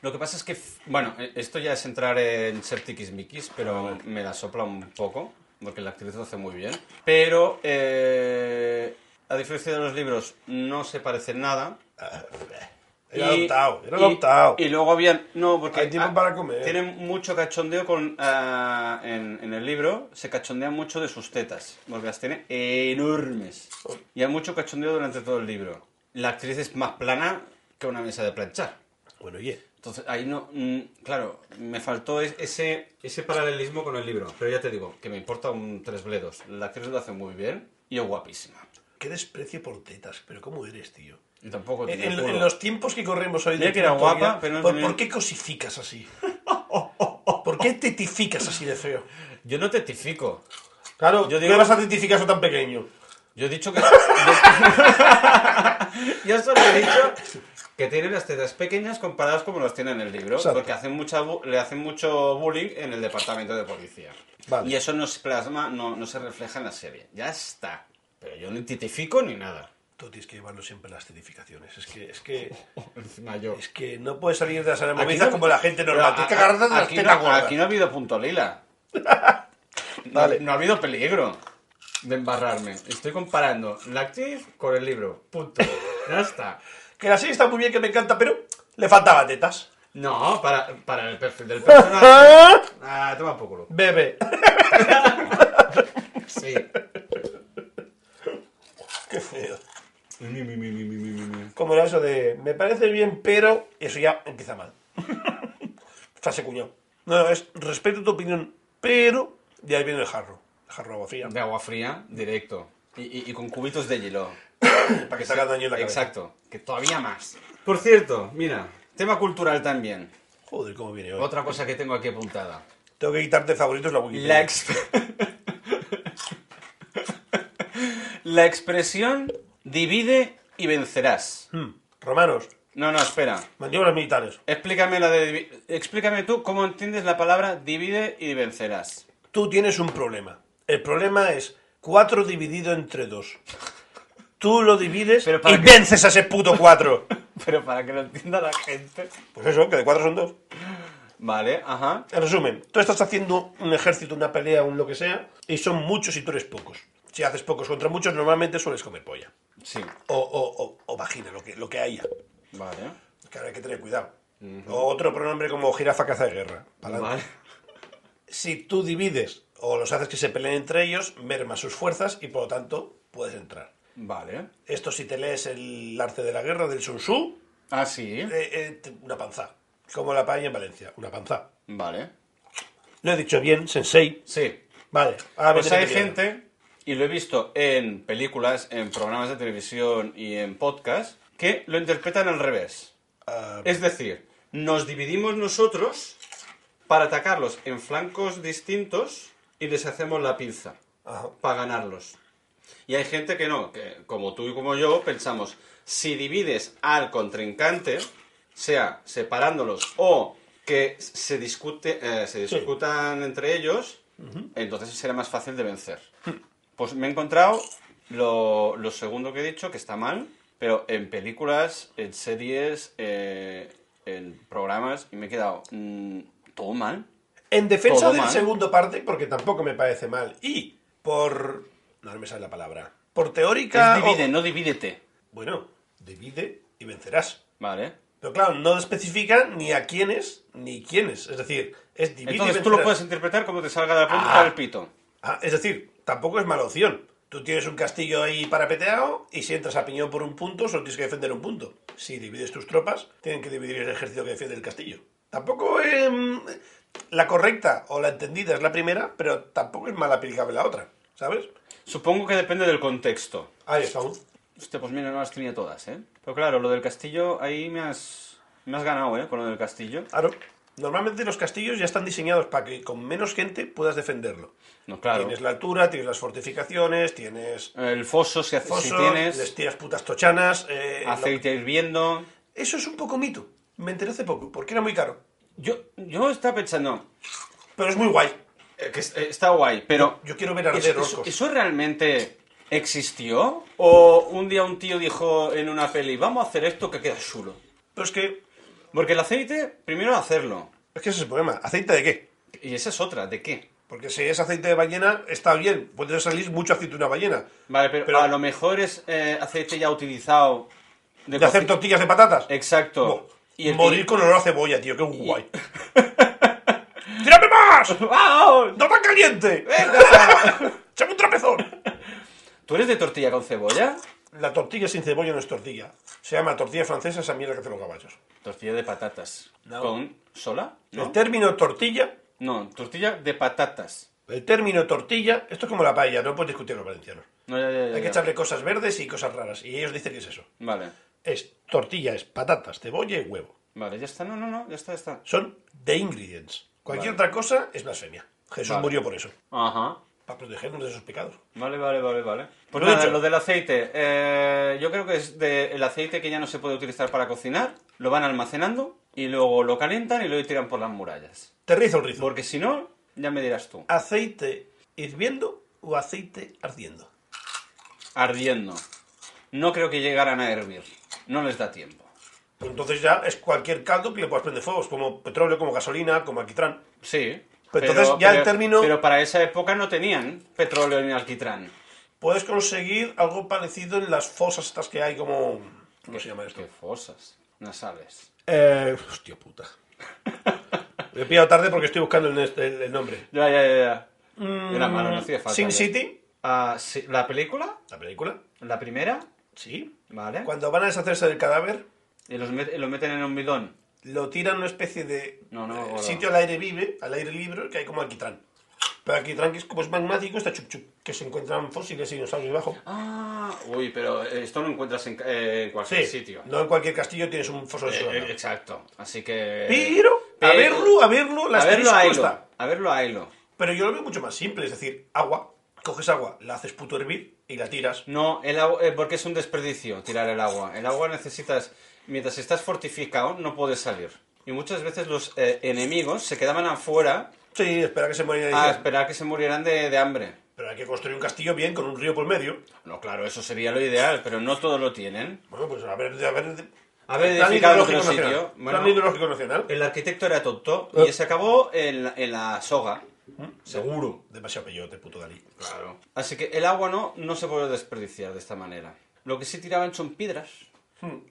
[SPEAKER 1] Lo que pasa es que, f- bueno, eh, esto ya es entrar en ser tiquismiquis, pero me la sopla un poco, porque la actriz lo hace muy bien. Pero, eh, a diferencia de los libros, no se parecen nada.
[SPEAKER 2] Ah, Era
[SPEAKER 1] Y-
[SPEAKER 2] adoptado, era
[SPEAKER 1] y-
[SPEAKER 2] adoptado.
[SPEAKER 1] Y ah, luego habían. No, porque.
[SPEAKER 2] Hay tiempo para comer.
[SPEAKER 1] Tienen mucho cachondeo con. ah, en, en el libro se cachondean mucho de sus tetas. Porque las tiene enormes. Y hay mucho cachondeo durante todo el libro. La actriz es más plana que una mesa de planchar.
[SPEAKER 2] Bueno, oye.
[SPEAKER 1] Entonces, ahí no. mm, claro, me faltó es- ese, ese paralelismo con el libro. Pero ya te digo, que me importa un tres bledos. La actriz lo hace muy bien y es guapísima.
[SPEAKER 2] Qué desprecio por tetas. Pero ¿cómo eres, tío?
[SPEAKER 1] Y tampoco
[SPEAKER 2] En,
[SPEAKER 1] Pues tiene
[SPEAKER 2] en-
[SPEAKER 1] culo.
[SPEAKER 2] en los tiempos que corremos hoy
[SPEAKER 1] Mira que era
[SPEAKER 2] punto
[SPEAKER 1] guapa, pero no
[SPEAKER 2] ¿por,
[SPEAKER 1] tenía-
[SPEAKER 2] por qué cosificas así? ¿Por qué tetificas así de feo?
[SPEAKER 1] Yo no tetifico.
[SPEAKER 2] Claro,
[SPEAKER 1] Yo
[SPEAKER 2] yo
[SPEAKER 1] digo-
[SPEAKER 2] ¿qué vas a tetificar eso tan pequeño?
[SPEAKER 1] Yo he dicho que. yo- Yo solo he dicho que tiene las tetas pequeñas comparadas como las tiene en el libro.
[SPEAKER 2] Exacto.
[SPEAKER 1] Porque hacen mucha bu- le hacen mucho bullying en el departamento de policía.
[SPEAKER 2] Vale.
[SPEAKER 1] Y eso no se plasma, no, no se refleja en la serie. Ya está. Pero yo no titifico ni nada.
[SPEAKER 2] Tú tienes que llevarlo siempre a las tetificaciones. Es que, es que,
[SPEAKER 1] Encima yo.
[SPEAKER 2] es que no puedes salir de las aeromovidas como la gente normal.
[SPEAKER 1] Pero
[SPEAKER 2] Tienes que
[SPEAKER 1] a-
[SPEAKER 2] agarrarte de las
[SPEAKER 1] aquí
[SPEAKER 2] tetas
[SPEAKER 1] no,
[SPEAKER 2] gordas.
[SPEAKER 1] aquí no ha habido punto lila. No-
[SPEAKER 2] Vale.
[SPEAKER 1] No, ha habido peligro de embarrarme. Estoy comparando la actriz con el libro. Punto. Ya está.
[SPEAKER 2] Que la serie está muy bien, que me encanta, pero le faltaba tetas.
[SPEAKER 1] No, para, para el perfil del personaje. Ah, toma un poco lo.
[SPEAKER 2] Bebe.
[SPEAKER 1] Sí.
[SPEAKER 2] Qué feo.
[SPEAKER 1] Mi, mi, mi, mi, mi, mi, mi.
[SPEAKER 2] Como era eso de me parece bien, pero eso ya empieza mal. Frase cuñado. No, es respeto tu opinión, pero. Y ahí viene el jarro. El jarro de agua fría.
[SPEAKER 1] De agua fría, directo. Y, y- y con cubitos de hielo.
[SPEAKER 2] Para que se haga daño en la cabeza.
[SPEAKER 1] Exacto. Que todavía más. Por cierto, mira, tema cultural también.
[SPEAKER 2] Joder, cómo viene hoy.
[SPEAKER 1] Otra cosa que tengo aquí apuntada.
[SPEAKER 2] Tengo que quitarte favoritos la Wikipedia.
[SPEAKER 1] La, exp- la expresión divide y vencerás.
[SPEAKER 2] Hmm. Romanos,
[SPEAKER 1] No, no, espera.
[SPEAKER 2] maniobras militares.
[SPEAKER 1] Explícame, la de, divi- explícame tú cómo entiendes la palabra divide y vencerás.
[SPEAKER 2] Tú tienes un problema. El problema es 4 dividido entre 2. Tú lo divides
[SPEAKER 1] Pero
[SPEAKER 2] y
[SPEAKER 1] para qué-
[SPEAKER 2] vences a ese puto 4.
[SPEAKER 1] Pero para que lo entienda la gente.
[SPEAKER 2] pues eso, que de 4 son 2.
[SPEAKER 1] Vale, ajá.
[SPEAKER 2] En resumen, tú estás haciendo un ejército, una pelea, un lo que sea, y son muchos y tú eres pocos. Si haces pocos contra muchos, normalmente sueles comer polla.
[SPEAKER 1] Sí,
[SPEAKER 2] O, o, o- o vagina, lo que, lo que haya.
[SPEAKER 1] vale.
[SPEAKER 2] Que ahora hay que tener cuidado. O otro pronombre como jirafa caza de guerra. Pa'lante.
[SPEAKER 1] Vale.
[SPEAKER 2] Si tú divides o los haces que se peleen entre ellos, merma sus fuerzas y por lo tanto puedes entrar.
[SPEAKER 1] Vale.
[SPEAKER 2] Esto si te lees el arte de la guerra del Sun Tzu,
[SPEAKER 1] Ah, sí.
[SPEAKER 2] eh, eh, te- una panza. Como la paella en Valencia, una panza.
[SPEAKER 1] Vale.
[SPEAKER 2] Lo he dicho bien, sensei.
[SPEAKER 1] Sí.
[SPEAKER 2] Vale. ahora
[SPEAKER 1] Pues
[SPEAKER 2] vete
[SPEAKER 1] hay
[SPEAKER 2] metiendo.
[SPEAKER 1] gente, y lo he visto en películas, en programas de televisión y en podcast, que lo interpretan al revés.
[SPEAKER 2] Ah,
[SPEAKER 1] Es decir, nos dividimos nosotros para atacarlos en flancos distintos y les hacemos la pinza
[SPEAKER 2] Ajá.
[SPEAKER 1] para ganarlos. Y hay gente que no, que como tú y como yo pensamos, si divides al contrincante, sea separándolos o que se, discute, eh, se
[SPEAKER 2] Sí.
[SPEAKER 1] discutan entre ellos, entonces será más fácil de vencer. Pues me he encontrado lo, lo segundo que he dicho, que está mal, pero en películas, en series, eh, en programas, y me he quedado mm, todo mal.
[SPEAKER 2] En defensa
[SPEAKER 1] Todo
[SPEAKER 2] del
[SPEAKER 1] mal.
[SPEAKER 2] segundo parte, porque tampoco me parece mal. Y por. No, no me sale la palabra. Por teórica.
[SPEAKER 1] Es
[SPEAKER 2] o-
[SPEAKER 1] divide, no divídete.
[SPEAKER 2] Bueno, divide y vencerás.
[SPEAKER 1] Vale.
[SPEAKER 2] Pero claro, no especifica ni a quiénes ni quiénes. Es decir, es divide y
[SPEAKER 1] Entonces tú
[SPEAKER 2] vencerás.
[SPEAKER 1] lo puedes interpretar como te salga de la punta
[SPEAKER 2] Ah.
[SPEAKER 1] del pito.
[SPEAKER 2] Ah, es decir, tampoco es mala opción. Tú tienes un castillo ahí parapeteado y si entras a piñón por un punto, solo tienes que defender un punto. Si divides tus tropas, tienen que dividir el ejército que defiende el castillo. Tampoco es la correcta o la entendida es la primera, pero tampoco es mal aplicable la otra, ¿sabes?
[SPEAKER 1] Supongo que depende del contexto.
[SPEAKER 2] Ahí estamos.
[SPEAKER 1] Hostia, pues mira, no las tenía todas, ¿eh? Pero claro, lo del castillo, ahí me has, me has ganado, ¿eh? Con lo del castillo.
[SPEAKER 2] Claro. Normalmente los castillos ya están diseñados para que con menos gente puedas defenderlo.
[SPEAKER 1] No, claro.
[SPEAKER 2] Tienes la altura, tienes las fortificaciones, tienes
[SPEAKER 1] El foso, si, hace- si
[SPEAKER 2] fosos, les
[SPEAKER 1] tienes,
[SPEAKER 2] tiras putas tochanas. eh, lo-
[SPEAKER 1] aceite hirviendo.
[SPEAKER 2] Eso es un poco mito. Me enteré hace poco, porque era muy caro.
[SPEAKER 1] Yo, yo estaba pensando
[SPEAKER 2] Pero es muy guay.
[SPEAKER 1] eh, que es- eh, está guay, pero...
[SPEAKER 2] Yo quiero ver arder
[SPEAKER 1] ¿eso, eso,
[SPEAKER 2] orcos.
[SPEAKER 1] eso realmente existió? ¿O un día un tío dijo en una peli, vamos a hacer esto que queda chulo?
[SPEAKER 2] Pero es que.
[SPEAKER 1] Porque el aceite, primero hacerlo.
[SPEAKER 2] Es que ese es el problema. ¿Aceite de qué?
[SPEAKER 1] Y esa es otra, ¿de qué?
[SPEAKER 2] Porque si es aceite de ballena, está bien. Puede salir mucho aceite de una ballena.
[SPEAKER 1] Vale, pero,
[SPEAKER 2] Pero-
[SPEAKER 1] a lo mejor es eh, aceite ya utilizado.
[SPEAKER 2] De hacer
[SPEAKER 1] coci-
[SPEAKER 2] tortillas de patatas.
[SPEAKER 1] Exacto.
[SPEAKER 2] Buah.
[SPEAKER 1] Y el
[SPEAKER 2] Morir
[SPEAKER 1] que-
[SPEAKER 2] con olor a cebolla, tío. Qué guay. ¡Tírame más!
[SPEAKER 1] ¡Vamos!
[SPEAKER 2] ¡No tan caliente! ¡Echame un trapezón!
[SPEAKER 1] ¿Tú eres de tortilla con cebolla?
[SPEAKER 2] La tortilla sin cebolla no es tortilla. Se llama tortilla francesa esa mierda que hacen los caballos.
[SPEAKER 1] Tortilla de patatas.
[SPEAKER 2] No.
[SPEAKER 1] ¿Con sola? ¿No?
[SPEAKER 2] El término tortilla
[SPEAKER 1] No, tortilla de patatas.
[SPEAKER 2] El término tortilla, esto es como la paella, no puedes discutir los valencianos.
[SPEAKER 1] No, ya, ya, ya,
[SPEAKER 2] Hay que
[SPEAKER 1] ya.
[SPEAKER 2] echarle cosas verdes y cosas raras. Y ellos dicen que es eso.
[SPEAKER 1] Vale,
[SPEAKER 2] Es tortilla, es patatas, cebolla y huevo.
[SPEAKER 1] vale, ya está. No, no, no, ya está, ya está.
[SPEAKER 2] Son the ingredients. Cualquier otra cosa es blasfemia. Jesús
[SPEAKER 1] Vale.
[SPEAKER 2] murió por eso.
[SPEAKER 1] Ajá.
[SPEAKER 2] Para protegernos de esos pecados.
[SPEAKER 1] Vale, vale, vale, vale. Pues
[SPEAKER 2] Lo
[SPEAKER 1] nada,
[SPEAKER 2] dicho.
[SPEAKER 1] lo del aceite. eh, yo creo que es de- el aceite que ya no se puede utilizar para cocinar. Lo van almacenando y luego lo calientan y lo tiran por las murallas.
[SPEAKER 2] Te rizo el rizo.
[SPEAKER 1] Porque si no, ya me dirás tú.
[SPEAKER 2] Aceite hirviendo o aceite ardiendo.
[SPEAKER 1] Ardiendo. No creo que llegaran a hervir. No les da tiempo.
[SPEAKER 2] Pues entonces ya es cualquier caldo que le puedas prender fuegos, como petróleo, como gasolina, como alquitrán.
[SPEAKER 1] Sí.
[SPEAKER 2] Pero entonces ya el término-
[SPEAKER 1] Pero para esa época no tenían petróleo ni alquitrán.
[SPEAKER 2] Puedes conseguir algo parecido en las fosas estas que hay como... ¿Cómo se llama esto?
[SPEAKER 1] Qué fosas nasales.
[SPEAKER 2] Eh, hostia puta. Me he pillado tarde porque estoy buscando el, nes- el- el nombre.
[SPEAKER 1] Ya, ya, ya. ya. Mm, Era malo, no hacía falta.
[SPEAKER 2] Sin
[SPEAKER 1] ya.
[SPEAKER 2] City,
[SPEAKER 1] Ah, sí, ¿La película?
[SPEAKER 2] la película.
[SPEAKER 1] ¿La primera?
[SPEAKER 2] Sí.
[SPEAKER 1] Vale.
[SPEAKER 2] Cuando van a deshacerse del cadáver,
[SPEAKER 1] Y los met- lo meten en un bidón.
[SPEAKER 2] lo tiran a una especie de
[SPEAKER 1] No, no,
[SPEAKER 2] eh,
[SPEAKER 1] bueno.
[SPEAKER 2] sitio al aire vive, al aire libre, que hay como alquitrán. Pero alquitrán que es como es magmático, está chup chup, que se encuentran fósiles y dinosaurios debajo.
[SPEAKER 1] Ah, uy, pero esto lo encuentras en, ca- eh, en cualquier
[SPEAKER 2] Sí,
[SPEAKER 1] sitio.
[SPEAKER 2] no en cualquier castillo tienes un foso de
[SPEAKER 1] Eh, eh,
[SPEAKER 2] eh,
[SPEAKER 1] exacto. Así que.
[SPEAKER 2] Pero, a
[SPEAKER 1] Pero-
[SPEAKER 2] verlo, a verlo, la
[SPEAKER 1] A verlo a
[SPEAKER 2] asterisco
[SPEAKER 1] hilo.
[SPEAKER 2] está.
[SPEAKER 1] A verlo a hilo.
[SPEAKER 2] Pero yo lo veo mucho más simple, es decir, agua, coges agua, la haces puto hervir y la tiras.
[SPEAKER 1] No, el agua, eh, porque es un desperdicio tirar el agua. El agua necesitas, mientras estás fortificado, no puedes salir. Y muchas veces los eh, enemigos se quedaban afuera
[SPEAKER 2] Sí, espera que se muera y
[SPEAKER 1] a
[SPEAKER 2] dices,
[SPEAKER 1] esperar que se murieran de, de hambre.
[SPEAKER 2] Pero hay que construir un castillo bien, con un río por medio.
[SPEAKER 1] No, claro, eso sería lo ideal, pero no todos lo tienen.
[SPEAKER 2] Bueno, pues a ver... A ver
[SPEAKER 1] A ver, edificado
[SPEAKER 2] plan
[SPEAKER 1] en
[SPEAKER 2] ideológico
[SPEAKER 1] otro sitio.
[SPEAKER 2] nacional.
[SPEAKER 1] Bueno.
[SPEAKER 2] Plan ideológico nacional.
[SPEAKER 1] El arquitecto era tonto y se acabó en la, en la soga. Eh, Seguro.
[SPEAKER 2] Demasiado peyote, puto Dalí.
[SPEAKER 1] Claro. Así que el agua no, no se puede desperdiciar de esta manera. Lo que sí tiraban son piedras,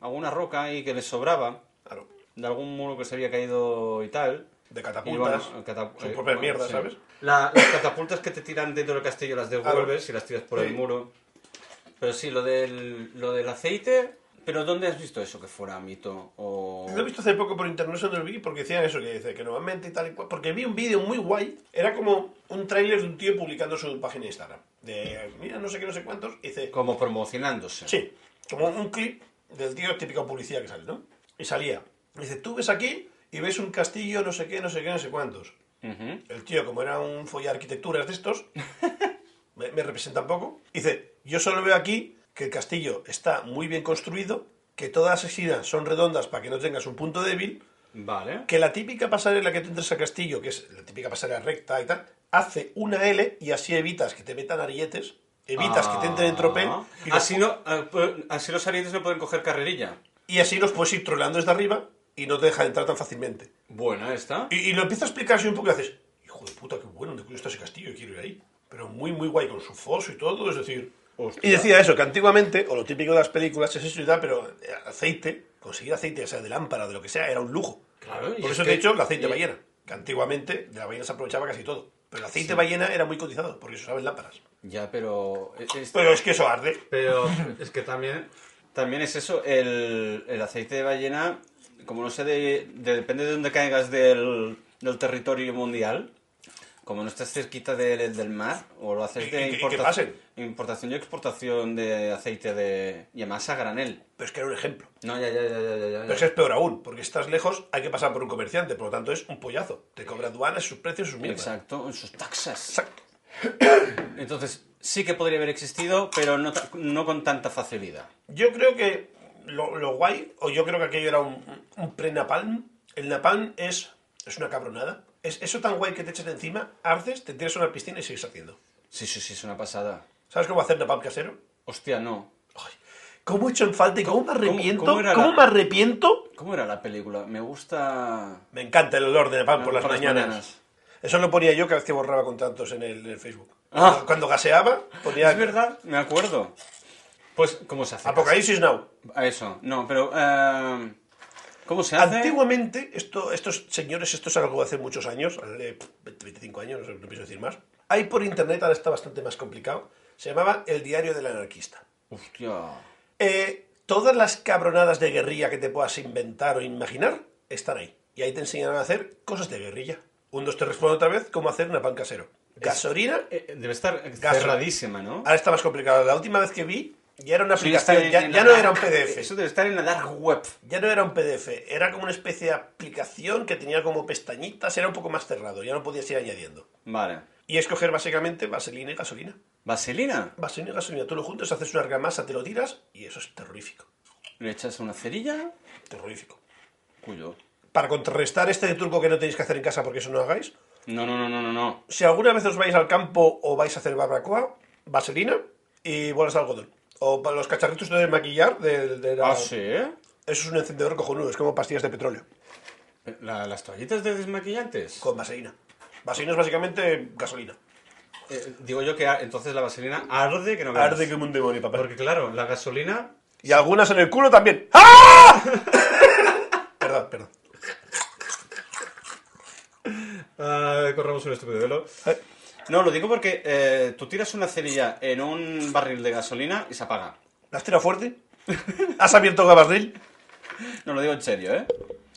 [SPEAKER 1] alguna roca y que les sobraba,
[SPEAKER 2] Hmm, Claro.
[SPEAKER 1] de algún muro que se había caído y tal.
[SPEAKER 2] De
[SPEAKER 1] Y
[SPEAKER 2] catapultas.
[SPEAKER 1] bueno, catap-
[SPEAKER 2] sus
[SPEAKER 1] eh,
[SPEAKER 2] propias
[SPEAKER 1] bueno,
[SPEAKER 2] mierdas,
[SPEAKER 1] sí.
[SPEAKER 2] ¿sabes?
[SPEAKER 1] La- las catapultas que te tiran dentro del castillo las devuelves
[SPEAKER 2] Claro.
[SPEAKER 1] y las tiras por el
[SPEAKER 2] Sí.
[SPEAKER 1] muro. Pero sí, lo del, lo del aceite. ¿Pero dónde has visto eso que fuera mito? O...
[SPEAKER 2] Lo he visto hace poco por internet, eso no lo vi, porque decían eso, que dice que normalmente y tal y cual. Porque vi un vídeo muy guay, era como un tráiler de un tío publicando su página de Instagram. De, mira, no sé qué, no sé cuántos, y dice,
[SPEAKER 1] Como promocionándose.
[SPEAKER 2] sí, como un clip del tío típico policía que sale, ¿no? Y salía, dice, tú ves aquí y ves un castillo, no sé qué, no sé qué, no sé cuántos.
[SPEAKER 1] Ujú.
[SPEAKER 2] El tío, como era un folla de arquitecturas de estos, me, me representa un poco. Dice, yo solo veo aquí que el castillo está muy bien construido, que todas las esquinas son redondas para que no tengas un punto débil,
[SPEAKER 1] Vale.
[SPEAKER 2] que la típica pasarela que tú entras al castillo, que es la típica pasarela recta y tal, hace una L y así evitas que te metan arilletes, evitas que te entren en tropel
[SPEAKER 1] Ah.
[SPEAKER 2] y los-
[SPEAKER 1] Así, no, ah, pu- así los salientes no pueden coger carrerilla.
[SPEAKER 2] y así los puedes ir troleando desde arriba y no te dejan entrar tan fácilmente.
[SPEAKER 1] Buena esta.
[SPEAKER 2] Y, y lo empieza a explicar así un poco y haces, hijo de puta, qué bueno, ¿dónde coño está ese castillo? Quiero ir ahí. Pero muy, muy guay, con su foso y todo, es decir...
[SPEAKER 1] Hostia.
[SPEAKER 2] Y decía eso, que antiguamente, o lo típico de las películas es eso y tal, pero eh, aceite, conseguir aceite, ya sea de lámpara, de lo que sea, era un lujo.
[SPEAKER 1] Claro, y es
[SPEAKER 2] Por eso,
[SPEAKER 1] que-
[SPEAKER 2] de hecho, el aceite
[SPEAKER 1] y-
[SPEAKER 2] ballena, que antiguamente de la ballena se aprovechaba casi todo. Pero el aceite ballena era muy cotizado, porque se usaba en lámparas.
[SPEAKER 1] Ya, pero... e-, es- es-
[SPEAKER 2] Pero es que eso arde.
[SPEAKER 1] Pero es que también... También es eso, el, el aceite de ballena, como no sé, de, de- depende de dónde caigas del, del territorio mundial, como no estás cerquita del, del mar, o lo haces
[SPEAKER 2] Y-
[SPEAKER 1] de
[SPEAKER 2] y que- y que
[SPEAKER 1] importa-
[SPEAKER 2] pasen.
[SPEAKER 1] importación y exportación de aceite de... y además a granel.
[SPEAKER 2] Pero es que era un ejemplo.
[SPEAKER 1] No, ya, ya, ya, ya, ya, ya.
[SPEAKER 2] Pero es que es peor aún, porque estás lejos, hay que pasar por un comerciante, por lo tanto es un pollazo. Te cobra aduanas, sus precios, sus mierdas.
[SPEAKER 1] Exacto, en sus taxas.
[SPEAKER 2] Exacto.
[SPEAKER 1] Entonces, sí que podría haber existido, pero no, ta- no con tanta facilidad.
[SPEAKER 2] Yo creo que lo, lo guay, o yo creo que aquello era un, un pre-napalm. El napalm es, es una cabronada. Es eso tan guay que te echas encima, arces, te tiras a una piscina y sigues haciendo.
[SPEAKER 1] Sí, sí, sí, es una pasada.
[SPEAKER 2] ¿Sabes cómo hacer napalm casero?
[SPEAKER 1] Hostia, no.
[SPEAKER 2] Ay, ¿Cómo he hecho en falta y cómo me arrepiento?
[SPEAKER 1] cómo
[SPEAKER 2] ¿Cómo,
[SPEAKER 1] era la-
[SPEAKER 2] me arrepiento?
[SPEAKER 1] ¿Cómo era la película? Me gusta...
[SPEAKER 2] Me encanta el olor de napalm por
[SPEAKER 1] Ah,
[SPEAKER 2] las mañanas. Eso lo ponía yo cada vez que borraba contratos en el, en el Facebook.
[SPEAKER 1] Ah.
[SPEAKER 2] Cuando, cuando gaseaba, ponía
[SPEAKER 1] Es verdad, me acuerdo. Pues, ¿cómo se hace?
[SPEAKER 2] Apocalipsis Now.
[SPEAKER 1] A eso, no, pero... eh, ¿Cómo se hace?
[SPEAKER 2] Antiguamente, esto, estos señores, esto es algo de hace muchos años, háblale, pff, 20, 25 años, no, sé, no pienso decir más. Hay por internet, ahora está bastante más complicado. Se llamaba El Diario del Anarquista.
[SPEAKER 1] Hostia.
[SPEAKER 2] Eh, todas las cabronadas de guerrilla que te puedas inventar o imaginar están ahí. Y ahí te enseñan a hacer cosas de guerrilla. Un, dos, te respondo otra vez cómo hacer una pan casero. Gasolina.
[SPEAKER 1] Eh, eh, Debe estar
[SPEAKER 2] Gaso.
[SPEAKER 1] cerradísima, ¿no?
[SPEAKER 2] Ahora está más complicado. La última vez que vi, ya era una
[SPEAKER 1] Eso debe estar
[SPEAKER 2] aplicación,
[SPEAKER 1] en-
[SPEAKER 2] ya,
[SPEAKER 1] en
[SPEAKER 2] ya
[SPEAKER 1] la
[SPEAKER 2] Ah, no era un
[SPEAKER 1] dark-
[SPEAKER 2] PDF.
[SPEAKER 1] Eso debe estar en la dark web.
[SPEAKER 2] Ya no era un PDF, era como una especie de aplicación que tenía como pestañitas, era un poco más cerrado, ya no podías ir añadiendo.
[SPEAKER 1] Vale.
[SPEAKER 2] Y es coger básicamente vaselina y gasolina.
[SPEAKER 1] ¿Vaselina?
[SPEAKER 2] Vaselina y gasolina, tú lo juntas, haces una argamasa, te lo tiras y eso es terrorífico.
[SPEAKER 1] ¿Le echas una cerilla?
[SPEAKER 2] Terrorífico.
[SPEAKER 1] Cuyo.
[SPEAKER 2] Para contrarrestar este truco que no tenéis que hacer en casa porque eso no lo hagáis,
[SPEAKER 1] No, no, no, no, no, no.
[SPEAKER 2] si alguna vez os vais al campo o vais a hacer barbacoa, vaselina y bolas de algodón. O para los cacharritos de maquillar, de, de la-
[SPEAKER 1] Ah, sí.
[SPEAKER 2] eso es un encendedor cojonudo, es como pastillas de petróleo,
[SPEAKER 1] La- las toallitas de desmaquillantes.
[SPEAKER 2] con vaselina. Vaselina es básicamente gasolina.
[SPEAKER 1] Eh, digo yo que a- entonces la vaselina arde que no veas.
[SPEAKER 2] Arde como un demonio, papá.
[SPEAKER 1] Porque claro, la gasolina.
[SPEAKER 2] Y algunas en el culo también. ¡Ah! perdón, perdón.
[SPEAKER 1] Ah, corremos un estúpido velo.
[SPEAKER 2] Eh,
[SPEAKER 1] No, lo digo porque eh, tú tiras una cerilla en un barril de gasolina y se apaga.
[SPEAKER 2] ¿La has tirado fuerte? ¿Has abierto gabarril?
[SPEAKER 1] No lo digo en serio, ¿eh?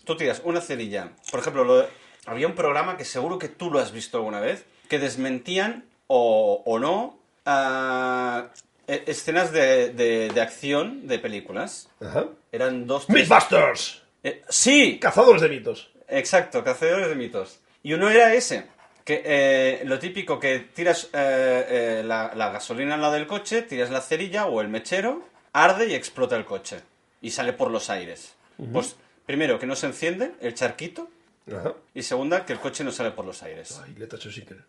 [SPEAKER 1] Tú tiras una cerilla. Por ejemplo, lo de- había un programa que seguro que tú lo has visto alguna vez, que desmentían o, o no ah, e- escenas de, de- de acción de películas.
[SPEAKER 2] Ajá.
[SPEAKER 1] Eran dos... tres-
[SPEAKER 2] ¡Mythbusters!
[SPEAKER 1] Eh, ¡Sí!
[SPEAKER 2] Cazadores de mitos.
[SPEAKER 1] Exacto, cazadores de mitos. Y uno era ese, que eh, lo típico que tiras eh, eh, la, la gasolina al lado del coche, tiras la cerilla o el mechero, arde y explota el coche. Y sale por los aires. Pues primero, que no se enciende el charquito.
[SPEAKER 2] Ajá.
[SPEAKER 1] Y segunda, que el coche no sale por los aires.
[SPEAKER 2] Ay, le he tachado sin querer.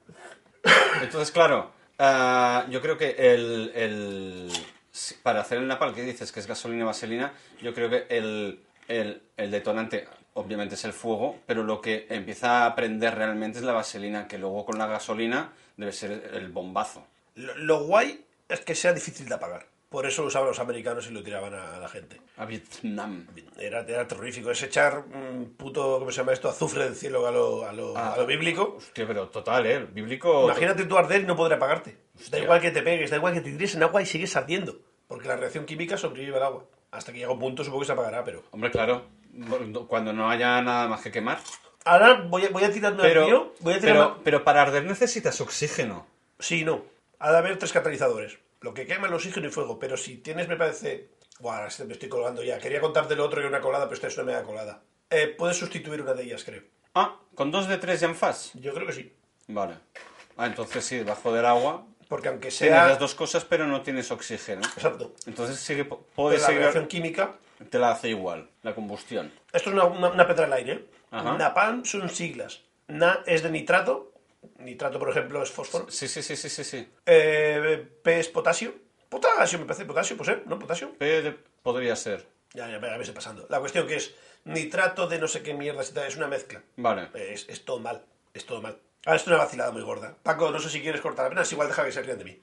[SPEAKER 1] Entonces, claro,
[SPEAKER 4] Ah, yo creo que el, el- si- Para hacer el napal que dices que es gasolina y vaselina, yo creo que el, el- el detonante obviamente es el fuego, pero lo que empieza a prender realmente es la vaselina, que luego con la gasolina debe ser el bombazo.
[SPEAKER 2] Lo, lo guay es que sea difícil de apagar. Por eso lo usaban los americanos y lo tiraban a, a la gente.
[SPEAKER 4] A Vietnam.
[SPEAKER 2] Era, era terrorífico. Es echar un puto, ¿cómo se llama esto? Azufre del cielo a lo, a lo- a lo bíblico.
[SPEAKER 4] Hostia, pero total, ¿eh? Bíblico.
[SPEAKER 2] Imagínate tú arder y no poder apagarte.
[SPEAKER 4] Hostia.
[SPEAKER 2] Da igual que te pegues, da igual que te tires en agua y sigues ardiendo. Porque la reacción química sobrevive al agua. Hasta que llega un punto, supongo que se apagará, pero.
[SPEAKER 4] Hombre, claro. Cuando no haya nada más que quemar.
[SPEAKER 2] Ahora voy a, voy a tirar una al
[SPEAKER 4] Pero,
[SPEAKER 2] tío, Voy a tirar
[SPEAKER 4] pero,
[SPEAKER 2] una-
[SPEAKER 4] pero para arder necesitas oxígeno.
[SPEAKER 2] Sí, no. Ha de haber tres catalizadores. Lo que quema el oxígeno y fuego. Pero si tienes, me parece. Buah, ahora sí me estoy colgando ya. Quería contarte lo otro que era una colada, pero esta es una mega colada. Eh, puedes sustituir una de ellas, creo.
[SPEAKER 4] Ah, con dos de tres ya en faz.
[SPEAKER 2] Yo creo que sí.
[SPEAKER 4] Vale. Ah, entonces sí, debajo del agua
[SPEAKER 2] Porque aunque
[SPEAKER 4] tienes
[SPEAKER 2] sea.
[SPEAKER 4] las dos cosas, pero no tienes oxígeno.
[SPEAKER 2] Exacto.
[SPEAKER 4] Entonces sigue, po-
[SPEAKER 2] Pero
[SPEAKER 4] puedes
[SPEAKER 2] la reacción
[SPEAKER 4] seguir.
[SPEAKER 2] química.
[SPEAKER 4] Te la hace igual, la combustión.
[SPEAKER 2] Esto es una, una, una pedra al aire. ¿eh?
[SPEAKER 4] Ajá.
[SPEAKER 2] Napalm son siglas. Na es de nitrato. Nitrato, por ejemplo, es fósforo.
[SPEAKER 4] Sí, sí, sí, sí, sí. sí.
[SPEAKER 2] Eh, P es potasio. Potasio, me parece potasio, pues, ¿eh? ¿No? Potasio.
[SPEAKER 4] Pero podría ser.
[SPEAKER 2] Ya, ya, ya me estoy pasando. La cuestión que es nitrato de no sé qué mierda, es- es una mezcla.
[SPEAKER 4] Vale.
[SPEAKER 2] Es, es todo mal, es todo mal. Ahora es una vacilada muy gorda. Paco, no sé si quieres cortar apenas, igual deja que se rían de mí.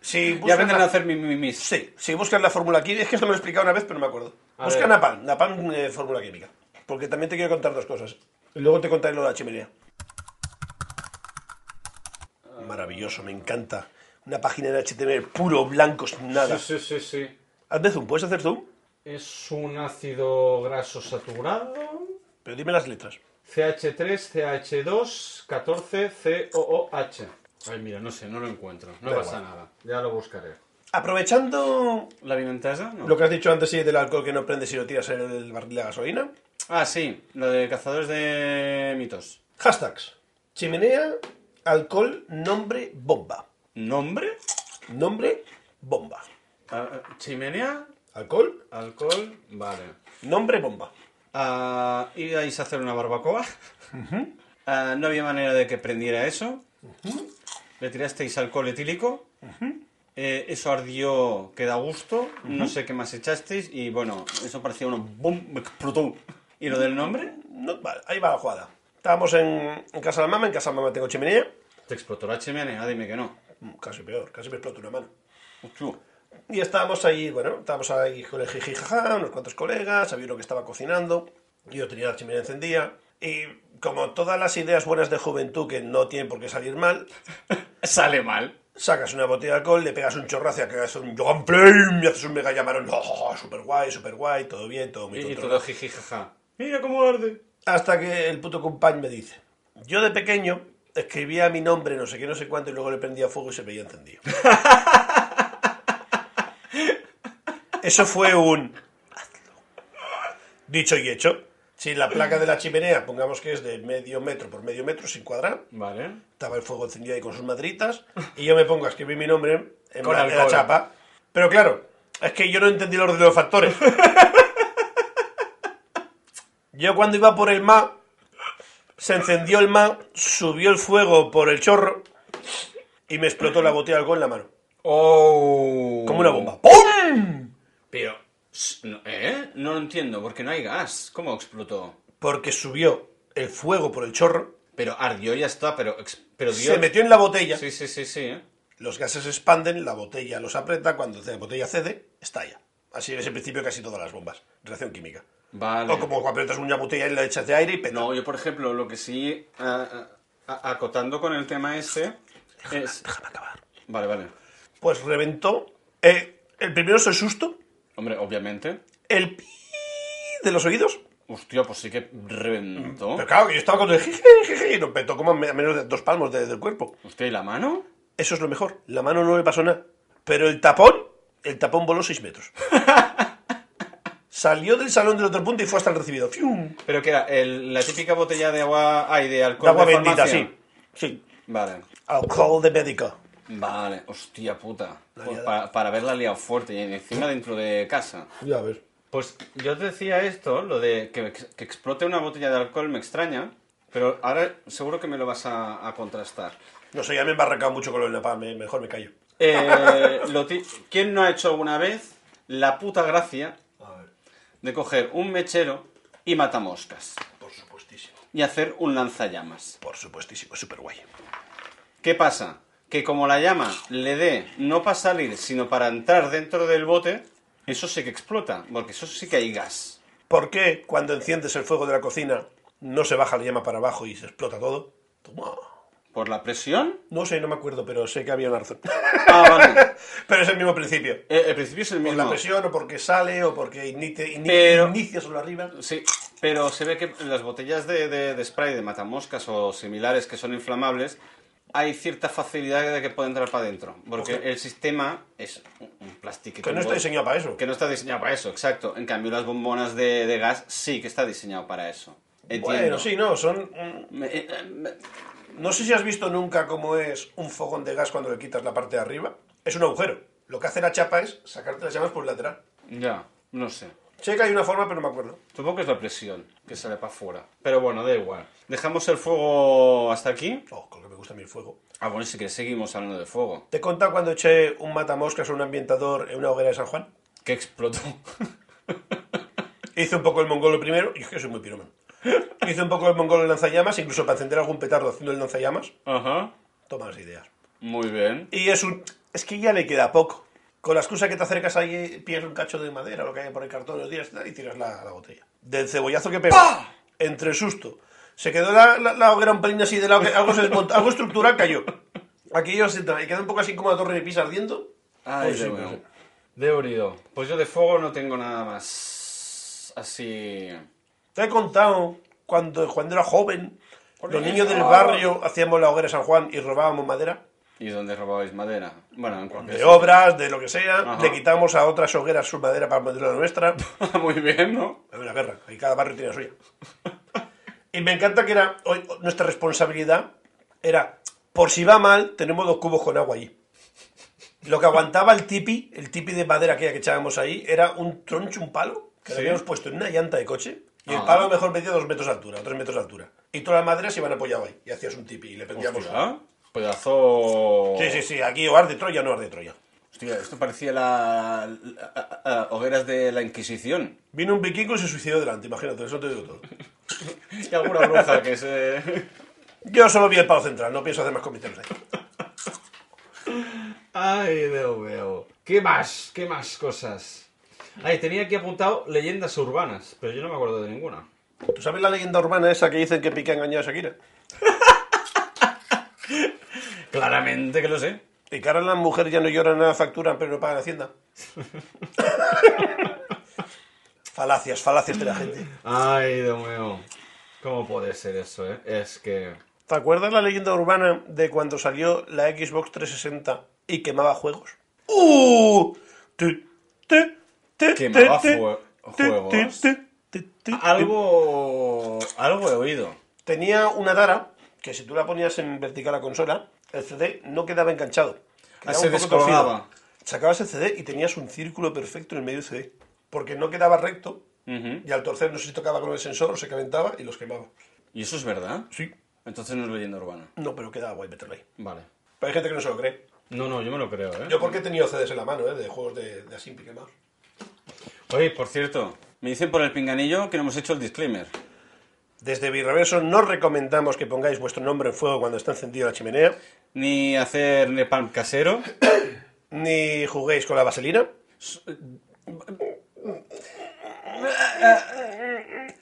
[SPEAKER 2] Si
[SPEAKER 4] ya
[SPEAKER 2] buscan
[SPEAKER 4] vendrán
[SPEAKER 2] la-
[SPEAKER 4] a hacer mi, mi, mis.
[SPEAKER 2] Pues Sí, si buscan la fórmula química, es que esto me lo he explicado una vez, pero no me acuerdo.
[SPEAKER 4] A
[SPEAKER 2] Busca
[SPEAKER 4] ver.
[SPEAKER 2] Napalm, Napalm eh, fórmula química. Porque también te quiero contar dos cosas. Y luego te contaré lo de la chimenea. Maravilloso, me encanta. Una página de HTML puro, blanco, sin nada.
[SPEAKER 4] sí, sí, sí.
[SPEAKER 2] Haz de zoom, ¿puedes hacer zoom?
[SPEAKER 4] Es un ácido graso saturado.
[SPEAKER 2] Pero dime las letras.
[SPEAKER 4] CH3, CH2, 14, COOH. Ay, mira, no sé, no lo encuentro. No
[SPEAKER 2] Da
[SPEAKER 4] pasa
[SPEAKER 2] igual.
[SPEAKER 4] nada. Ya lo buscaré.
[SPEAKER 2] Aprovechando
[SPEAKER 4] ¿La vinentesa? No.
[SPEAKER 2] lo que has dicho antes sí, del alcohol que no prendes si lo tiras en el barril de gasolina,
[SPEAKER 4] Ah, sí, lo de cazadores de mitos.
[SPEAKER 2] hashtags. Chimenea, alcohol, nombre, bomba.
[SPEAKER 4] ¿Nombre?
[SPEAKER 2] Nombre, bomba.
[SPEAKER 4] Ah, chimenea,
[SPEAKER 2] Alcohol,
[SPEAKER 4] alcohol, vale.
[SPEAKER 2] nombre, bomba.
[SPEAKER 4] Ah, ibais a hacer una barbacoa. Ah, no había manera de que prendiera eso. Le tirasteis alcohol etílico. Eh, eso ardió, que da gusto. No sé qué más echasteis. Y bueno, eso parecía uno. ¡Bum! ¡Explotó! ¿Y lo del nombre?
[SPEAKER 2] No- vale, ahí va la jugada. Estábamos en, en casa de la mamá, en casa de la mamá tengo chimenea.
[SPEAKER 4] Te explotó la chimenea, Ah, dime que no.
[SPEAKER 2] Mm, Casi peor, casi me explota una mano.
[SPEAKER 4] Hostia.
[SPEAKER 2] Y estábamos ahí, bueno, estábamos ahí con el jiji jaja, unos cuantos colegas, había uno que estaba cocinando, yo tenía la chimenea encendida, y como todas las ideas buenas de juventud que no tienen por qué salir mal,
[SPEAKER 4] Sale mal.
[SPEAKER 2] sacas una botella de alcohol, le pegas un chorrazo y haces un Jogan Play, y haces un mega llamarón, oh, super guay, super guay, todo bien, todo muy
[SPEAKER 4] Y, y todo
[SPEAKER 2] controlado.
[SPEAKER 4] jiji jaja. Mira cómo arde.
[SPEAKER 2] Hasta que el puto compañ me dice, yo de pequeño escribía mi nombre, no sé qué, no sé cuánto, y luego le prendía fuego y se veía encendido. Eso fue un... hazlo. Dicho y hecho, si la placa de la chimenea, pongamos que es de medio metro por medio metro, sin cuadrar,
[SPEAKER 4] Vale.
[SPEAKER 2] estaba el fuego encendido ahí con sus madritas, y yo me pongo a escribir mi nombre en
[SPEAKER 4] Con
[SPEAKER 2] la, en la
[SPEAKER 4] alcohol.
[SPEAKER 2] chapa. Pero claro, es que yo no entendí el orden de los factores. Yo cuando iba por el ma, se encendió el ma, subió el fuego por el chorro y me explotó la botella de alcohol en la mano.
[SPEAKER 4] Oh.
[SPEAKER 2] Como una bomba. ¡Pum!
[SPEAKER 4] Pero, s- no- ¿eh? No lo entiendo, porque no hay gas. ¿Cómo explotó?
[SPEAKER 2] Porque subió el fuego por el chorro,
[SPEAKER 4] Pero ardió y ya está, pero, ex- pero dio...
[SPEAKER 2] se metió en la botella.
[SPEAKER 4] Sí, sí, sí, sí. ¿eh?
[SPEAKER 2] Los gases se expanden, la botella los aprieta, cuando la botella cede, estalla. Así es el principio de casi todas las bombas. Reacción química.
[SPEAKER 4] Vale.
[SPEAKER 2] O como aprietas una botella y la echas de aire y peta.
[SPEAKER 4] No, yo, por ejemplo, lo que sí, ah, ah, a- acotando con el tema este, es...
[SPEAKER 2] Déjame acabar.
[SPEAKER 4] Vale, vale.
[SPEAKER 2] Pues reventó. Eh, el primero es el susto,
[SPEAKER 4] Hombre, obviamente.
[SPEAKER 2] el pi de los oídos.
[SPEAKER 4] Hostia, pues sí que reventó.
[SPEAKER 2] Mm, Pero claro, que yo estaba con el jiji, jiji, y nos petó como a me- a menos de dos palmos de- del cuerpo.
[SPEAKER 4] Hostia, ¿y la mano?
[SPEAKER 2] Eso es lo mejor. La mano no le pasó nada. Pero el tapón, el tapón voló 6 metros. Salió del salón del otro punto y fue hasta el recibido. ¡Fium!
[SPEAKER 4] Pero que era el- la típica botella de agua... Ay, de alcohol
[SPEAKER 2] De agua
[SPEAKER 4] de
[SPEAKER 2] bendita,
[SPEAKER 4] farmacia.
[SPEAKER 2] sí. Sí.
[SPEAKER 4] Vale.
[SPEAKER 2] Alcohol de médico.
[SPEAKER 4] Vale, hostia puta.
[SPEAKER 2] La
[SPEAKER 4] Pues
[SPEAKER 2] liada.
[SPEAKER 4] para, para haberla liado fuerte y encima dentro de casa.
[SPEAKER 2] Ya ves.
[SPEAKER 4] Pues yo te decía esto, lo de que, que explote una botella de alcohol me extraña, pero ahora seguro que me lo vas a, a contrastar.
[SPEAKER 2] No sé, ya me he embarracado mucho con lo de la paz, me- mejor me callo.
[SPEAKER 4] Eh, lo ti- ¿Quién no ha hecho alguna vez la puta gracia
[SPEAKER 2] A ver,
[SPEAKER 4] de coger un mechero y matamoscas
[SPEAKER 2] por supuestísimo.
[SPEAKER 4] y hacer un lanzallamas?
[SPEAKER 2] Por supuestísimo, es súper guay.
[SPEAKER 4] ¿Qué pasa? Que como la llama le dé no para salir, sino para entrar dentro del bote, eso sí que explota, porque eso sí que hay gas.
[SPEAKER 2] ¿Por qué cuando enciendes el fuego de la cocina no se baja la llama para abajo y se explota todo? Toma.
[SPEAKER 4] ¿Por la presión?
[SPEAKER 2] No sé, no me acuerdo, pero sé que había una razón.
[SPEAKER 4] Ah, vale.
[SPEAKER 2] pero es el mismo principio.
[SPEAKER 4] Eh, el principio es el
[SPEAKER 2] Por
[SPEAKER 4] mismo.
[SPEAKER 2] la presión o porque sale o porque inite- ini-
[SPEAKER 4] Pero-
[SPEAKER 2] inicia solo arriba.
[SPEAKER 4] Sí, pero se ve que en las botellas de, de- de spray de matamoscas o similares que son inflamables, hay cierta facilidad de que pueda entrar para adentro. Porque
[SPEAKER 2] Ok.
[SPEAKER 4] el sistema es un- un plástico.
[SPEAKER 2] Que no está diseñado para eso.
[SPEAKER 4] Que no está diseñado para eso, exacto. En cambio, las bombonas de, de gas sí que está diseñado para eso. Entiendo.
[SPEAKER 2] Bueno, sí, no, son... mm,
[SPEAKER 4] Me- eh, eh, me-
[SPEAKER 2] No sé si has visto nunca cómo es un fogón de gas cuando le quitas la parte de arriba. Es un agujero. Lo que hace la chapa es sacarte las llamas por el lateral.
[SPEAKER 4] ya, no sé.
[SPEAKER 2] Sé que hay una forma, pero no me acuerdo.
[SPEAKER 4] Supongo que es la presión que sale para afuera. Pero bueno, da igual. Dejamos el fuego hasta aquí.
[SPEAKER 2] Oh, con lo que me gusta a mí el fuego.
[SPEAKER 4] Ah, bueno, sí que seguimos hablando de fuego.
[SPEAKER 2] ¿Te conta cuando eché un matamoscas o un ambientador en una hoguera de San Juan?
[SPEAKER 4] Que explotó.
[SPEAKER 2] Hice un poco el mongolo primero, y es que soy muy piromano. Hice un poco el mongolo en lanzallamas, incluso para encender algún petardo haciendo el lanzallamas.
[SPEAKER 4] Ajá.
[SPEAKER 2] Toma las ideas.
[SPEAKER 4] Muy bien.
[SPEAKER 2] Y es un. Es que ya le queda poco. Con la excusa que te acercas ahí, pillas un cacho de madera, lo que haya por el cartón, los días y tiras la, la botella. Del cebollazo que pegó. Entre el susto. Se quedó la, la- la hoguera un pelín así de lado, que algo, se desmontó, algo estructural cayó. Aquello se entra y queda un poco así como la torre de pisa ardiendo.
[SPEAKER 4] Ay,
[SPEAKER 2] Pues sí,
[SPEAKER 4] de
[SPEAKER 2] pues sí.
[SPEAKER 4] bueno. De Orido. Pues yo de fuego no tengo nada más. Así.
[SPEAKER 2] Te he contado cuando, cuando era joven, los niños del barrio hacíamos la hoguera de San Juan y robábamos madera
[SPEAKER 4] ¿Y dónde robabais madera? Bueno, en cualquier
[SPEAKER 2] de obras, de lo que sea.
[SPEAKER 4] Ajá.
[SPEAKER 2] Le quitamos a otras hogueras su madera para poner la nuestra.
[SPEAKER 4] sitio. Muy bien, ¿no?
[SPEAKER 2] Hay una guerra, y cada barrio tiene la suya. Y me encanta que era hoy, nuestra responsabilidad era, por si va mal, tenemos dos cubos con agua allí. Lo que aguantaba el tipi, el tipi de madera aquella que echábamos ahí, era un troncho, un palo, que
[SPEAKER 4] Sí.
[SPEAKER 2] lo habíamos puesto en una llanta de coche, y el
[SPEAKER 4] Ah.
[SPEAKER 2] palo a lo mejor medía dos metros de altura, o tres metros de altura. Y todas las maderas se iban apoyado ahí, y hacías un tipi, y le
[SPEAKER 1] pues
[SPEAKER 2] pendíamos...
[SPEAKER 4] Hostia, pedazo.
[SPEAKER 2] Sí, sí, sí, aquí o ar de Troya no ar de Troya.
[SPEAKER 4] Hostia, esto parecía la, la- la- la- hogueras de la Inquisición.
[SPEAKER 2] Vino un vikingo y se suicidó delante, imagínate, eso te digo todo.
[SPEAKER 4] Y alguna bruja que se.
[SPEAKER 2] Yo solo vi el palo central, no pienso hacer más comités ahí.
[SPEAKER 1] Ay, Dios mío. ¿Qué más? ¿Qué más cosas? Ay, tenía aquí apuntado leyendas urbanas, pero yo no me acuerdo de ninguna.
[SPEAKER 2] ¿Tú sabes la leyenda urbana esa que dicen que Piqué ha engañado a Shakira?
[SPEAKER 4] Claramente que lo sé.
[SPEAKER 2] Y que ahora las mujeres ya no lloran nada, facturan, pero no pagan Hacienda. falacias, falacias de la gente.
[SPEAKER 1] Ay, Dios mío. ¿Cómo puede ser eso, eh? Es que...
[SPEAKER 2] ¿Te acuerdas la leyenda urbana de cuando salió la Xbox 360 y quemaba juegos? ¡Uh! Tu, tu, tu,
[SPEAKER 4] Quemaba
[SPEAKER 2] tu,
[SPEAKER 4] jue-
[SPEAKER 2] tu,
[SPEAKER 4] juegos.
[SPEAKER 2] tu, tu, tu, tu.
[SPEAKER 4] Algo. Algo he oído.
[SPEAKER 2] Tenía una tara que si tú la ponías en vertical a la consola, el CD no quedaba enganchado. Quedaba
[SPEAKER 4] Ah, se
[SPEAKER 2] un poco torcido.
[SPEAKER 4] descolgaba.
[SPEAKER 2] Sacabas el CD y tenías un círculo perfecto en el medio del CD. Porque no quedaba recto
[SPEAKER 4] Ujú.
[SPEAKER 2] y al torcer no sé si tocaba con el sensor o se calentaba y los quemaba.
[SPEAKER 4] ¿Y eso es verdad?
[SPEAKER 2] Sí.
[SPEAKER 4] Entonces no es leyenda urbana.
[SPEAKER 2] No, pero quedaba guay meterlo ahí.
[SPEAKER 4] Vale.
[SPEAKER 2] Pero hay gente que no se lo cree.
[SPEAKER 1] No, no, yo me lo creo, eh.
[SPEAKER 2] Yo porque he tenido CDs en la mano, ¿eh? De juegos de, de Asimpi quemados.
[SPEAKER 4] Oye, por cierto, me dicen por el pinganillo que no hemos hecho el disclaimer.
[SPEAKER 2] Desde Birreverso no recomendamos que pongáis vuestro nombre en fuego cuando está encendida la chimenea,
[SPEAKER 4] Ni hacer Nepal casero.
[SPEAKER 2] ni juguéis con la vaselina.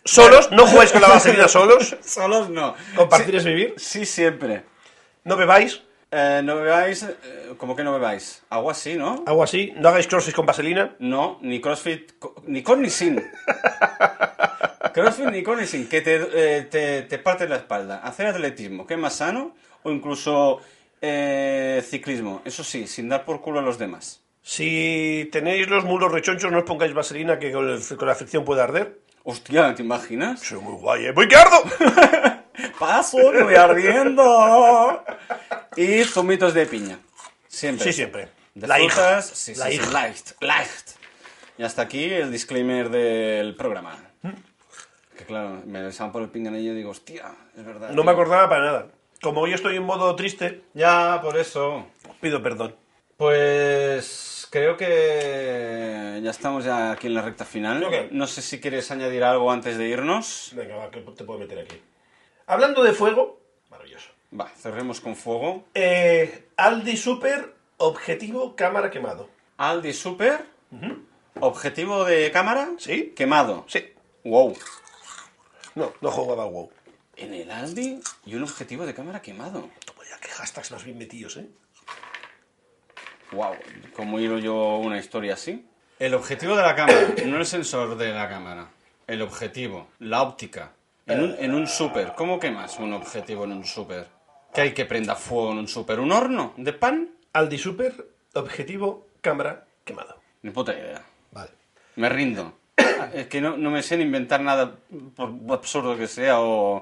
[SPEAKER 2] Solos, no jugáis con la vaselina solos.
[SPEAKER 4] Solos no.
[SPEAKER 2] Compartir es vivir.
[SPEAKER 4] Sí, siempre.
[SPEAKER 2] No bebáis,
[SPEAKER 4] Eh, no bebáis. eh, ¿Cómo que no bebáis? Agua sí, ¿no?
[SPEAKER 2] algo así. No hagáis crosses con vaselina.
[SPEAKER 4] No, ni CrossFit, co- ni con ni sin. CrossFit ni con ni sin, que te, eh, te, te parte la espalda. Hacer atletismo, que es más sano, o incluso eh, ciclismo. Eso sí, sin dar por culo a los demás.
[SPEAKER 2] Si tenéis los mulos rechonchos, no os pongáis vaselina que con, el- con la fricción puede arder.
[SPEAKER 4] Hostia, ¿te imaginas?
[SPEAKER 2] Soy muy guay, ¿eh? ¡Voy que ardo!
[SPEAKER 4] Paso, me voy ardiendo. Y zumitos de piña. Siempre.
[SPEAKER 2] Sí, siempre.
[SPEAKER 4] De
[SPEAKER 2] La hija.
[SPEAKER 4] frutas, sí, sí,
[SPEAKER 2] La
[SPEAKER 4] sí,
[SPEAKER 2] hija.
[SPEAKER 4] light, light. Y hasta aquí el disclaimer del programa.
[SPEAKER 2] ¿Mm?
[SPEAKER 4] Que claro, me besaban por el pinganillo y digo, hostia, es verdad.
[SPEAKER 2] No me
[SPEAKER 4] tío.
[SPEAKER 2] acordaba para nada. Como hoy estoy en modo triste,
[SPEAKER 4] Ya, por eso.
[SPEAKER 2] os pido perdón.
[SPEAKER 4] Pues creo que ya estamos ya aquí en la recta final.
[SPEAKER 2] Ok.
[SPEAKER 4] No sé si quieres añadir algo antes de irnos.
[SPEAKER 2] Venga, va, que te puedo meter aquí. Hablando de fuego, maravilloso.
[SPEAKER 4] Va, cerremos con fuego.
[SPEAKER 2] Eh, Aldi Super, objetivo, cámara quemado.
[SPEAKER 4] Aldi Super. Objetivo de cámara.
[SPEAKER 2] ¿Sí?
[SPEAKER 4] Quemado.
[SPEAKER 2] Sí.
[SPEAKER 4] Wow.
[SPEAKER 2] No, no jugaba a WoW.
[SPEAKER 4] En el Aldi y un objetivo de cámara quemado.
[SPEAKER 2] Toma ya, qué hashtags más bien metidos, ¿eh?
[SPEAKER 4] Wow. ¿Cómo hilo yo una historia así? El objetivo de la cámara. no el sensor de la cámara. El objetivo. La óptica. En un, en un super. ¿Cómo quemas un objetivo en un super? ¿Qué hay que prenda fuego en un super? ¿Un horno de pan?
[SPEAKER 2] Aldi Super, objetivo, cámara quemado.
[SPEAKER 4] Ni puta idea.
[SPEAKER 2] Vale.
[SPEAKER 4] Me rindo. es que no, no me sé ni inventar nada por absurdo que sea o,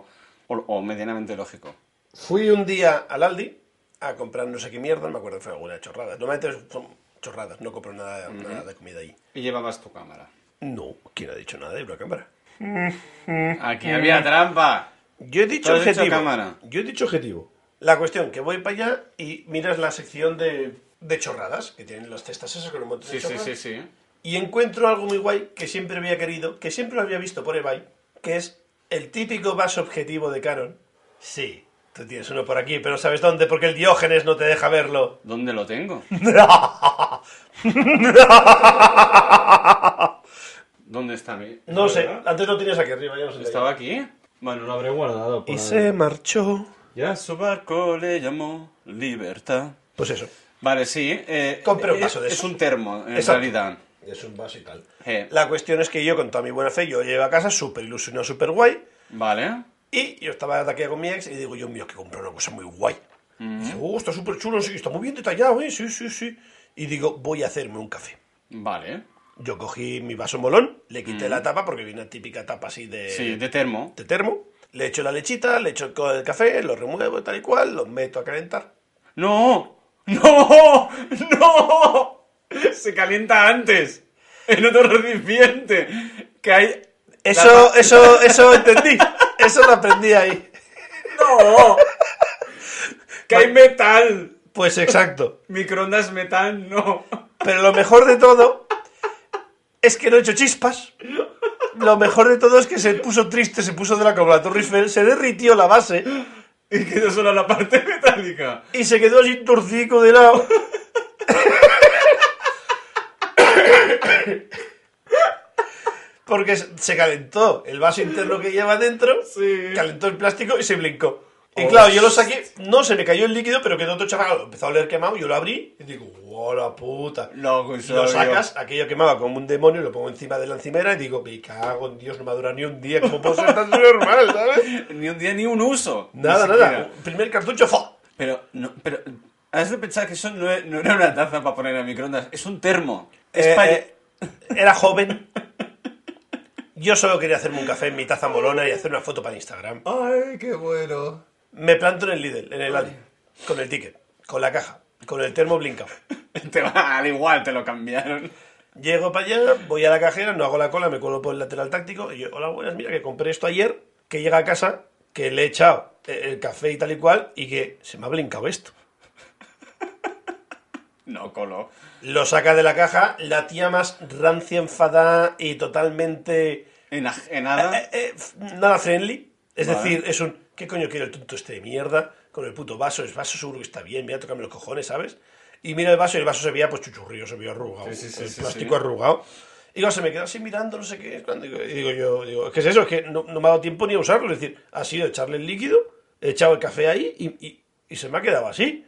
[SPEAKER 4] o, o medianamente lógico.
[SPEAKER 2] Fui un día al Aldi a comprar no sé qué mierda, no me acuerdo, fue alguna chorrada. Normalmente son chorradas, no compro nada, nada de comida ahí.
[SPEAKER 4] Y llevabas tu cámara.
[SPEAKER 2] No, ¿quién ha dicho nada de una cámara?
[SPEAKER 4] Aquí había trampa.
[SPEAKER 2] Yo he dicho
[SPEAKER 4] Tú has dicho
[SPEAKER 2] objetivo.
[SPEAKER 4] cámara.
[SPEAKER 2] Yo he dicho objetivo. La cuestión, que voy para allá y miras la sección de, de chorradas, que tienen las cestas esas con un montón de
[SPEAKER 4] Sí, sí,
[SPEAKER 2] chorradas,
[SPEAKER 4] sí, sí.
[SPEAKER 2] y encuentro algo muy guay que siempre había querido, que siempre lo había visto por eBay, que es el típico vaso objetivo de Canon. Sí, tú tienes uno por aquí, pero ¿sabes dónde? Porque el Diógenes no te deja verlo.
[SPEAKER 4] ¿Dónde lo tengo? ¿Dónde está mi?
[SPEAKER 2] No sé, antes lo tenías aquí arriba, ya no sé.
[SPEAKER 4] ¿Estaba aquí?
[SPEAKER 1] Bueno, lo habré guardado. por
[SPEAKER 2] Y
[SPEAKER 1] ahí.
[SPEAKER 2] se marchó.
[SPEAKER 4] A su barco le llamó Libertad.
[SPEAKER 2] Pues eso.
[SPEAKER 4] Vale, sí. eh,
[SPEAKER 2] Compré un
[SPEAKER 4] eh,
[SPEAKER 2] vaso de
[SPEAKER 4] Es
[SPEAKER 2] esos.
[SPEAKER 4] un termo, en
[SPEAKER 2] Exacto.
[SPEAKER 4] realidad.
[SPEAKER 2] Es un vaso y tal.
[SPEAKER 4] Eh,
[SPEAKER 2] La cuestión es que yo, con toda mi buena fe, yo llevo a casa súper ilusionado, súper guay.
[SPEAKER 4] Vale.
[SPEAKER 2] Y yo estaba de aquí con mi ex y digo, yo mío, que compré una cosa muy guay. Dice, oh, está súper chulo, sí, está muy bien detallado, ¿eh? sí, sí, sí. Y digo, voy a hacerme un café.
[SPEAKER 4] Vale.
[SPEAKER 2] Yo cogí mi vaso molón, le quité la tapa porque viene una típica tapa así de,
[SPEAKER 4] Sí, de termo.
[SPEAKER 2] de termo. Le echo la lechita, le echo el co- el café, lo remuevo tal y cual, lo meto a calentar.
[SPEAKER 4] ¡No! ¡No! ¡No! Se calienta antes. En otro recipiente. Que hay.
[SPEAKER 2] Eso, eso, eso entendí. Eso lo aprendí ahí.
[SPEAKER 4] ¡No! ¡Que hay metal!
[SPEAKER 2] Pues exacto.
[SPEAKER 4] Microondas metal, no.
[SPEAKER 2] Pero lo mejor de todo es que no he hecho chispas. Lo mejor de todo es que se puso triste, se puso de la como la Torre Eiffel, se derritió la base
[SPEAKER 4] Y quedó solo la parte metálica.
[SPEAKER 2] y se quedó así torcico de lado. Porque se calentó el vaso interno que lleva dentro,
[SPEAKER 4] Sí. Oh,
[SPEAKER 2] calentó el plástico y se blincó. Y claro, yo lo saqué, no, se me cayó el líquido, pero quedó todo chaval. Empezó a oler quemado, yo lo abrí y digo, wow, la puta.
[SPEAKER 4] Loco,
[SPEAKER 2] Y lo sacas, aquello quemaba como un demonio, lo pongo encima de la encimera y digo, me cago en Dios, no me ha durado ni un día, como puedo ser tan normal, ¿sabes?
[SPEAKER 4] Ni un día ni un uso. ni
[SPEAKER 2] Nada,
[SPEAKER 4] siquiera.
[SPEAKER 2] nada. Primer cartucho, ¡fa!
[SPEAKER 4] Pero, no, pero. Has de pensar que eso no, e- no era una taza para poner en el microondas. Es un termo. Es
[SPEAKER 2] Eh,
[SPEAKER 4] para.
[SPEAKER 2] eh, era joven. Yo solo quería hacerme un café en mi taza molona y hacer una foto para Instagram.
[SPEAKER 1] Ay, qué bueno.
[SPEAKER 2] Me planto en el Lidl, en el Aldi, con el ticket, con la caja, con el termo blincado.
[SPEAKER 4] Te va, al igual te lo cambiaron.
[SPEAKER 2] Llego para allá, voy a la cajera, no hago la cola, me cuelo por el lateral táctico y yo, hola, buenas, mira que compré esto ayer, que llega a casa, que le he echado e- el café y tal y cual y que se me ha blincado esto.
[SPEAKER 4] No, colo.
[SPEAKER 2] Lo saca de la caja, la tía más rancia, enfadada y totalmente
[SPEAKER 4] Enajenada.
[SPEAKER 2] eh, eh, f- nada friendly. Es
[SPEAKER 4] Ah. Vale.
[SPEAKER 2] decir, es un, ¿qué coño quiere el tonto este de mierda? Con el puto vaso, el vaso seguro que está bien, mira, tocarme los cojones, ¿sabes? Y mira el vaso y el vaso se veía pues chuchurrío, se veía arrugado,
[SPEAKER 4] Sí, sí, sí,
[SPEAKER 2] el
[SPEAKER 4] sí,
[SPEAKER 2] plástico
[SPEAKER 4] sí.
[SPEAKER 2] arrugado. Y claro, se me queda así mirando, no sé qué, cuando digo, y digo yo, digo, ¿qué es eso? Es que no, no me ha dado tiempo ni a usarlo, es decir, ha sido echarle el líquido, he echado el café ahí y, y- y se me ha quedado así.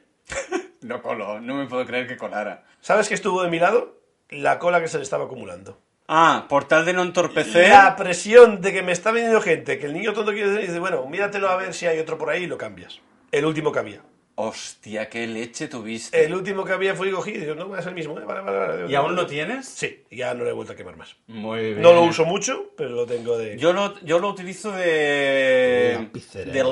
[SPEAKER 4] No colo. No me puedo creer que colara.
[SPEAKER 2] ¿Sabes qué estuvo de mi lado? La cola que se le estaba acumulando.
[SPEAKER 4] Ah, portal de no entorpecer.
[SPEAKER 2] La presión de que me está viniendo gente, que el niño tonto quiere decir, dice, bueno, míratelo a ver si hay otro por ahí y lo cambias. El último que había.
[SPEAKER 4] Hostia, qué leche tuviste.
[SPEAKER 2] El último que había fue cogido y digo, no, es el mismo. eh, Vale, vale, vale. Digo,
[SPEAKER 4] ¿Y aún lo tienes?
[SPEAKER 2] Sí, ya no lo he vuelto a quemar más.
[SPEAKER 1] Muy bien.
[SPEAKER 2] No lo uso mucho, pero lo tengo de...
[SPEAKER 4] Yo lo, yo lo utilizo de.
[SPEAKER 2] Lapicera.
[SPEAKER 4] De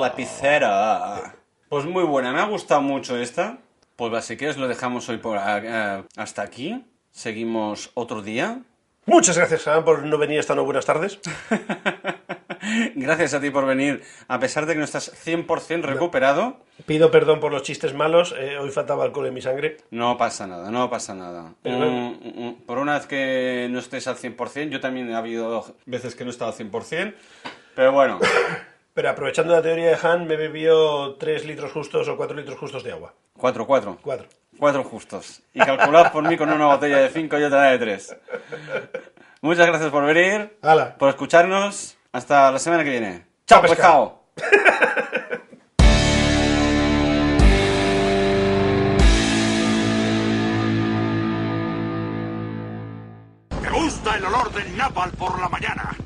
[SPEAKER 4] lapicera. Pues muy buena, me ha gustado mucho esta. Pues así que os lo dejamos hoy por a- a- hasta aquí. Seguimos otro día.
[SPEAKER 2] Muchas gracias, Alan, por no venir esta no buenas tardes.
[SPEAKER 4] Gracias a ti por venir, a pesar de que no estás 100% recuperado.
[SPEAKER 2] Pido perdón por los chistes malos. eh, hoy faltaba alcohol en mi sangre.
[SPEAKER 4] No pasa nada, no pasa nada.
[SPEAKER 2] Pero
[SPEAKER 4] Un-
[SPEAKER 2] no-
[SPEAKER 4] un- por una vez que no estés al 100%, yo también he habido veces que no he estado al 100%, pero bueno,
[SPEAKER 2] Pero aprovechando la teoría de Han, me bebió 3 litros justos o 4 litros justos de agua.
[SPEAKER 4] 4-4.
[SPEAKER 2] 4.
[SPEAKER 4] Cuatro justos. Y calculad por mí con una botella de cinco y otra de tres. Muchas gracias por venir,
[SPEAKER 2] ¡Hala!
[SPEAKER 4] por escucharnos. Hasta la semana que viene.
[SPEAKER 2] Chao,
[SPEAKER 4] ¡Chao,
[SPEAKER 2] pescado.
[SPEAKER 4] pescado!
[SPEAKER 5] Me gusta el olor del napal por la mañana.